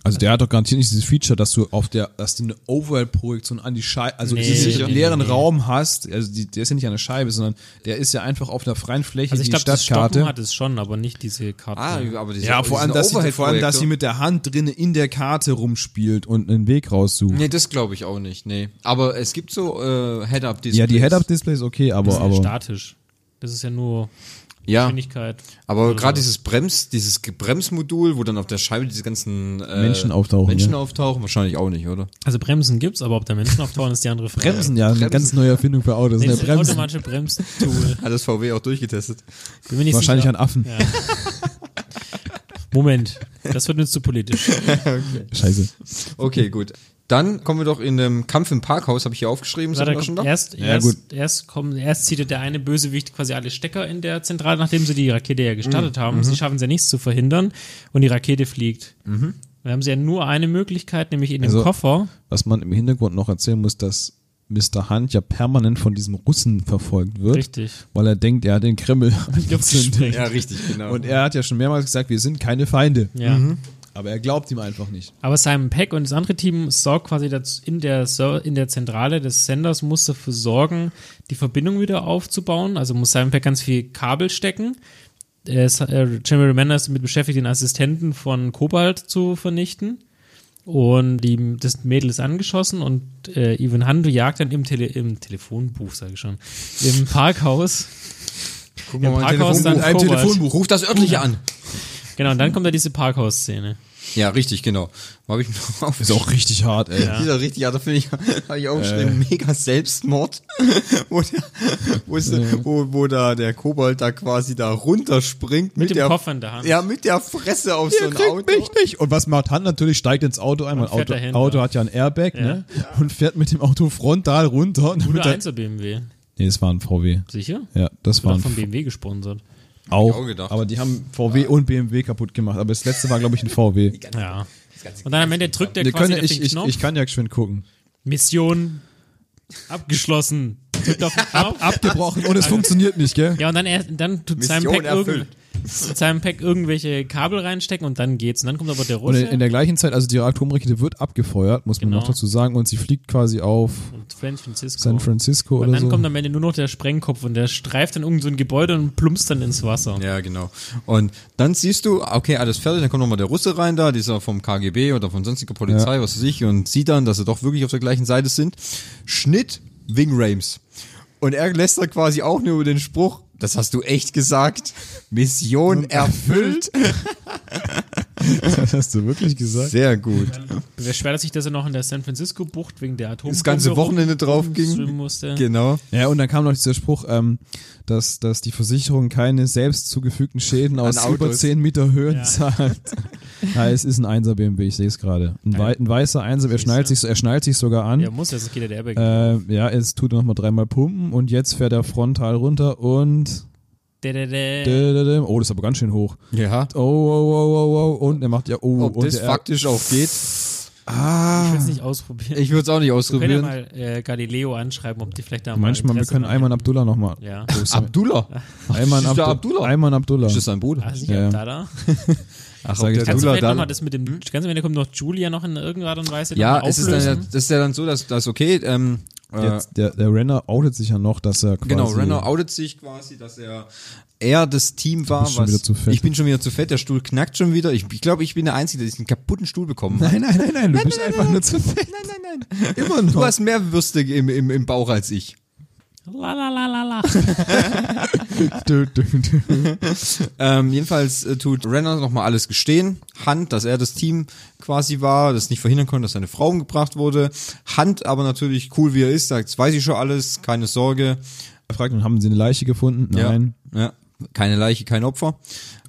S3: Also der hat doch garantiert nicht dieses Feature, dass du auf der, dass du eine Overhead-Projektion an die Scheibe, also
S2: Nee,
S3: diesen
S2: sicher.
S3: leeren
S2: Nee.
S3: Raum hast, also die, der ist ja nicht an der Scheibe, sondern der ist ja einfach auf einer freien Fläche
S2: Also ich
S3: die
S2: glaube, das Stoppen
S3: Stadtkarte.
S2: hat es schon, aber nicht diese Karte.
S1: Ah, aber diese,
S3: Ja, vor allem, dass sie, vor allem, dass sie mit der Hand drinnen in der Karte rumspielt und einen Weg raussucht.
S1: Nee, das glaube ich auch nicht. Nee. Aber es gibt so äh, Head-Up-Displays.
S3: Ja, die Head-Up-Displays okay,
S2: das
S3: aber,
S2: ist ja
S3: aber
S2: statisch. Das ist ja nur
S1: Ja.
S2: Geschwindigkeit.
S1: Aber
S2: Oder
S1: gerade
S2: so.
S1: dieses Brems, dieses Ge- Bremsmodul, wo dann auf der Scheibe diese ganzen äh,
S3: Menschen auftauchen,
S1: Menschen
S3: ja.
S1: auftauchen, wahrscheinlich auch nicht, oder?
S2: Also Bremsen gibt's, aber ob da Menschen auftauchen, ist die andere Frage.
S3: Bremsen, ja, eine
S1: Bremsen.
S3: ganz neue Erfindung für Autos.
S2: Nee,
S3: Ne?
S2: das ist ein
S3: Bremsen.
S2: automatische Bremstool.
S1: Hat das VW auch durchgetestet.
S2: Bin mir nicht
S3: Wahrscheinlich an
S2: sicher.
S3: Affen.
S2: Moment, das wird uns zu politisch.
S3: Scheiße.
S1: Okay, gut. Dann kommen wir doch in dem Kampf im Parkhaus, habe ich hier aufgeschrieben.
S2: Warte,
S1: Sind wir schon da?
S2: erst,
S3: gut.
S2: erst, erst, kommen, erst zieht der eine Bösewicht quasi alle Stecker in der Zentrale, nachdem sie die Rakete ja gestartet
S1: Mhm.
S2: haben. Sie schaffen es ja nichts zu verhindern und die Rakete fliegt.
S1: Mhm.
S2: Dann haben sie ja nur eine Möglichkeit, nämlich in dem
S3: Also-
S2: Koffer.
S3: Was man im Hintergrund noch erzählen muss, dass Mr. Hunt ja permanent von diesem Russen verfolgt wird.
S2: Richtig.
S3: Weil er denkt, er hat den
S2: [LAUGHS]
S3: Kreml
S2: Luft
S3: [LAUGHS] angezündet.
S2: gesprengt.
S1: Ja, richtig, genau. Mhm.
S3: Und er hat ja schon mehrmals gesagt, wir sind keine Feinde.
S2: Ja.
S3: Aber er glaubt ihm einfach nicht.
S2: Aber Simon Peck und das andere Team sorgt quasi dazu, in der, Ser- in der Zentrale des Senders muss dafür sorgen, die Verbindung wieder aufzubauen. Also muss Simon Peck ganz viel Kabel stecken. Er ist, äh, Jeremy Renner ist damit beschäftigt, den Assistenten von Cobalt zu vernichten. Und die, das Mädel ist angeschossen und äh, Ivan Handel jagt dann im, Tele, im Telefonbuch, sage ich schon, im Parkhaus.
S1: Gucken
S2: Im Parkhaus dann
S3: Telefonbuch, ein
S2: Cobalt.
S3: Telefonbuch.
S1: Ruf das örtliche an.
S2: Genau, und dann kommt da diese Parkhaus-Szene.
S1: Ja, richtig, genau. Habe ich noch [LAUGHS] auf.
S3: Ist auch richtig hart, ey.
S1: Ja. Dieser richtig, ja, da finde ich, [LAUGHS] habe ich auch
S2: Äh.
S1: geschrieben, mega Selbstmord, [LAUGHS] wo, der, wo, ist, wo, wo da der Kobold da quasi da runterspringt.
S2: Mit dem
S1: der,
S2: Koffer in der Hand.
S1: Ja, mit der Fresse auf so ein Auto.
S3: nicht. Und was macht Han natürlich? Steigt ins Auto ein. Mein
S2: fährt
S3: Auto,
S2: dahin,
S3: Auto
S2: ja.
S3: hat ja ein Airbag, ne? Und fährt mit dem Auto frontal runter. Und
S2: Oder
S3: damit
S2: 1er
S3: er-
S2: BMW.
S3: nee, das war ein VW.
S2: Sicher?
S3: Ja, das war
S2: Oder
S3: ein
S2: von BMW gesponsert.
S3: auch.
S1: auch gedacht.
S3: aber die haben VW und BMW kaputt gemacht. Aber das letzte war, glaube ich,
S1: [LAUGHS]
S3: ein VW.
S2: Ja. Und dann am Ende drückt er
S3: Wir
S2: quasi
S3: können,
S2: auf
S3: ich,
S2: den
S3: ich,
S2: Knopf.
S3: ich kann ja schön gucken.
S2: Mission abgeschlossen. Drückt
S3: [LAUGHS]
S2: auf den Knopf.
S3: Abgebrochen und es funktioniert nicht, gell?
S2: Ja, und dann, er, dann tut
S1: Mission
S2: Simon Peck, irgend,
S1: erfüllt.
S2: Simon Peck irgendwelche Kabel reinstecken und dann geht's. Und dann kommt aber der
S3: Und
S2: Russe
S3: in, in der gleichen Zeit, also die Atomrakete wird abgefeuert, muss man
S2: Genau.
S3: noch dazu sagen, und sie fliegt quasi auf
S2: und San Francisco.
S3: San Francisco
S2: und
S3: oder
S2: dann
S3: so. [LAUGHS]
S2: kommt am Ende nur noch der Sprengkopf und der streift dann irgend so ein Gebäude und plumpst dann ins Wasser.
S1: Ja, genau. Und dann siehst du, okay, alles fertig, dann kommt nochmal der Russe rein da, dieser vom KGB oder von sonstiger Polizei, was weiß ich, und sieht dann, dass sie doch wirklich auf der gleichen Seite sind. Schnitt Wing Rames. Und er lässt da quasi auch nur über den Spruch, das hast du echt gesagt, Mission
S3: [LAUGHS]
S1: erfüllt.
S3: das hast du wirklich gesagt.
S1: Sehr gut.
S2: Wer schwert sich, dass er noch in der San Francisco-Bucht wegen der Atombombe
S1: Das ganze Wochenende drauf
S2: rumstreamen
S1: ging.
S2: musste?
S1: Genau.
S3: Ja, und dann kam noch dieser Spruch, ähm, dass, dass die Versicherung keine selbst zugefügten Schäden aus
S1: Autos.
S3: über 10 Meter Höhen
S2: Ja.
S3: zahlt. ja, es ist ein 1er BMW, ich sehe es gerade. Ein, wei ein weißer 1er, er schnallt, sich, er schnallt sich sogar an.
S2: Ja, muss, ja, sonst geht ja der Airbag.
S3: Äh, ja, jetzt tut er nochmal dreimal pumpen und jetzt fährt er frontal runter und.
S2: Dä, dä, dä.
S3: dä-dä-dä. Oh, das ist aber ganz schön hoch.
S1: Ja.
S3: Oh, oh, oh, oh, oh, und er macht ja. Oh,
S1: Ob
S3: und
S1: das
S3: er,
S1: faktisch auch geht,
S2: Ich will es nicht ausprobieren.
S1: ich würde es auch nicht
S2: Wir können ja
S1: ausprobieren.
S2: mal äh, Galileo anschreiben, ob die vielleicht da mal
S3: Manchmal, wir
S2: Interesse
S3: können
S1: genau.
S2: dran
S3: Ayman Abdullah nochmal.
S2: hätten. Ja.
S1: Abdullah.
S3: Ayman
S1: Ist da
S3: Abdullah.
S1: Abdullah?
S3: Ayman Abdullah.
S1: Ist das sein Bruder?
S2: Ah, sicher,
S3: Ja, ja.
S1: Ach,
S2: Dada.
S3: Sag
S1: ob
S3: ich
S1: der
S3: dir.
S2: Kannst du
S1: Abdullah
S2: vielleicht Hm?
S1: da-
S2: nochmal das mit dem, ganz am Ende kommt noch Julia noch in irgendeiner Art und Weise
S1: Ja,
S2: noch mal
S1: es ist, dann, ja-
S2: auflösen?
S1: das ist ja dann so, dass das okay. Ähm, äh,
S3: Jetzt, der, der Renner outet sich ja noch, dass er quasi.
S1: genau, Renner outet sich quasi, dass er er das Team war,
S3: bist schon
S1: was
S3: wieder zu fett.
S1: ich bin schon wieder zu fett. Der Stuhl knackt schon wieder. Ich, ich glaube, ich bin der Einzige, der diesen kaputten Stuhl bekommen
S3: [LAUGHS]
S1: hat.
S3: [LAUGHS] Nein, nein, nein, nein, du bist einfach nur zu fett.
S1: nein, nein,
S3: [LAUGHS] Immer noch.
S1: Du hast mehr Würste im, im, im Bauch als ich.
S2: La, la, la, la, la.
S3: Dö, dö, dö.
S1: Ähm, jedenfalls äh, tut Renner nochmal alles gestehen. Hand, dass er das Team quasi war, das nicht verhindern konnte, dass seine Frau umgebracht wurde. Hand aber natürlich cool, wie er ist, sagt, das weiß ich schon alles, keine Sorge.
S3: Er fragt, und haben sie eine Leiche gefunden? Nein.
S1: Ja, ja. Keine Leiche, kein Opfer.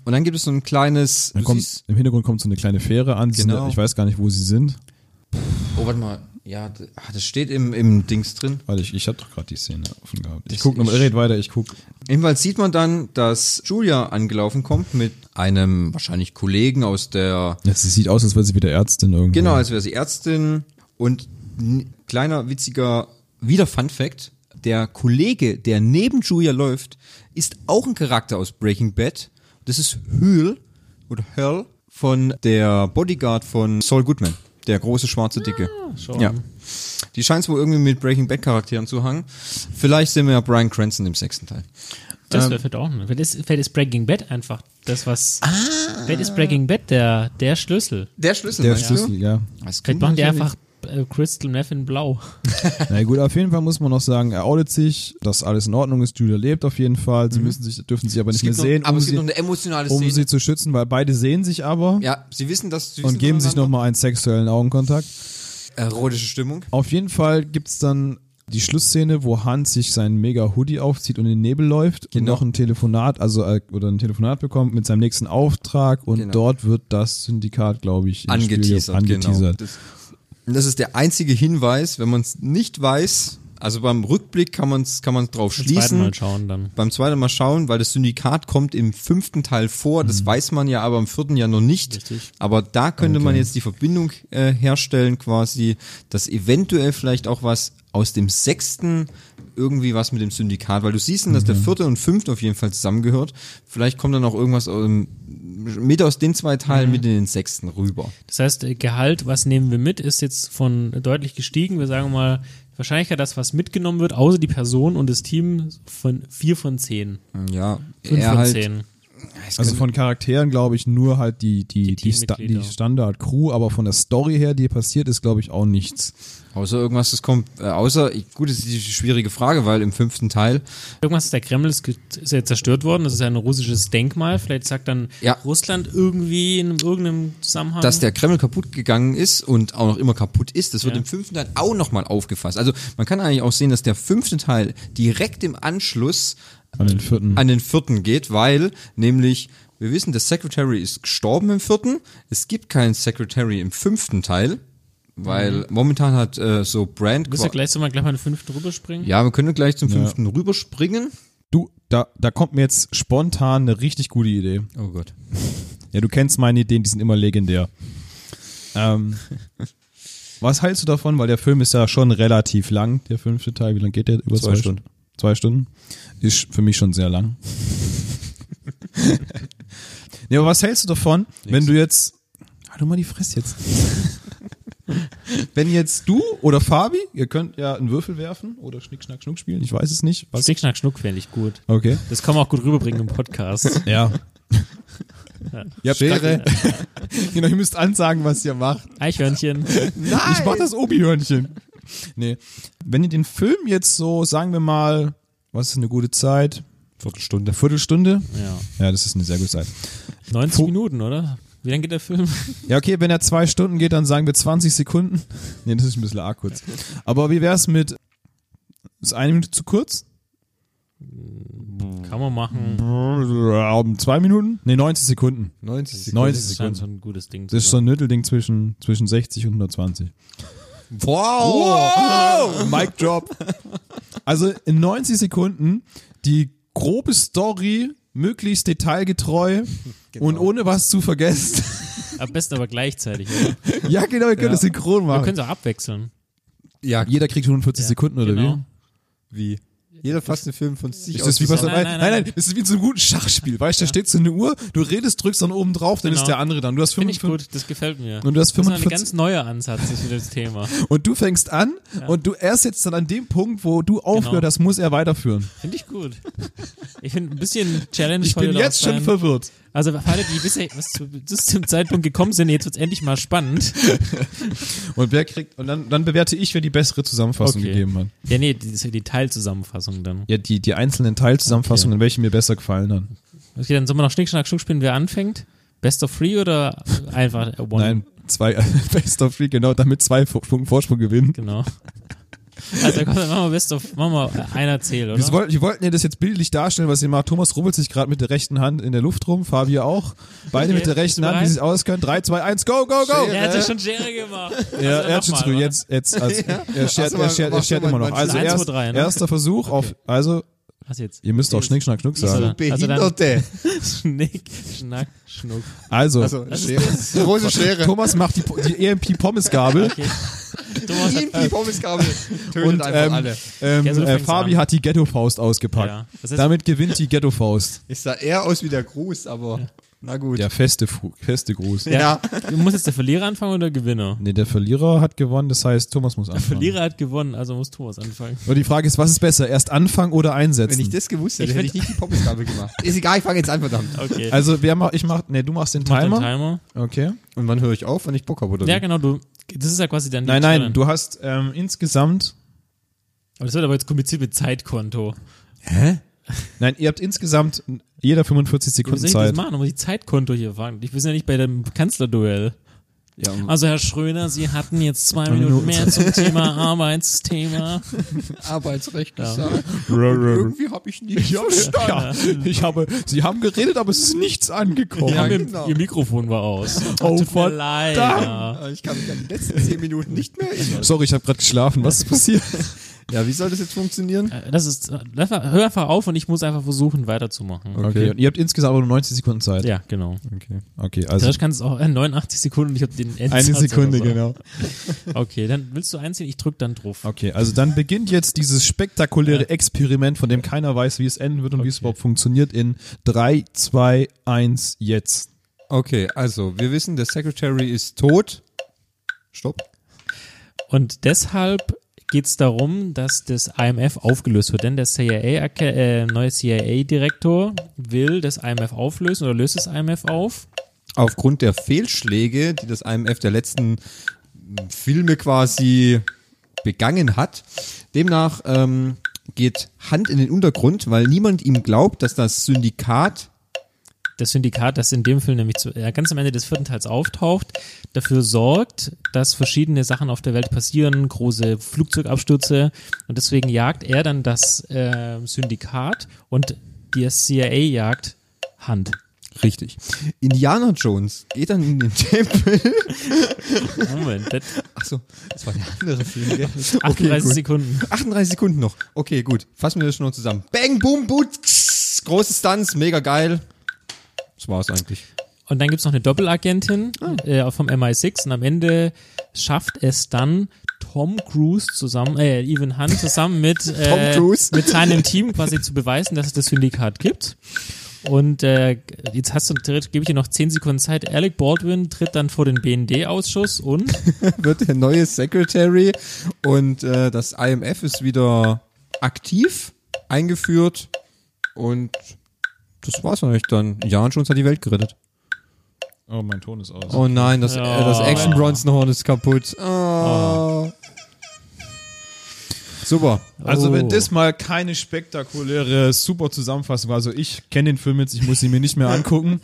S1: Und dann gibt es so ein kleines.
S3: Dann
S1: du
S3: kommt,
S1: siehst-
S3: Im Hintergrund kommt so eine kleine Fähre an. Sie
S1: Genau.
S3: Sind, ich weiß gar nicht, wo sie sind.
S1: oh, warte mal. Ja, d- ah, das steht im, im Dings drin.
S3: Warte, ich, ich habe doch gerade die Szene offen gehabt. Ich
S1: Ich-
S3: guck nochmal,
S1: ich-
S3: red weiter, ich guck.
S1: Jedenfalls sieht man dann, dass Julia angelaufen kommt mit einem wahrscheinlich Kollegen aus der.
S3: Ja, sie sieht aus, als wäre sie wieder Ärztin irgendwie.
S1: Genau, als wäre sie Ärztin. Und ein kleiner, witziger, wieder Fun Fact. Der Kollege, der neben Julia läuft, ist auch ein Charakter aus Breaking Bad. Das ist Hül oder Hurl von der Bodyguard von Saul Goodman. Der große schwarze Dicke.
S2: schon.
S1: Ja. Die scheint es wohl irgendwie mit Breaking Bad Charakteren zu hangen. Vielleicht sehen wir ja Brian Cranston im sechsten Teil.
S2: Das
S1: Ähm,
S2: wäre vielleicht auch nicht. Vielleicht ist, vielleicht ist Breaking Bad einfach das, was. Vielleicht ist Breaking Bad der, der Schlüssel.
S1: Der Schlüssel,
S3: Der
S1: meinst du?
S3: Schlüssel, ja.
S1: Das
S2: Vielleicht
S1: könnte
S2: machen die
S1: natürlich-
S2: einfach äh, Crystal Meth in Blau.
S3: Na gut, auf jeden Fall muss man noch sagen, er outet sich, dass alles in Ordnung ist, Julia lebt auf jeden Fall, sie müssen sich, dürfen sich aber nicht mehr
S1: gibt noch-
S3: sehen,
S1: aber
S3: um,
S1: Mhm. es gibt
S3: sie,
S1: noch eine emotionale
S3: um
S1: Szene.
S3: sie zu schützen, weil beide sehen sich aber
S1: ja, sie wissen, dass sie
S3: und
S1: wissen
S3: geben sich
S1: voneinander.
S3: nochmal einen sexuellen Augenkontakt.
S1: erotische Stimmung.
S3: Auf jeden Fall gibt's dann die Schlussszene, wo Hans sich seinen mega Hoodie aufzieht und in den Nebel läuft und
S1: Genau.
S3: noch ein Telefonat, also äh, oder ein Telefonat bekommt mit seinem nächsten Auftrag und
S1: Genau.
S3: dort wird das Syndikat, glaube ich, ins Spiel
S1: Angeteasert,
S3: ge- angeteasert.
S1: genau. Das, das ist der einzige Hinweis, wenn man es nicht weiß, also beim Rückblick kann man es kann man's drauf
S2: Zweiten
S1: schließen.
S2: Mal schauen dann.
S1: beim zweiten Mal schauen, weil das Syndikat kommt im fünften Teil vor, das weiß man ja aber im vierten ja noch nicht.
S2: Richtig.
S1: Aber da könnte man jetzt die Verbindung äh, herstellen quasi, dass eventuell vielleicht auch was aus dem sechsten irgendwie was mit dem Syndikat, weil du siehst, dass der vierte und fünfte auf jeden Fall zusammengehört. Vielleicht kommt dann auch irgendwas ähm, mit aus den zwei Teilen mit in den sechsten rüber.
S2: Das heißt, äh, Gehalt, was nehmen wir mit, ist jetzt von äh, deutlich gestiegen. Wir sagen mal, die Wahrscheinlichkeit, dass was mitgenommen wird, außer die Person und das Team von 4 von 10.
S1: Ja,
S2: 5
S1: er
S2: von
S1: halt,
S2: 10.
S3: Also von Charakteren glaube ich nur halt die, die, die, Sta
S2: Teammitglieder.
S3: die Standard-Crew, aber von der Story her, die passiert ist, glaube ich auch nichts.
S1: Außer irgendwas, das kommt, äh, außer, ich- gut, das ist die schwierige Frage, weil im fünften Teil,
S2: Irgendwas ist der Kreml ist, ge- ist ja zerstört worden. Das ist ja ein russisches Denkmal. Vielleicht sagt dann
S1: Ja.
S2: Russland irgendwie in irgendeinem Zusammenhang.
S1: dass der Kreml kaputt gegangen ist und auch noch immer kaputt ist, das wird
S2: Mhm. Ja.
S1: im fünften Teil auch nochmal aufgefasst. Also man kann eigentlich auch sehen, dass der fünfte Teil direkt im Anschluss
S3: An den vierten.
S1: an den vierten geht, weil nämlich wir wissen, der Secretary ist gestorben im vierten. Es gibt keinen Secretary im fünften Teil, weil momentan hat äh, so Brand.
S2: Müsst ihr gleich so mal gleich mal einen fünften rüberspringen?
S1: Ja, wir können gleich zum fünften rüberspringen.
S3: Du, da, da kommt mir jetzt spontan eine richtig gute Idee.
S1: Oh Gott.
S3: Ja, du kennst meine Ideen, die sind immer legendär. [LAUGHS] Ähm, was hältst du davon? Weil der Film ist ja schon relativ lang, der fünfte Teil. Wie lang geht der? Über zwei,
S1: Zwei
S3: Stunden. Zwei Stunden? Ist für mich schon sehr [LAUGHS] lang. ja, aber was hältst du davon, wenn du jetzt. Halt doch mal die Fresse [LAUGHS] jetzt. wenn jetzt du oder Fabi, ihr könnt ja einen Würfel werfen oder Schnick, Schnack, Schnuck spielen, ich weiß es nicht. Was?
S2: Schnick, schnack, schnuck fände ich gut.
S3: Okay.
S2: Das kann man auch gut rüberbringen im
S3: [LAUGHS]
S2: Podcast.
S3: Ja. Ihr habt
S1: Schere.
S3: starke- [LAUGHS] genau, ihr müsst ansagen, was ihr macht.
S2: Eichhörnchen.
S3: Ich mach das Obi-Hörnchen. Nee. Wenn ihr den Film jetzt so, sagen wir mal, was ist eine gute Zeit? Viertelstunde. Viertelstunde?
S2: Ja.
S3: Ja, das ist eine sehr gute Zeit.
S2: 90
S3: Fu-
S2: Minuten, oder? Wie lange geht der Film?
S3: Ja, okay, wenn er zwei Stunden geht, dann sagen wir 20 Sekunden. [LAUGHS] Nee, das ist ein bisschen arg kurz. Aber wie wär's mit, ist eine Minute zu kurz?
S2: Kann man machen.
S3: um Zwei Minuten? Nee, 90 Sekunden.
S1: 90 Sekunden.
S3: 90
S2: Das ist schon so
S3: Sekunden.
S2: ein gutes Ding.
S3: Das ist so ein Mittelding zwischen, zwischen 60 und 120.
S1: Wow!
S3: [LAUGHS] Mic drop. Also in 90 Sekunden die grobe Story möglichst detailgetreu und ohne was zu vergessen.
S2: Am besten aber gleichzeitig. Oder?
S3: [LAUGHS] ja, genau, ihr könnt das synchron
S2: Wir
S3: machen.
S2: können es auch abwechseln.
S1: Ja,
S3: Jeder kriegt 45
S2: Ja,
S3: Sekunden oder
S2: genau.
S1: wie? Jeder fasst einen Film von
S3: wie?
S1: sich
S3: Ist das wie bei
S1: zusammen.
S3: so
S2: Nein,
S3: nein,
S2: nein,
S3: nein,
S2: nein.
S3: nein, das ist wie in so einem guten Schachspiel. Weißt du, da steht so eine Uhr, du redest, drückst dann oben drauf, dann
S2: Genau.
S3: ist der andere dann. Du hast
S2: Finde ich
S3: 45
S2: gut, das gefällt mir.
S3: Und du
S2: Das
S3: hast
S2: ist mal
S3: 45
S2: ein ganz neuer Ansatz ist wieder das
S3: [LAUGHS]
S2: Thema.
S3: und du fängst an und du erst jetzt dann an dem Punkt, wo du aufhörst,
S2: Genau.
S3: das muss er weiterführen.
S2: Finde ich gut. Ich finde ein bisschen Challenge
S3: Ich
S2: soll
S3: bin
S2: da auch
S3: jetzt schon
S2: sein.
S3: verwirrt.
S2: Also für alle, die bisher was zu, [LAUGHS] bis zum Zeitpunkt gekommen sind, jetzt wird's endlich mal spannend.
S3: Und wer kriegt und dann, dann bewerte ich, wer die bessere Zusammenfassung gegeben hat.
S2: Ja, nee, das ist ja die Teilzusammenfassung dann.
S3: Ja, die, die einzelnen Teilzusammenfassungen, welche mir besser gefallen haben.
S2: Okay, dann sollen wir noch Schnick, Schnack, Schnuck spielen, wer anfängt? Best of Three oder einfach One?
S3: Nein, zwei [LAUGHS] Best of Three, genau, damit zwei Vo- Punkte Vorsprung gewinnen.
S2: Genau. Also komm, dann machen wir Best of, machen wir einer zählt,
S3: Wir
S2: oder?
S3: wollten, wir wollten ja das jetzt bildlich darstellen, was ihr macht. Thomas rubbelt sich gerade mit der rechten Hand in der Luft rum, Fabi auch. Beide
S2: Okay,
S3: mit der rechten
S2: bist du
S3: Hand, wie sie es auskönnen. Drei, zwei, eins, go, go, go!
S2: er hat ja schon Schere gemacht. Also
S3: Ja, er hat schon
S2: nochmal,
S3: zu früh.
S2: oder?
S3: Jetzt, jetzt,
S2: [LAUGHS]
S3: also, er schert,
S1: Hast du mal-
S3: er schert, er
S1: machst du
S3: schert
S1: mal
S3: immer noch.
S1: einen
S3: Also
S2: Eins, zwei,
S3: erst,
S2: drei, ne?
S3: erster Versuch auf, also,
S2: Was jetzt?
S3: ihr müsst auch Schnick, Schnack, Schnuck sagen.
S2: Also dann-
S1: Behinderte.
S2: Schnick, Schnack, Schnuck.
S3: Also,
S2: [LAUGHS]
S1: Schere. Große Schere.
S3: Thomas macht die, Po- die E EMP-Pommesgabel.
S2: Okay. Thomas
S3: [LAUGHS]
S2: hat,
S1: Die [LAUGHS] Pommesgabel tötet
S3: Und
S1: einfach
S3: ähm,
S1: alle.
S3: ähm,
S2: Ja, so
S3: äh,
S2: fängt's
S3: Fabi
S2: an.
S3: hat die Ghetto-Faust ausgepackt.
S2: Ja, das heißt-
S3: Damit gewinnt
S2: [LAUGHS]
S3: die Ghetto-Faust.
S1: Ich sah eher aus wie der Gruß, aber na gut.
S3: Der feste, Fu- feste Gruß.
S2: ja. Du musst jetzt der Verlierer anfangen oder der Gewinner?
S3: Nee, der Verlierer hat gewonnen, das heißt, Thomas muss anfangen.
S2: Verlierer hat gewonnen, also muss Thomas anfangen.
S3: Und die Frage ist, was ist besser, erst anfangen oder einsetzen?
S1: Wenn ich das gewusst hätte,
S2: Ich
S1: hätte ich
S2: find-
S1: nicht die Pommesgabel gemacht. Ist egal, ich fange jetzt an, verdammt.
S2: Okay.
S3: also, wer macht, ich mach, nee, du machst den
S2: Mach den
S3: Timer.
S2: Timer.
S3: Okay.
S1: Und wann höre ich auf, wenn ich Bock habe, oder
S2: Ja, genau, du. Das ist ja quasi dann die
S3: Nein, nein,
S2: Challenge.
S3: du hast ähm, insgesamt,
S2: Aber das wird aber jetzt kompliziert mit Zeitkonto.
S3: nein, ihr habt insgesamt jeder 45
S2: Wie
S3: Sekunden
S2: soll ich das
S3: Zeit.
S2: machen? Da muss ich Zeitkonto hier fragen. Ich bin ja nicht bei dem Kanzlerduell.
S1: Ja,
S2: Also, Herr Schröder, Sie hatten jetzt zwei Minuten mehr zum Thema
S3: [LAUGHS]
S2: Arbeitsthema.
S1: Ah, Arbeitsrecht
S2: Ja.
S1: gesagt.
S3: Rrrr.
S1: Irgendwie habe ich nicht.
S3: Ich habe, ja, ich habe, sie haben geredet, aber es ist nichts angekommen.
S1: Ja,
S2: Ihr-
S1: genau.
S2: Ihr Mikrofon war
S3: [LAUGHS]
S2: aus.
S3: Oh,
S2: Tut mir
S3: verdammt.
S2: leid. Ja.
S1: Ich kann mich an die letzten zehn Minuten nicht mehr erinnern.
S3: Sorry, ich habe gerade geschlafen. Was ist passiert?
S2: [LAUGHS]
S1: Ja, wie soll das jetzt funktionieren?
S2: Äh, Das ist, lass mal- hör einfach auf und ich muss einfach versuchen, weiterzumachen.
S3: Okay. und ihr habt insgesamt aber nur 90 Sekunden Zeit.
S2: Ja, genau.
S3: Okay. Okay, also
S2: Also, kannst es auch äh, 89 Sekunden, ich habe den Endsatz
S3: eine
S2: oder
S3: Sekunde,
S2: so.
S3: genau.
S2: Okay, dann willst du einziehen, ich drück dann drauf.
S3: Okay, also dann beginnt jetzt dieses spektakuläre Experiment, von dem keiner weiß, wie es enden wird und wie es überhaupt funktioniert, in 3, 2, 1, jetzt.
S1: Okay, also wir wissen, der Secretary ist tot. Stopp.
S2: Und deshalb geht es darum, dass das IMF aufgelöst wird. Denn der CIA, äh, neue CIA-Direktor will das IMF auflösen oder löst das IMF auf.
S1: Aufgrund der Fehlschläge, die das IMF der letzten hm, Filme quasi begangen hat. Demnach ähm, geht Hand in den Untergrund, weil niemand ihm glaubt, dass das Syndikat
S2: das Syndikat, das in dem Film nämlich zu, äh, ganz am Ende des vierten Teils auftaucht, dafür sorgt, dass verschiedene Sachen auf der Welt passieren, große Flugzeugabstürze und deswegen jagt er dann das äh, Syndikat und die CIA jagt Hand.
S1: Richtig. Indiana Jones geht dann in den Tempel. [LAUGHS]
S2: Moment, das
S1: Achso, das war der andere Film, gell?
S2: 38
S1: gut.
S2: Sekunden.
S1: 38 Sekunden noch. Okay, gut. Fassen wir das schon noch zusammen. Bang, boom, boot. kss. Große Stunts, mega geil. Das war's eigentlich.
S2: Und dann gibt's noch eine Doppelagentin äh, vom MI6 und am Ende schafft es dann Tom Cruise zusammen, äh, Even Hunt zusammen mit, äh,
S1: Cruise.
S2: mit seinem Team quasi zu beweisen, dass es das Syndikat gibt. Und äh, jetzt hast du, gebe ich dir noch 10 Sekunden Zeit. Alec Baldwin tritt dann vor den BND-Ausschuss und [LAUGHS]
S1: Wird der neue Secretary und äh, das IMF ist wieder aktiv eingeführt und das war's eigentlich dann. Indiana Jones hat die Welt gerettet.
S3: Oh, mein Ton ist aus.
S1: Oh nein, das, äh, das
S2: Ja.
S1: Action Bronzenhorn ist kaputt. Oh. Super.
S3: Also
S2: Oh.
S3: wenn das mal keine spektakuläre, super Zusammenfassung war, also ich kenne den Film jetzt, ich muss ihn mir nicht mehr [LAUGHS] angucken.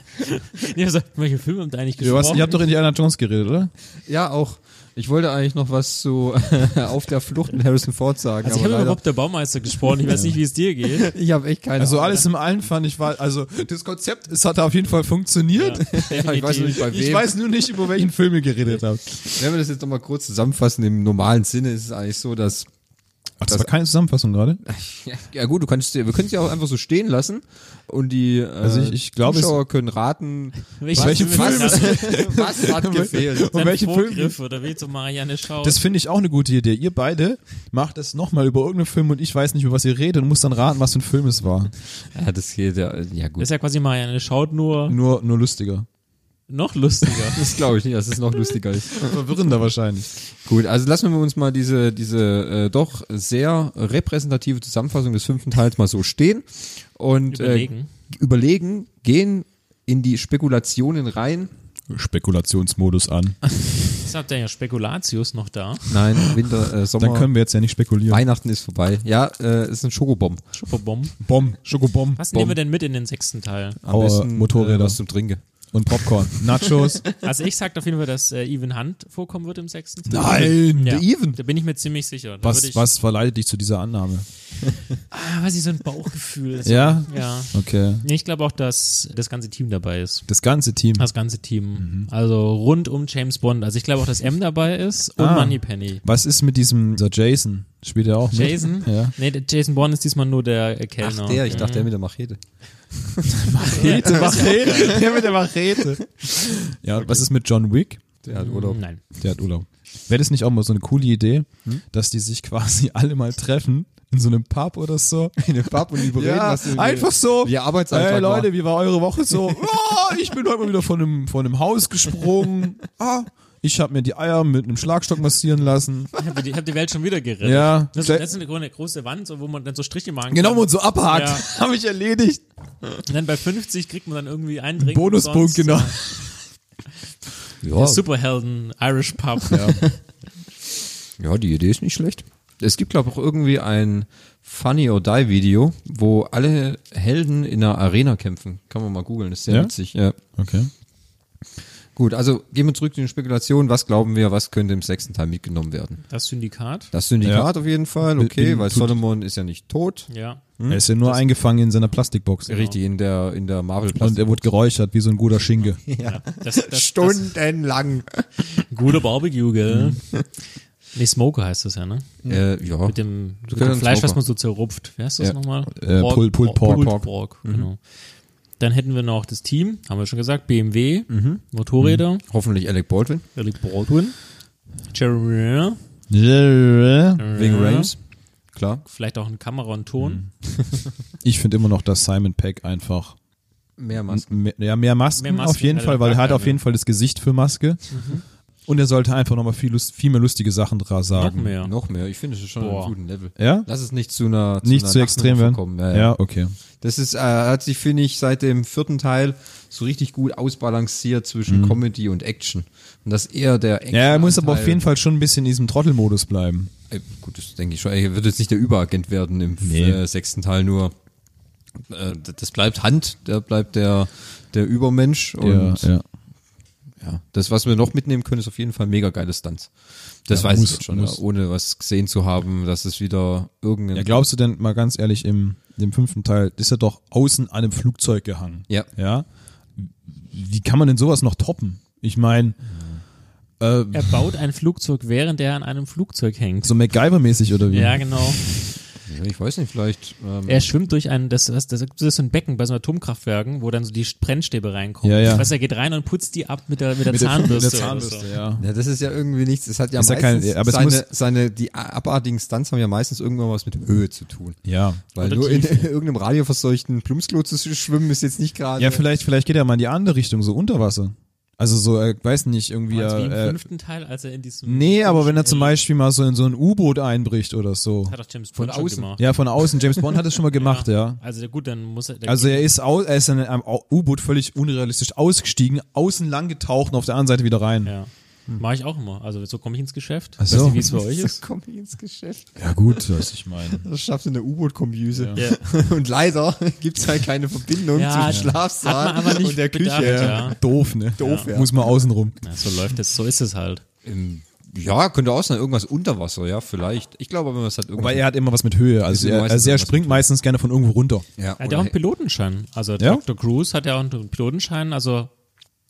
S2: ja, so, welchen Film habt ihr eigentlich
S3: Du hast,
S2: gesprochen?
S3: ihr habt doch Indiana Jones geredet, oder?
S1: Ja, auch. Ich wollte eigentlich noch was zu [LAUGHS] Auf der Flucht mit Harrison Ford sagen,
S2: also ich
S1: aber
S2: habe über
S1: leider,
S2: Bob der Baumeister gesprochen. Ich weiß nicht, wie es dir geht.
S1: ich habe echt keine
S3: Also
S1: Ahnung.
S3: alles im allen fand ich war, also das Konzept, es hat auf jeden Fall funktioniert.
S1: [LAUGHS] Ja, ich weiß noch nicht bei wem.
S3: Ich weiß nur nicht, über welchen Film ihr geredet habt.
S1: Wenn wir das jetzt nochmal kurz zusammenfassen, im normalen Sinne ist es eigentlich so, dass
S3: Ach, das war keine Zusammenfassung gerade.
S1: ja gut, du kannst wir können es ja auch einfach so stehen lassen und die äh,
S3: Also ich- ich glaube, es-
S1: Zuschauer können raten,
S2: Welchen
S3: welchen
S1: was,
S3: Film
S1: [LAUGHS]
S2: ist
S1: was hat gefehlt.
S3: Um welchen Film?
S2: Vorgriff oder willst du Marianne Schau?
S3: Das finde ich auch eine gute Idee. Ihr beide macht es nochmal über irgendeinen Film und ich weiß nicht, über was ihr redet und muss dann raten, was für ein Film es war.
S1: Ja, das geht ja ja
S2: Das
S1: gut.
S2: ist ja quasi Marianne schaut nur
S3: Nur, nur lustiger.
S2: noch lustiger.
S1: Das glaube ich nicht, dass es noch lustiger ist.
S3: Verwirrender wahrscheinlich.
S1: [LAUGHS] Gut, also lassen wir uns mal diese, diese äh, doch sehr repräsentative Zusammenfassung des fünften Teils mal so stehen und
S2: Überlegen.
S1: Äh, überlegen, gehen in die Spekulationen rein.
S3: Spekulationsmodus an.
S2: [LAUGHS] Jetzt habt ihr ja Spekulatius noch da.
S1: Nein, Winter, äh, Sommer,
S3: Dann können wir jetzt ja nicht spekulieren.
S1: Weihnachten ist vorbei. Ja, äh, ist ein Schokobomb.
S2: Schupperbomb.
S3: Bomb, Schokobomb
S2: Was
S1: Bomb.
S2: nehmen wir denn mit in den sechsten Teil?
S1: Am
S3: Aua,
S1: besten
S3: Motorräder.
S1: Äh, was zum Trinken.
S3: und
S2: [LAUGHS]
S3: Popcorn. Nachos.
S2: Also ich sag auf jeden Fall, dass äh, Even Hunt vorkommen wird im sechsten Teil.
S3: Nein!
S2: Ja,
S1: der Even.
S2: Da bin ich mir ziemlich sicher. Da würde
S3: Was,
S2: ich,
S3: was verleitet dich zu dieser Annahme?
S2: Ah, weiß ich, so ein Bauchgefühl. Das-
S3: Ja?
S2: Ja.
S3: Okay.
S2: Nee, Ich glaube auch, dass das ganze Team dabei ist.
S3: Das ganze Team.
S2: Das ganze Team.
S3: Mhm.
S2: Also rund um James Bond. Also ich glaube auch, dass M dabei ist und
S3: Ah.
S2: Moneypenny.
S3: Was ist mit diesem dieser Jason? Spielt er auch mit?
S2: Jason?
S3: Ja.
S2: Nee, der Jason Bourne ist diesmal nur der äh, Kellner.
S3: Genau,
S1: Ach, der, ich dachte, der mit der Machete.
S2: [LAUGHS]
S3: Machete, Machete. Der mit der Machete. Ja, was ist mit John Wick?
S1: Der hat Urlaub.
S2: Nein.
S3: Der hat Urlaub. Wäre das nicht auch mal so eine coole Idee,
S1: Hm?
S3: dass die sich quasi [LAUGHS] alle mal treffen in so einem Pub oder so?
S1: In den Pub und überreden, was du-
S3: einfach so.
S1: wie ihr Arbeitsalltag
S3: Hey
S1: war.
S3: Leute, wie war eure
S1: [LAUGHS]
S3: Woche so? Oh, ich bin heute mal wieder von einem, von einem Haus gesprungen. Ah, ich habe mir die Eier mit einem Schlagstock massieren lassen.
S2: Ich habe die, hab die Welt schon wieder gerettet.
S3: Ja.
S2: Das, ist- das ist eine gro- eine große Wand, so, wo man dann so Striche machen
S3: Genau,
S2: kann.
S3: wo man so abhakt. [LAUGHS]
S2: Ja.
S3: Habe ich erledigt.
S2: Und dann bei 50 kriegt man dann irgendwie einen Drink.
S3: Bonuspunkt,
S2: umsonst.
S3: genau.
S2: Der
S1: Ja,
S2: Superhelden, Irish Pub.
S1: ja, die Idee ist nicht schlecht. Es gibt, glaube ich, auch irgendwie ein Funny or Die Video, wo alle Helden in einer Arena kämpfen. Kann man mal googeln, ist sehr
S3: Ja?
S1: witzig. Ja.
S3: Okay.
S1: Gut, also gehen wir zurück zu den Spekulationen. Was glauben wir, was könnte im sechsten Teil mitgenommen werden?
S2: Das Syndikat.
S1: Das Syndikat auf jeden Fall, okay,
S3: Bin-
S1: weil
S3: tut-
S1: Solomon ist ja nicht tot.
S2: Ja.
S3: Er ist ja nur eingefangen in seiner Plastikbox.
S1: Hm? Richtig, in der, in der marvel
S3: Genau. Und er wurde geräuchert wie so ein
S1: [LAUGHS]
S3: guter Schinke.
S2: Das, das,
S1: Stundenlang.
S2: Das, guter Barbecue, gell?
S3: Mhm.
S2: nee, Smoker heißt das ja, ne?
S1: Äh, ja.
S2: Mit dem, mit
S1: können
S2: dem Fleisch,
S1: Smoker.
S2: was man so zerrupft. Wer ist das
S1: Ja.
S2: nochmal?
S3: Äh, Pulled- Pulled Pork. Mhm.
S2: Pulled Pork, genau. Dann hätten wir noch das Team, haben wir schon gesagt, BMW,
S3: Mhm.
S2: Motorräder,
S1: Hoffentlich Alec Baldwin.
S2: Alec Baldwin, Jeremy Renner,
S1: Wegen
S2: Ja.
S1: Rames. Klar.
S2: vielleicht auch ein Kamera und Ton.
S3: Ich finde immer noch, dass Simon Peck einfach
S1: Mehr Masken.
S3: Mehr, ja, mehr Masken,
S2: Mehr Masken
S3: auf jeden
S2: hat
S3: Fall,
S2: er
S3: weil er
S2: gar
S3: hat auf
S2: keine.
S3: jeden Fall das Gesicht für Maske.
S2: Mhm.
S3: Und er sollte einfach nochmal viel, lust- viel mehr lustige Sachen dra
S2: Noch
S3: sagen.
S2: mehr.
S1: Noch mehr. Ich finde es ist schon
S2: Boah.
S1: einen guten Level.
S3: Ja?
S1: Lass es nicht zu einer zu
S3: Nicht
S1: einer
S3: zu extrem
S1: Lachnummer
S3: werden.
S1: kommen.
S3: ja,
S1: Ja, ja.
S3: okay.
S1: Das ist, äh, hat sich, finde ich, seit dem vierten Teil so richtig gut ausbalanciert zwischen Comedy und Action. Und das eher der Action.
S3: Mhm. Ja, er muss aber auf jeden Fall schon ein bisschen in diesem Trottelmodus bleiben.
S1: Äh, gut, das denke ich schon. Er wird jetzt nicht der Überagent werden im
S3: Nee.
S1: äh, sechsten Teil nur. Äh, d- das bleibt Hand, der bleibt der, der Übermensch. Und ja,
S3: ja.
S1: das, was wir noch mitnehmen können, ist auf jeden Fall mega geile Stunts. Das
S3: Ja,
S1: weiß
S3: muss-
S1: ich jetzt schon,
S3: muss.
S1: ja, ohne was gesehen zu haben, dass es wieder irgendein.
S3: ja, glaubst du denn, mal ganz ehrlich, im, im fünften Teil ist er doch außen an einem Flugzeug gehangen.
S1: Ja.
S3: Ja. Wie kann man denn sowas noch toppen? Ich meine, äh,
S2: Er baut ein Flugzeug, während er an einem Flugzeug hängt.
S3: so MacGyver-mäßig oder wie?
S2: Ja, genau.
S1: ich weiß nicht, vielleicht. Ähm,
S2: Er schwimmt durch ein, das, das, das das ist so ein Becken bei so Atomkraftwerken, wo dann so die Brennstäbe reinkommen.
S3: Ja, ja.
S2: Was er geht rein und putzt die ab mit der, mit der
S3: Mit der, mit der
S2: Zahnbürste.
S3: Zahnbürste,
S2: oder so.
S3: ja.
S1: Ja, das ist ja irgendwie nichts. Es hat ja
S3: Ist ja
S1: meistens
S3: kein- aber es muss-
S1: seine, seine, die abartigen Stunts haben ja meistens irgendwann was mit Höhe zu tun.
S3: Ja.
S1: Weil
S2: Oder
S1: nur in [LAUGHS] irgendeinem radioverseuchten Plumpsklo zu schwimmen ist jetzt nicht
S2: Also
S1: gerade.
S3: Ja, vielleicht, vielleicht geht er mal in die andere Richtung, so unter Wasser. Also so, äh, weiß nicht, irgendwie.
S2: Meinst du wie im
S3: Äh, äh,
S2: fünften Teil, als er in diesem.
S3: nee, aber wenn er zum Beispiel mal so in so ein U-Boot einbricht oder so.
S2: Hat doch James Bond
S1: Von
S2: schon
S1: außen.
S2: gemacht.
S3: Ja, von außen. James Bond hat es
S2: [LAUGHS]
S3: schon mal gemacht, ja.
S2: Also gut, dann muss er.
S3: Also er ist, au er ist in einem Au- U-Boot völlig unrealistisch ausgestiegen, außen lang getaucht und auf der anderen Seite wieder rein.
S2: Ja. Mach ich auch immer. Also so komme ich ins Geschäft.
S3: Hm. so.
S2: Weiß nicht, wie es bei euch
S1: so
S3: [LAUGHS]
S2: ist.
S1: komme ich ins Geschäft.
S3: Ja, gut, was ich meine.
S1: Das schafft in der U-Boot-Kombüse.
S2: Ja.
S1: [LAUGHS] Und leider gibt es halt keine Verbindung
S2: Ja,
S1: zwischen
S2: hat
S1: Schlafsaal
S2: man aber nicht
S1: und der
S2: bedacht,
S1: Küche.
S2: ja.
S3: Doof, ne?
S1: Doof, ja.
S3: Muss man außen rum.
S2: Ja, so läuft es, so ist es halt.
S1: Ähm, ja, könnte auch sein, irgendwas unter Wasser, ja, vielleicht. Ich glaube, wenn man es hat irgendwas.
S3: Weil er hat immer was mit Höhe. Also
S1: Ist
S3: er,
S1: meistens
S3: also er
S1: irgendwas
S3: springt meistens gerne von irgendwo runter.
S1: ja,
S2: Er hat ja
S1: oder-
S2: auch einen Pilotenschein. Also
S3: Ja?
S2: Dr. Cruise hat ja auch einen Pilotenschein, also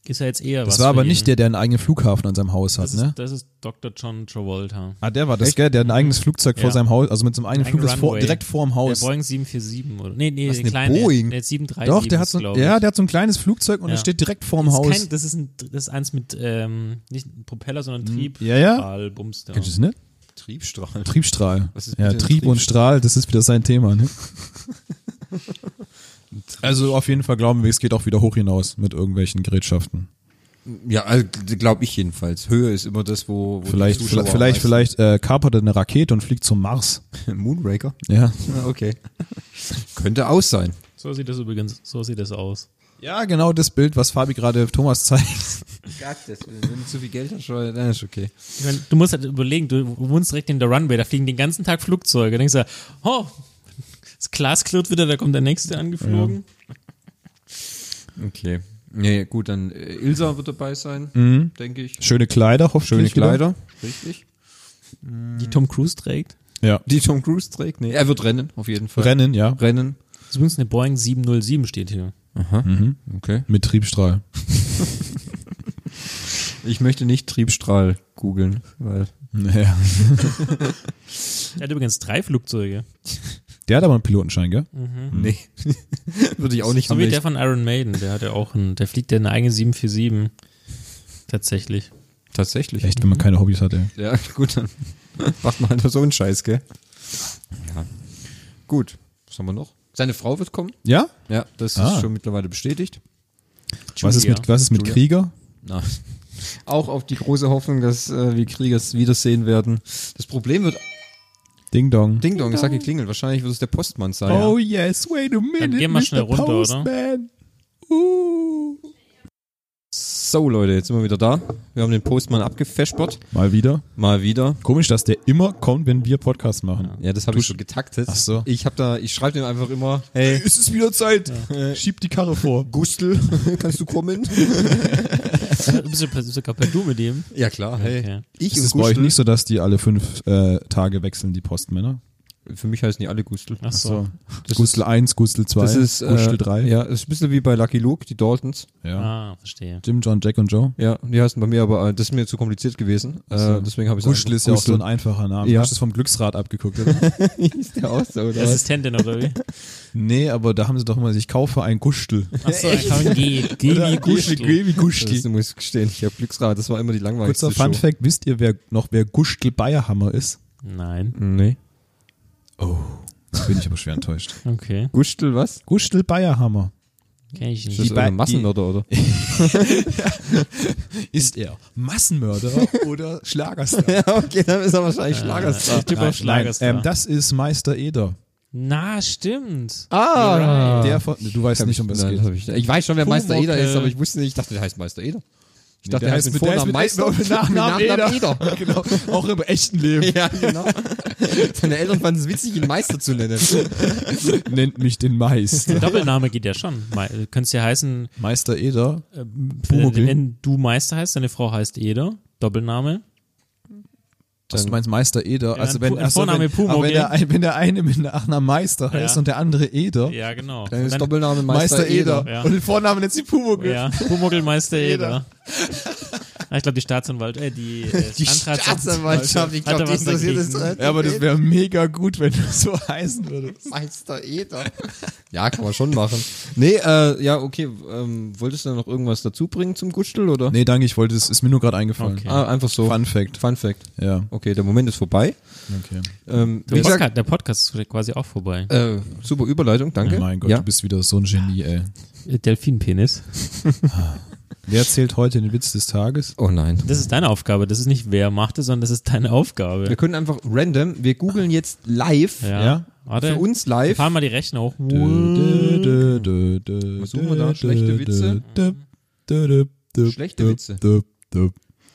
S2: ist er jetzt eher was.
S3: Das war
S2: für
S3: aber
S2: ihn.
S3: nicht der, der einen eigenen Flughafen an seinem Haus hat,
S2: Das ist,
S3: ne?
S2: das ist Dr. John Travolta.
S3: Ah, der war das, gell? Der hat ein eigenes Flugzeug vor
S2: Ja.
S3: seinem Haus, also mit seinem eigenen
S2: Eigen
S3: Flug, das vor,
S2: Runway.
S3: direkt vorm Haus.
S2: Der Boeing 747 oder? Nee, nee,
S1: Was,
S2: der
S1: eine
S2: kleine.
S1: Boeing?
S2: Der 737
S3: Doch, der hat,
S2: ist,
S3: so,
S2: glaub ich.
S3: ja, der hat so ein kleines Flugzeug und
S2: Ja.
S3: es steht direkt vorm
S2: das ist
S3: Haus.
S2: Kein, das, ist ein, das ist eins mit, ähm, nicht ein Propeller, sondern Trieb.
S3: Hm. Ja, ja.
S2: Strahl, Bums, da.
S3: Kennst du das nicht?
S1: Triebstrahl.
S3: Triebstrahl.
S1: Was ist mit
S3: ja,
S1: dem
S3: Trieb,
S1: Triebstrahl?
S3: und Strahl, das ist wieder sein Thema, ne? also auf jeden Fall glauben wir, es geht auch wieder hoch hinaus mit irgendwelchen Gerätschaften.
S1: Ja, also, glaube ich jedenfalls. Höhe ist immer das, wo, wo die
S3: Vielleicht,
S1: Zuschauer
S3: vielleicht, vielleicht,
S1: am
S3: vielleicht äh, kapert er eine Rakete und fliegt zum Mars.
S1: meisten- Moonraker.
S3: Ja.
S1: [LAUGHS] Ja, Okay. [LAUGHS] Könnte aus sein.
S2: So sieht das übrigens, so sieht das aus.
S3: Ja, genau das Bild, was Fabi gerade Thomas zeigt.
S1: Wenn du zu viel Geld hast, dann ist okay.
S2: Ich mein, du musst halt überlegen, du wohnst direkt in der Runway, da fliegen den ganzen Tag Flugzeuge. Da denkst du, oh, das Glas klirrt wieder, da kommt der nächste angeflogen.
S1: Okay. Nee, gut, dann äh, Ilsa wird dabei sein, denke ich.
S3: Schöne Kleider,
S1: Mhm. Schöne
S3: hoffentlich.
S1: Kleider. Richtig.
S2: Die Tom Cruise trägt.
S3: wieder. Ja.
S1: Die Tom Cruise trägt? Nee, er wird rennen, auf jeden Fall.
S3: Rennen, ja.
S1: Rennen. Mhm.
S2: Das ist übrigens eine Boeing 707 steht hier.
S1: Okay.
S3: Mit Triebstrahl.
S1: Ich möchte nicht Triebstrahl googeln, weil.
S3: Naja.
S2: Er hat übrigens drei Flugzeuge.
S3: Der hat aber einen Pilotenschein, gell?
S2: Mhm.
S1: Nee. [LAUGHS] Würde ich auch nicht
S2: So
S1: haben.
S2: wie der
S1: wenn
S2: von Iron Maiden, der hat ja auch einen, der fliegt ja eine eigene 747. Tatsächlich.
S1: ich- Tatsächlich.
S3: Echt, wenn man keine Hobbys hat, ey.
S1: Ja, [LAUGHS] gut, dann macht man halt nur so einen Scheiß, gell? Ja. Gut. Was haben wir noch? Seine Frau wird kommen.
S3: Ja?
S1: Ja, das
S3: Ah.
S1: ist schon mittlerweile bestätigt.
S3: Was ist mit, was ist mit
S1: Julia.
S3: Krieger?
S1: Na. [LAUGHS] Auch auf die große Hoffnung, dass äh, wir Krieger es wiedersehen werden. Das Problem wird.
S3: Ding Dong.
S1: Ding Dong, es hat geklingelt. Wahrscheinlich wird es der Postmann sein.
S3: Oh yes, wait a minute.
S2: geh mal
S3: Mr.
S2: schnell runter, oder?
S3: Postman. Uh.
S1: So, Leute, jetzt sind wir wieder da. Wir haben den Postmann abgefespert.
S3: Mal wieder.
S1: Mal wieder.
S3: Komisch, dass der immer kommt, wenn wir Podcasts machen.
S1: Ja, das habe ich schon getaktet.
S3: Ach so.
S1: Ich habe da, ich schreibe dem einfach immer, hey,
S3: Ist es wieder Zeit? Äh, Schieb die Karre vor.
S1: Gustl, [LAUGHS] kannst du kommen?
S2: Du bist ja sogar per Du mit ihm.
S1: Ja klar, hey.
S2: Okay.
S1: Ich
S3: Ist [LAUGHS] es
S1: und
S3: bei euch
S1: Gustl.
S3: nicht so, dass die alle fünf äh, Tage wechseln, die Postmänner?
S1: Für mich heißen die alle Gustl.
S2: Ach so.
S1: Das
S3: Gustl 1, Gustl 2,
S1: Das ist äh,
S3: Gustl 3.
S1: Ja, das ist ein bisschen wie bei Lucky Luke, die Daltons.
S3: Ja.
S2: Ah, verstehe.
S3: Jim, John, Jack und Joe.
S1: Ja, die heißen bei mir aber, äh, das ist mir zu kompliziert gewesen. Äh, deswegen habe ich
S3: Gustl ist ja auch so ein einfacher Name.
S1: Ja.
S3: Hast du das vom Glücksrad abgeguckt, oder?
S1: ist der auch so, [LAUGHS] oder?
S2: Die Assistentin oder wie?
S3: nee, aber da haben sie doch immer, ich kaufe ein Gustl.
S2: Achso, ich habe G. G wie Gustl.
S3: wie
S1: Das
S3: Gustl.
S1: muss ich gestehen, ich habe Glücksrad, das war immer die langweiligste
S3: Kurzer Fun
S1: Show.
S3: Fact, wisst ihr wer noch, wer Gustl Bayerhammer ist?
S2: Nein.
S1: Nee.
S3: Oh, da bin ich aber schwer enttäuscht.
S2: Okay.
S1: Gustl was?
S3: Gustl Bayerhammer.
S2: Kenne
S1: Ist
S2: ich nicht.
S1: das
S3: Die Bei-
S1: irgendein Massenmörder, oder?
S3: Ist er Massenmörder oder Schlagerstar?
S1: [LAUGHS] ja, okay, dann ist er wahrscheinlich Schlagerstar.
S2: Ich tippe auf Schlagerstar.
S3: ähm, das ist Meister Eder.
S2: Na, stimmt.
S1: Ah!
S3: Der von, du weißt nicht, um was es
S1: Nein,
S3: geht. [LAUGHS]
S1: hab ich, nicht. ich weiß schon, wer Meister
S2: Pumuckl.
S1: Eder ist, aber ich wusste nicht, ich dachte, der heißt Meister Eder. Ich dachte,
S3: Der
S1: der, heißt mit Vornamen Meister
S3: mit Nachnamen Eder. genau. Auch im echten Leben.
S1: [LAUGHS] Ja, genau. [LAUGHS] Seine Eltern fanden es witzig, ihn Meister zu nennen.
S3: Nennt mich den Meister.
S2: Doppelname geht ja schon. Me- Du könntest ja heißen,
S3: Meister Eder.
S2: wenn,
S3: Pumuckl.
S2: wenn du Meister heißt, deine Frau heißt Eder. Doppelname.
S3: Was du meinst Meister Eder?
S2: Ja,
S3: also
S2: ein
S3: wenn,
S2: Pu- ein
S3: also
S2: Vorname
S3: wenn,
S2: Pumuckl.
S3: aber wenn, der, ein- wenn der eine mit Nachnamen Meister heißt und der andere Eder,
S2: Ja, genau.
S1: Dann
S2: Und
S1: ist Doppelname
S3: Meister, Eder.
S2: Eder, ja.
S3: Und den Vornamen nennt sie Pumuckl.
S2: Ja, Pumuckelmeister Eder. Ah, ich glaube, die Staatsanwalt, äh, die, äh,
S1: [LAUGHS] Die
S2: Landratsanwalt-
S1: Staatsanwaltschaft, ich
S2: Hat
S1: glaube,
S2: er
S1: die
S2: was
S1: interessiert
S2: dagegen?
S1: es halt.
S3: Ja, aber das wäre mega gut, wenn du so heißen würdest.
S1: Meister Eder. [LAUGHS] Ja, kann man schon machen. Nee, äh, ja, okay. Ähm, wolltest du da noch irgendwas dazu bringen zum Gutschtel oder?
S3: Nee, danke, ich wollte, das ist mir nur gerade eingefallen.
S2: Okay.
S1: Ah, einfach so.
S3: Fun Fact.
S1: Fun Fact.
S3: Ja,
S1: Okay, der Moment ist vorbei.
S3: okay.
S1: Ähm,
S2: Der
S1: wie gesagt,
S2: Podcast, der Podcast ist quasi auch vorbei.
S1: äh, super Überleitung, danke.
S3: Oh mein Gott,
S1: ja.
S3: du bist wieder so ein Genie, ey.
S2: Äh, Delfinpenis.
S3: Wer erzählt heute den Witz des Tages?
S1: Oh nein.
S2: Das ist deine Aufgabe. Das ist nicht wer macht es, sondern das ist deine Aufgabe.
S1: Wir können einfach random, wir googeln jetzt live,
S2: Ja.
S3: Ja.
S2: Warte.
S1: für uns live.
S2: Fahren mal die Rechner hoch.
S3: Was
S1: suchen wir da? Schlechte Witze? Schlechte Witze.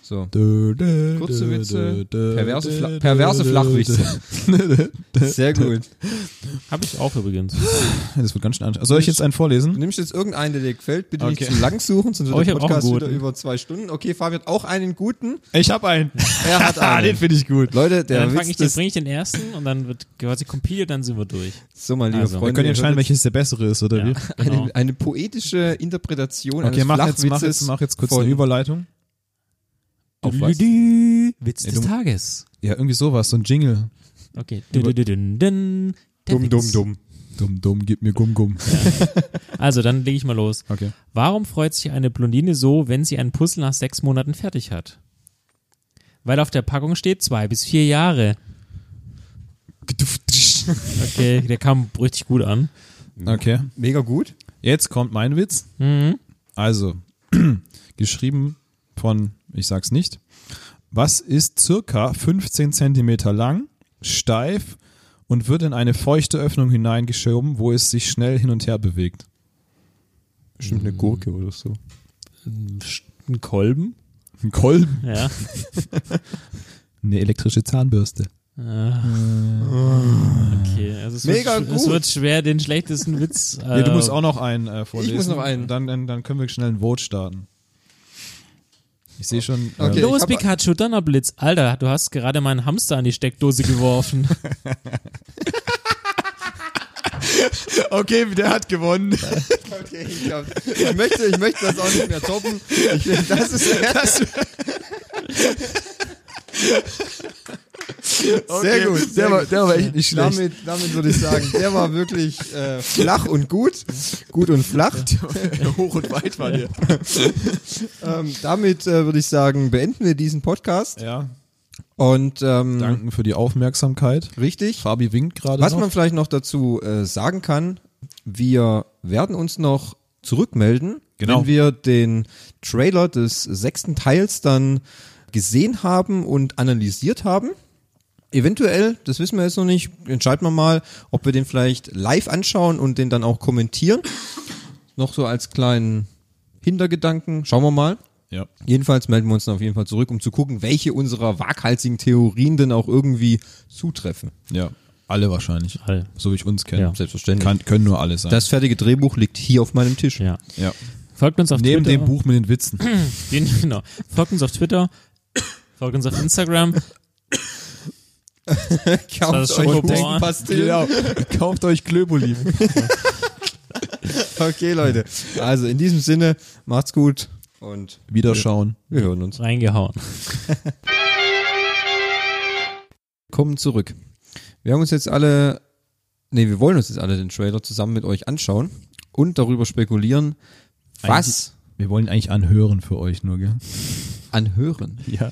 S1: So. Kurze
S3: Kurze
S1: Witze, perverse, Fla perverse Flachwitze.
S3: [LAUGHS]
S1: Sehr gut.
S2: Habe ich auch übrigens.
S3: Das wird ganz schön anstrengend. Soll ich jetzt einen vorlesen?
S1: Du nimmst jetzt irgendeinen, der dir gefällt. Bitte
S3: Okay.
S1: nicht zu lang suchen, sonst
S2: Oh,
S1: wird
S2: ich
S1: der
S2: hab auch
S1: Podcast
S2: einen
S1: wieder
S2: guten.
S1: über zwei Stunden. Okay, Fabian hat auch einen guten.
S3: Ich habe einen.
S1: Er
S3: [LAUGHS]
S1: hat
S3: Ah, den
S1: einen.
S3: finde ich gut.
S1: Leute,
S2: Ja,
S1: der
S2: dann fang
S1: Witz
S2: ich den,
S1: des...
S2: bringe ich den ersten und dann wird quasi compiled, dann sind wir durch.
S1: So, mein lieber
S2: Also, wir
S1: Freund.
S3: Wir können entscheiden, welches der bessere ist, oder
S2: Ja,
S3: [LAUGHS] wie?
S2: genau.
S1: Eine, eine poetische Interpretation
S3: Okay,
S1: eines
S3: mach jetzt, mach
S1: Flachwitzes
S3: jetzt, mach jetzt kurz
S1: von-
S3: eine Überleitung.
S1: Auf was?
S2: Dü- Witz
S3: Ja,
S2: des
S3: du-
S2: Tages.
S3: Ja, irgendwie sowas, so ein Jingle.
S2: Okay. Dü- dü- dü- dü- dü- der
S1: Dumm, dumm,
S2: Witz.
S1: dumm.
S3: Dumm, dumm, gib mir Gumm, Gumm.
S2: Also, dann lege ich mal los.
S1: [LAUGHS]
S3: Okay.
S2: Warum freut sich eine Blondine so, wenn sie ein Puzzle nach sechs Monaten fertig hat? Weil auf der Packung steht zwei bis vier Jahre. Okay, der kam richtig gut an.
S3: Okay.
S1: Mega gut.
S3: Jetzt kommt mein Witz.
S2: Mhm.
S3: Also, [CLEARS THROAT] geschrieben von, ich sag's nicht. Was ist circa 15 Zentimeter lang, steif und wird in eine feuchte Öffnung hineingeschoben, wo es sich schnell hin und her bewegt?
S1: Bestimmt eine Gurke oder so.
S2: Ein Kolben?
S3: Ein Kolben.
S2: Ja.
S3: Eine elektrische Zahnbürste.
S2: Ah. Okay, also es,
S1: Mega
S2: wird, sch-
S1: gut.
S2: es wird schwer, den schlechtesten Witz. Äh,
S3: Nee, du musst auch noch einen äh, vorlesen.
S1: Ähm, muss noch einen.
S3: Dann, dann, dann können wir schnell ein Vote starten. Ich sehe schon.
S1: Okay.
S3: ähm,
S2: Los,
S1: Ich hab-
S2: Pikachu, Donnerblitz. Alter, du hast gerade meinen Hamster an die Steckdose geworfen.
S3: okay, der hat gewonnen.
S1: Okay, ich, glaub, ich, möchte, ich möchte das auch nicht mehr toppen. Ich, das ist [LAUGHS] sehr gut. Sehr
S3: Der war, der war echt nicht schlecht.
S1: Damit, damit würde ich sagen, der war wirklich äh, flach und gut. Gut und flach.
S3: [LAUGHS] Hoch und weit war der.
S1: [LAUGHS] Ähm, damit äh, würde ich sagen, beenden wir diesen Podcast.
S3: Ja.
S1: Und ähm,
S3: Danken für die Aufmerksamkeit.
S1: richtig.
S3: Fabi winkt gerade.
S1: Was
S3: noch.
S1: man vielleicht noch dazu äh, sagen kann, wir werden uns noch zurückmelden,
S3: Genau.
S1: wenn wir den Trailer des sechsten Teils dann gesehen haben und analysiert haben. Eventuell, das wissen wir jetzt noch nicht, entscheiden wir mal, ob wir den vielleicht live anschauen und den dann auch kommentieren. noch so als kleinen Hintergedanken. Schauen wir mal.
S3: Ja.
S1: Jedenfalls melden wir uns dann auf jeden Fall zurück, um zu gucken, welche unserer waghalsigen Theorien denn auch irgendwie zutreffen.
S3: ja. Alle wahrscheinlich.
S2: Alle.
S3: So wie ich uns kenne.
S2: Ja.
S1: Selbstverständlich.
S3: Kann, können nur alle sein.
S1: Das fertige Drehbuch liegt hier auf meinem Tisch.
S2: ja.
S3: ja.
S2: Folgt uns auf
S3: Neben
S2: Twitter.
S3: dem Buch mit
S1: [LAUGHS]
S3: den Witzen.
S2: Den, genau. Folgt uns auf Twitter. Folgt uns auf Instagram.
S1: Kauft
S2: Das Genau. ist schon
S1: euch
S2: vorbei.
S1: Denkenpastillen.
S3: Genau. Kauft euch Klöbuli.
S1: Okay, Leute. Also in diesem Sinne, macht's gut und
S3: Wiederschauen.
S1: wir hören uns.
S2: Reingehauen.
S1: Kommen zurück. Wir haben uns jetzt alle, nee, wir wollen uns jetzt alle den Trailer zusammen mit euch anschauen und darüber spekulieren, was
S3: Wir wollen eigentlich anhören für euch nur, gell?
S1: anhören.
S3: [LAUGHS] Ja.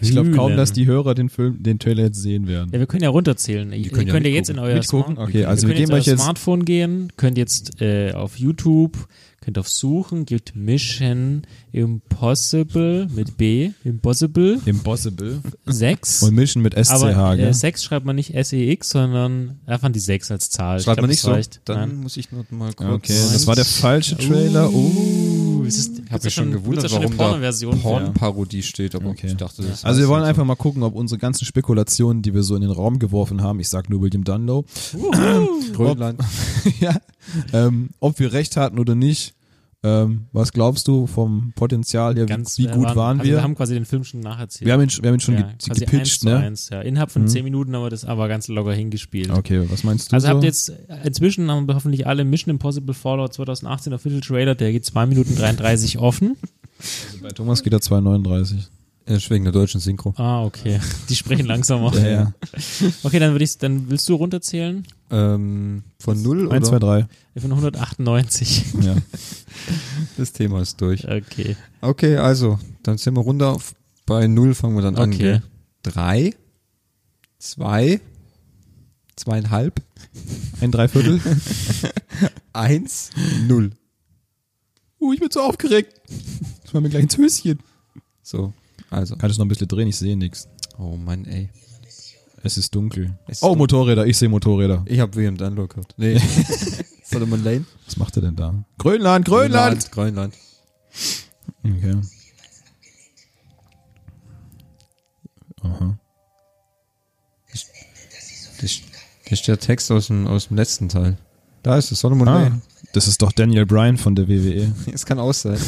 S3: Ich glaube kaum,
S2: Fühlen.
S3: dass die Hörer den Film, den Trailer jetzt sehen werden.
S2: Ja, wir können ja runterzählen. Ihr
S1: können ja
S2: könnt ja
S1: mitgucken.
S2: jetzt in euer
S3: Mitgucken?
S2: Smart-
S3: Okay, also
S2: ihr
S3: wir
S2: könnt
S3: geben
S2: jetzt
S3: euch
S2: euer
S3: jetzt-
S2: Smartphone gehen, könnt jetzt äh, auf YouTube, Könnt auf Suchen, gibt Mission Impossible mit B, Impossible
S3: Impossible.
S2: 6.
S3: Und Mission mit SCH,
S2: aber
S3: gell?
S2: äh, 6 schreibt man nicht S-E-X, sondern einfach die 6 als Zahl. Ich
S1: Schreibt
S2: glaub,
S1: man
S2: das
S1: nicht so.
S2: reicht.
S1: Dann
S2: Nein.
S1: muss ich noch mal kurz.
S3: okay, das war der falsche Trailer. Oh.
S2: Uh, es ist,
S1: Ich habe
S2: gibt's
S1: mich schon gewundert,
S2: gibt's ja
S1: warum
S2: schon eine
S1: da
S2: Porno-Version von.
S1: Pornparodie steht, aber
S3: Okay.
S1: ich dachte, das
S3: Also
S1: heißt
S3: wir wollen
S1: nicht so.
S3: einfach mal gucken, ob unsere ganzen Spekulationen, die wir so in den Raum geworfen haben, ich sag nur William Dunlow, [LAUGHS]
S1: Grönland.
S3: ja, ähm, ob wir recht hatten oder nicht. Ähm, was glaubst du vom Potenzial her? Wie, wie
S2: äh,
S3: gut waren
S2: also
S3: wir?
S2: Wir haben quasi den Film schon nacherzählt.
S3: wir haben ihn, sch- wir haben ihn schon
S2: ja,
S3: ge-
S2: quasi eins
S3: gepitcht,
S2: zu
S3: ne?
S2: Eins, ja. Innerhalb von 10 Minuten haben wir das aber ganz locker hingespielt.
S3: Okay, was meinst du?
S2: Also
S3: so?
S2: habt ihr jetzt, inzwischen haben wir hoffentlich alle Mission Impossible Fallout 2018 Official Trailer, der geht 2 Minuten 33 offen.
S3: Bei Thomas geht er 2,39.
S1: Äh, wegen der deutschen Synchro.
S2: Ah, okay. Die sprechen langsamer.
S3: Ja, ja.
S2: Okay, dann würde ich, dann willst du runterzählen?
S1: Ähm, von null
S3: 1, 2,
S1: oder?
S3: 3.
S2: Von 198.
S3: Ja.
S1: Das Thema ist durch.
S2: Okay.
S1: Okay, also, dann sind wir runter. auf- Bei null fangen wir dann an.
S2: Okay.
S1: gell? Drei, zwei, zweieinhalb,
S3: Ein Dreiviertel.
S1: eins, null.
S3: [LAUGHS] uh, ich bin so aufgeregt. Ich mach mir gleich ein Höschen.
S1: So, also.
S3: Kannst du noch ein bisschen drehen? Ich sehe nichts.
S1: Oh Mann, ey.
S3: Es ist dunkel.
S1: Es ist
S3: oh,
S1: dunkel.
S3: Motorräder. Ich sehe Motorräder.
S1: Ich habe William Dunlop gehört. [LAUGHS] Nee. Solomon Lane?
S3: Was macht er denn da? Grönland, Grönland!
S1: Grönland.
S3: Okay. Aha.
S1: Das, das ist der Text aus dem, aus dem letzten Teil. Da ist es, Solomon
S3: Ah,
S1: Lane.
S3: das ist doch Daniel Bryan von der E.
S1: [LAUGHS]
S3: WWE.
S1: Es kann aus sein.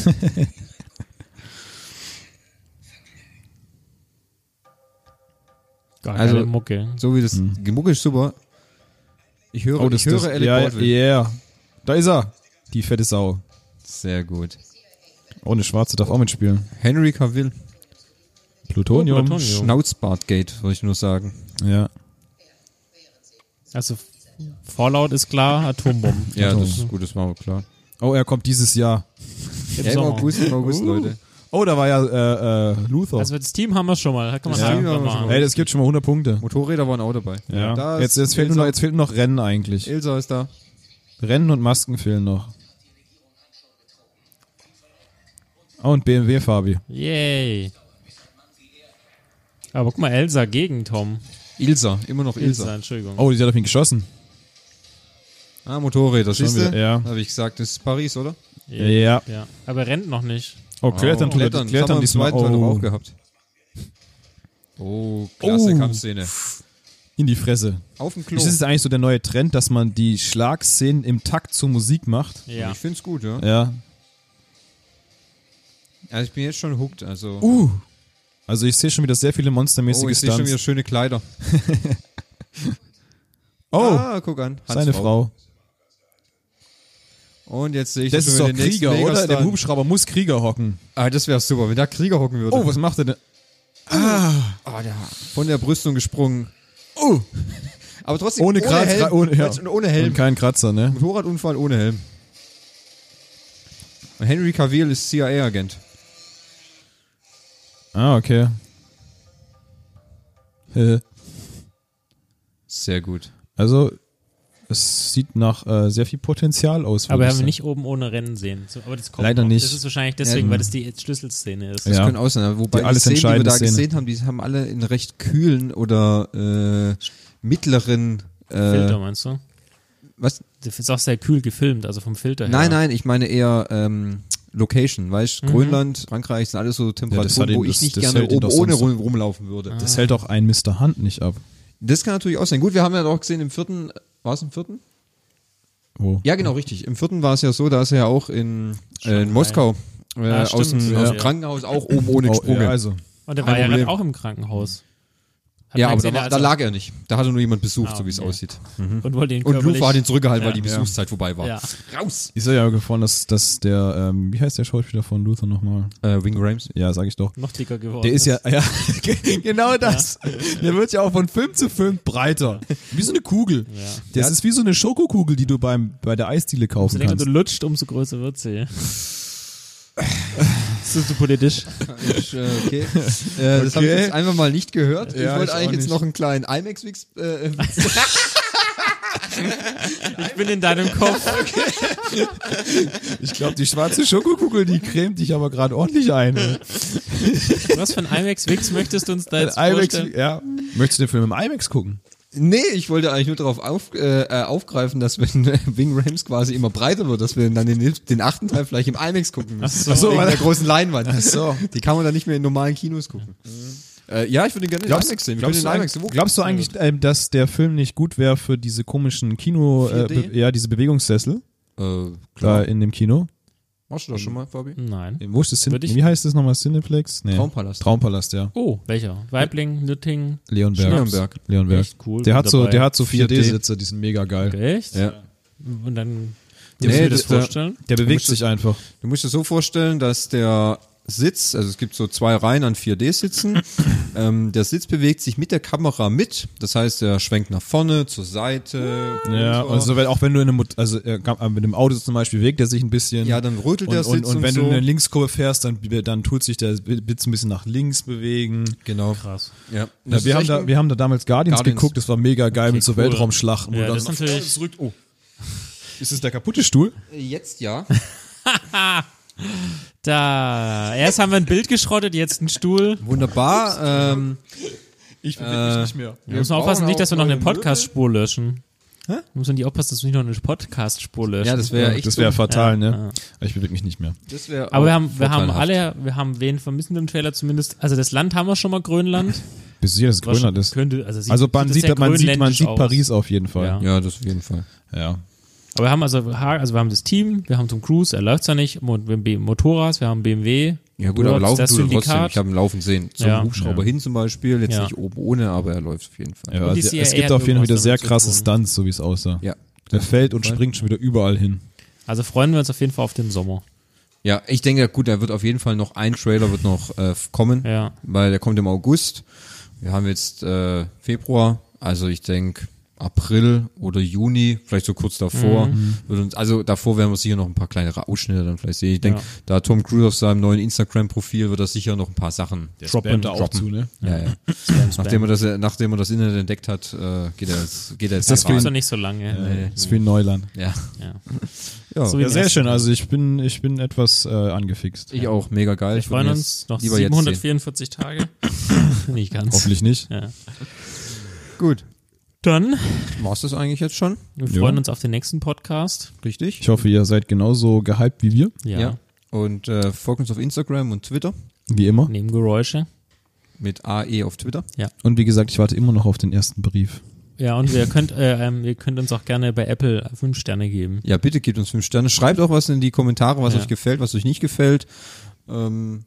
S2: Gar
S1: Also-
S2: keine Mucke.
S1: So wie das
S3: Hm.
S1: die Mucke ist super. Ich höre, ich höre Alec
S3: Oh, ja, eh.
S1: Baldwin.
S3: yeah. Da ist er. Die fette Sau.
S1: Sehr gut.
S3: Oh, eine Schwarze darf auch mitspielen.
S1: Henry Cavill.
S3: Plutonium.
S2: Oh, Plutonium.
S1: Schnauzbartgate, würde ich nur sagen.
S3: Ja.
S2: Also Fallout ist klar, Atombomben.
S1: Ja,
S3: Atom.
S1: das ist gut, das war klar.
S3: Oh, er kommt dieses Jahr.
S2: Im
S1: Ja, im
S2: Sommer.
S1: August, im August, Leute.
S3: Oh, da war ja äh, äh, Luthor.
S2: Also das Team haben wir schon mal. Da kann man
S1: Ja.
S2: sagen,
S1: Ja,
S2: warte mal.
S1: schon mal.
S3: Ey, das gibt schon mal 100 Punkte.
S1: Motorräder waren auch dabei. Da ist
S3: Jetzt, jetzt, fehlt nur
S1: Ilsa.
S3: noch, jetzt fehlt nur noch Rennen eigentlich.
S1: Ilsa ist da.
S3: Rennen und Masken fehlen noch. Oh, und BMW, Fabi.
S2: Yay. Aber guck mal, Elsa gegen Tom.
S1: Ilsa, immer noch
S2: Ilsa,
S1: Ilsa.
S2: Entschuldigung.
S3: Oh, die hat auf ihn geschossen.
S1: Ah, Motorräder, siehst du?
S3: wieder, ja.
S1: Habe ich gesagt, das ist Paris, oder?
S2: Ja. Ja. Aber rennt noch nicht.
S3: Oh, klettern,
S1: Oh,
S3: tut er-
S1: Klettern, das haben
S3: klettern
S1: wir im
S3: diesmal.
S1: zweiten Teil aber
S3: Oh,
S1: auch gehabt. [LAUGHS] Oh, klasse
S3: Oh.
S1: Kampfszene.
S3: in die Fresse.
S1: Auf dem Klo.
S3: Ist das eigentlich so der neue Trend, dass man die Schlagszenen im Takt zur Musik macht?
S2: Ja.
S1: Ich find's gut, ja.
S3: Ja.
S1: Also ich bin jetzt schon hooked, also.
S3: Uh. Also ich sehe schon wieder sehr viele
S1: oh,
S3: monstermäßige
S1: ich sehe schon wieder
S3: Stunts.
S1: schöne Kleider.
S3: Oh,
S1: ah, guck an. Hans
S3: seine Frau.
S1: Und jetzt sehe ich
S3: Das
S1: schon
S3: ist
S1: wieder
S3: doch
S1: den nächsten
S3: Krieger, oder? Der
S1: Megastar.
S3: Hubschrauber muss Krieger hocken.
S1: Ah, das wäre super, wenn da Krieger hocken würde.
S3: Oh, was macht er denn?
S1: Ah, der von der Brüstung gesprungen.
S3: Oh.
S1: [LAUGHS] Aber trotzdem
S3: Ohne Kratz,
S1: Helm.
S3: ohne, ja.
S1: Und ohne Helm.
S3: Und kein Kratzer, ne?
S1: Motorradunfall ohne Helm. Und Henry Cavill ist CIA-Agent.
S3: Ah, okay. Äh,
S1: Sehr gut.
S3: Also, es sieht nach äh, sehr viel Potenzial aus. würd
S2: Aber
S3: ich
S2: haben wir
S3: sagen.
S2: nicht oben ohne Rennen sehen. So, aber das kommt
S3: Leider
S2: noch.
S3: nicht.
S2: Das ist wahrscheinlich deswegen,
S1: Ja. genau.
S2: weil das die Schlüsselszene ist.
S1: Das
S3: Ja.
S1: können auch sein. aber Wobei
S3: Die
S1: die,
S3: alles
S1: Szenen, die wir
S3: entscheidende
S1: da
S3: Szene.
S1: gesehen haben, die haben alle in recht kühlen oder äh, mittleren.
S2: Filter,
S1: Äh,
S2: meinst du?
S1: was?
S2: Das ist auch sehr kühl gefilmt, also vom Filter her.
S1: Nein, nein, ich meine eher ähm, Location. Weißt Grönland, Frankreich sind alles so
S3: hat
S1: Temperaturen,
S3: ihn-
S1: wo
S3: das-
S1: ich nicht
S3: das
S1: gerne
S3: hält ihn
S1: oben
S3: doch
S1: ohne
S3: sonst-
S1: rum, rumlaufen würde.
S3: Das hält auch ein Mr. Hunt nicht ab.
S1: Das kann natürlich auch sein. Gut, wir haben ja auch gesehen, im vierten, war es im vierten?
S3: Wo?
S1: Ja, genau, richtig. Im vierten war es ja so, da ist er ja auch in, äh, in Moskau äh,
S2: Ah, stimmt.
S1: aus, dem,
S2: Ja.
S1: aus dem Krankenhaus auch oben ohne
S3: oh,
S1: gesprungen.
S3: ja,
S1: Ja,
S3: also.
S2: Und der
S1: Kein
S2: war ja
S1: Problem.
S2: gerade auch im Krankenhaus. Hat man
S1: aber da,
S2: gesehen,
S1: war,
S2: als
S1: da
S2: er-
S1: lag er nicht. Da hatte nur jemand besucht,
S2: Ah,
S1: so wie es
S2: okay.
S1: aussieht.
S2: [LAUGHS] Und wollte ihn
S1: Und Lufa hat ihn zurückgehalten, weil
S2: Ja.
S1: die Besuchszeit vorbei war.
S2: Ja.
S1: Raus!
S3: Ich soll ja gefallen, dass, dass der, ähm, wie heißt der Schauspieler von Luther nochmal?
S1: Äh, Wing Rames.
S3: Ja, sag ich doch.
S2: noch dicker geworden.
S3: Der ist ja,
S2: ist.
S3: ja, [LAUGHS] genau das. Der wird ja auch von Film zu Film breiter. Wie so eine Kugel. Das ist wie so eine Schokokugel, die du beim, bei der Eisdiele
S2: Je
S3: kaufen
S2: länger du
S3: kannst.
S2: lutscht, umso größer wird [LAUGHS] sie. Das ist so politisch.
S1: Ich, äh, [LAUGHS] okay. Äh, Das habe ich
S3: Okay.
S1: jetzt einfach mal nicht gehört.
S3: Ja,
S1: ich wollte
S3: ich auch
S1: eigentlich jetzt [LAUGHS]
S3: nicht.
S1: noch einen kleinen IMAX-Wix. Äh,
S2: Ich bin in deinem Kopf.
S3: Ich glaube, die schwarze Schokokugel, die cremt dich aber gerade ordentlich ein.
S2: [LAUGHS] Was für ein IMAX Wix möchtest du uns da jetzt
S3: IMAX,
S2: vorstellen?
S3: ja. Möchtest du den Film im IMAX gucken?
S1: Nee, ich wollte eigentlich nur darauf auf, äh, äh, aufgreifen, dass wenn äh, Wing Rams quasi immer breiter wird, dass wir dann den, den achten Teil vielleicht im IMAX gucken müssen.
S2: Ach so.
S1: Wegen der großen Leinwand. Ach
S3: so.
S1: [LAUGHS] Die kann man dann nicht mehr in normalen Kinos gucken. Äh, ja, ich würde ihn gerne in IMAX sehen. Wir können den
S3: glaubst, du,
S1: IMAX
S3: eigentlich- glaubst du eigentlich, ähm, dass der Film nicht gut wäre für diese komischen Kino, äh,
S1: 4D?
S3: be- ja, diese Bewegungssessel
S1: äh,
S3: da in dem Kino?
S1: Machst du das schon mal, Fabi?
S2: Nein.
S3: Wo ist das Cine
S2: Würde ich-
S3: Wie heißt das nochmal? Cineplex? Nee.
S1: Traumpalast.
S3: Traumpalast, ja.
S2: Oh, welcher? Weibling, Lütting.
S3: Leonberg.
S1: Leonberg.
S3: Leonberg.
S2: Echt cool,
S3: Der
S2: bin
S3: hat so,
S2: dabei.
S3: der hat so
S1: 4D
S3: 4D-Sitze, die sind mega geil.
S2: Echt?
S1: Ja.
S2: Und dann
S1: Ja,
S2: muss ich
S1: nee,
S2: mir das
S1: das- äh, da-
S2: vorstellen.
S3: Der bewegt
S1: musst du-
S3: sich einfach.
S1: Du musst dir so vorstellen, dass der Sitz, also es gibt so zwei Reihen an [LAUGHS] 4D-Sitzen, ähm, der Sitz bewegt sich mit der Kamera mit, das heißt, er schwenkt nach vorne, zur Seite.
S3: Ja,
S1: runter.
S3: und so, weil auch also, wenn du in einem, Mot- also äh, ga- äh, mit dem Auto zum Beispiel bewegt er sich ein bisschen.
S1: Ja, dann rötelt
S3: und,
S1: der
S3: und,
S1: Sitz
S3: und
S1: und
S3: wenn
S1: so.
S3: du in eine Linkskurve fährst, dann, dann tut sich der Witz ein bisschen nach links bewegen.
S1: genau.
S2: Krass.
S1: Ja.
S3: Ja,
S1: Das
S3: wir,
S1: ist
S3: haben
S1: echt
S3: da,
S1: ein-
S3: wir haben da damals Guardians,
S1: Guardians.
S3: geguckt, das war mega geil mit so
S2: cool.
S3: Weltraumschlachten. wo
S2: Ja,
S3: du dann
S2: das ist
S3: nach
S2: natürlich-
S3: vorne zurück, oh. Ist es der kaputte Stuhl?
S1: Äh, Jetzt ja.
S2: Da. Erst haben wir ein Bild geschrottet, jetzt ein Stuhl.
S1: Wunderbar. Ähm,
S3: Ich bewege
S1: Äh,
S3: mich nicht mehr.
S2: Wir müssen
S1: brauchen
S2: aufpassen, nicht,
S1: auch
S2: dass wir noch eine
S1: neue Möbel.
S2: Podcast-Spur löschen. Hä? Wir müssen die aufpassen, dass wir nicht noch eine Podcast-Spur löschen.
S1: ja, das wäre echt.
S3: das wäre
S1: dumm.
S3: fatal, ne? Ich bewege mich nicht mehr.
S1: das wär
S2: Aber wir
S1: auch
S2: haben, wir haben
S1: vorteilhaft.
S2: alle, wir haben wen vermissen im Trailer zumindest. Also das Land haben wir schon
S1: [LAUGHS]
S2: mal, Grönland.
S3: Bis hier das Grönland ist.
S2: Könnte, also, sieht,
S3: Also man
S2: das
S3: sieht,
S2: sehr
S3: man sieht, man
S2: grönländisch
S3: sieht
S2: aus.
S3: Paris auf jeden Fall.
S2: Ja.
S1: Ja, das auf jeden Fall.
S3: Ja.
S2: Aber wir haben also, ha- also wir haben das Team, wir haben Tom Cruise, er läuft zwar nicht, Mo- wir haben B- Motorrad, wir haben BMW.
S1: Ja, gut,
S2: du
S1: aber
S2: hast
S1: laufen
S2: das
S1: tut er trotzdem.
S2: Syndikat.
S1: Ich habe ihn laufen sehen. Zum
S2: Ja.
S1: Hubschrauber hin zum Beispiel. Jetzt
S2: Ja.
S1: nicht oben ohne, aber er läuft auf jeden Fall.
S3: Ja,
S2: Und die
S3: also,
S2: CIA
S3: es gibt
S2: hat
S3: auf jeden Fall
S2: irgendwas
S3: wieder sehr
S2: damit zu
S3: krasse
S2: tun.
S3: Stunts, so wie es aussah.
S1: Ja.
S3: Der fällt und springt schon wieder überall hin.
S2: Also freuen wir uns auf jeden Fall auf den Sommer.
S1: Ja, ich denke, gut, da wird auf jeden Fall noch ein Trailer wird noch äh, kommen,
S2: Ja.
S1: weil der kommt im August. Wir haben jetzt äh, Februar, also ich denke April oder Juni, vielleicht so kurz davor. Wird uns, also davor werden wir sicher noch ein paar kleinere Ausschnitte dann vielleicht sehen. Ich denke,
S2: Ja.
S1: da Tom Cruise auf seinem neuen Instagram-Profil wird er sicher noch ein paar Sachen.
S3: Droppen da auch zu, ne?
S1: Ja,
S2: [CLEARS THROAT]
S1: ja. Nachdem, er das, äh, nachdem er das Internet entdeckt hat, äh, geht er jetzt, geht er jetzt
S3: das
S2: Das ist
S1: rein.
S2: doch nicht so lange.
S3: Äh, Das ist wie in Neuland.
S1: Ja.
S2: Ja.
S1: Ja.
S2: So wie
S3: Ja,
S2: im
S3: sehr
S2: ersten
S3: schön.
S2: Teil.
S3: Also ich bin, ich bin etwas äh, angefixt.
S1: Ich auch, mega geil.
S2: Wir
S1: Ich würd
S2: freuen
S1: ihn
S2: uns
S1: jetzt
S2: noch
S1: lieber jetzt sehen.
S2: 744 Tage.
S1: [COUGHS]
S2: Nicht ganz.
S3: Hoffentlich nicht.
S2: Ja.
S1: Gut.
S2: Dann,
S1: War's das eigentlich jetzt schon?
S2: wir
S3: Ja.
S2: freuen uns auf den nächsten Podcast.
S1: Richtig?
S3: Ich hoffe, ihr seid genauso gehypt wie wir.
S2: Ja.
S1: Und äh, folgt uns auf Instagram und Twitter
S3: Wie immer.
S2: Neben Geräusche.
S1: mit AE auf Twitter.
S3: Und wie gesagt, ich warte immer noch auf den ersten Brief.
S2: Ja, und ihr könnt, äh, ähm, ihr könnt uns auch gerne bei Apple fünf Sterne geben.
S1: Ja, bitte gebt uns fünf Sterne. Schreibt auch was in die Kommentare, was
S2: Ja.
S1: euch gefällt, was euch nicht gefällt. Ähm,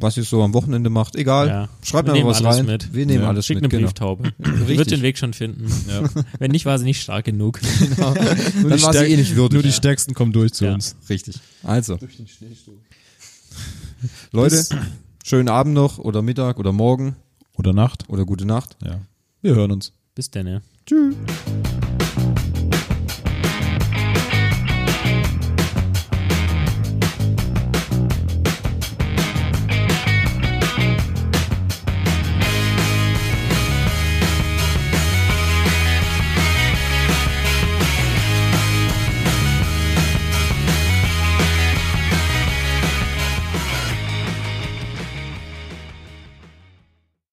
S1: was ihr so am Wochenende macht. Egal.
S2: Ja.
S1: Schreibt
S2: Wir
S1: einfach
S2: nehmen
S1: was
S2: alles
S1: rein.
S2: mit.
S1: Wir nehmen
S3: Ja.
S1: alles
S2: Schickt
S1: mit.
S2: eine
S1: Genau. [COUGHS]
S2: Brieftaube.
S1: Richtig.
S2: Wird den Weg schon finden.
S3: Ja.
S2: Wenn nicht, war sie nicht
S1: [LAUGHS]
S2: stark genug.
S1: Genau. Dann war sie eh nicht würdig.
S3: Nur die Stärksten kommen durch zu
S2: Ja.
S3: uns.
S1: Richtig. Also. Leute, schönen Abend noch oder Mittag oder Morgen
S3: Oder Nacht.
S1: oder gute Nacht.
S3: Ja. Wir hören uns.
S2: Bis dann. ja.
S1: Tschüss.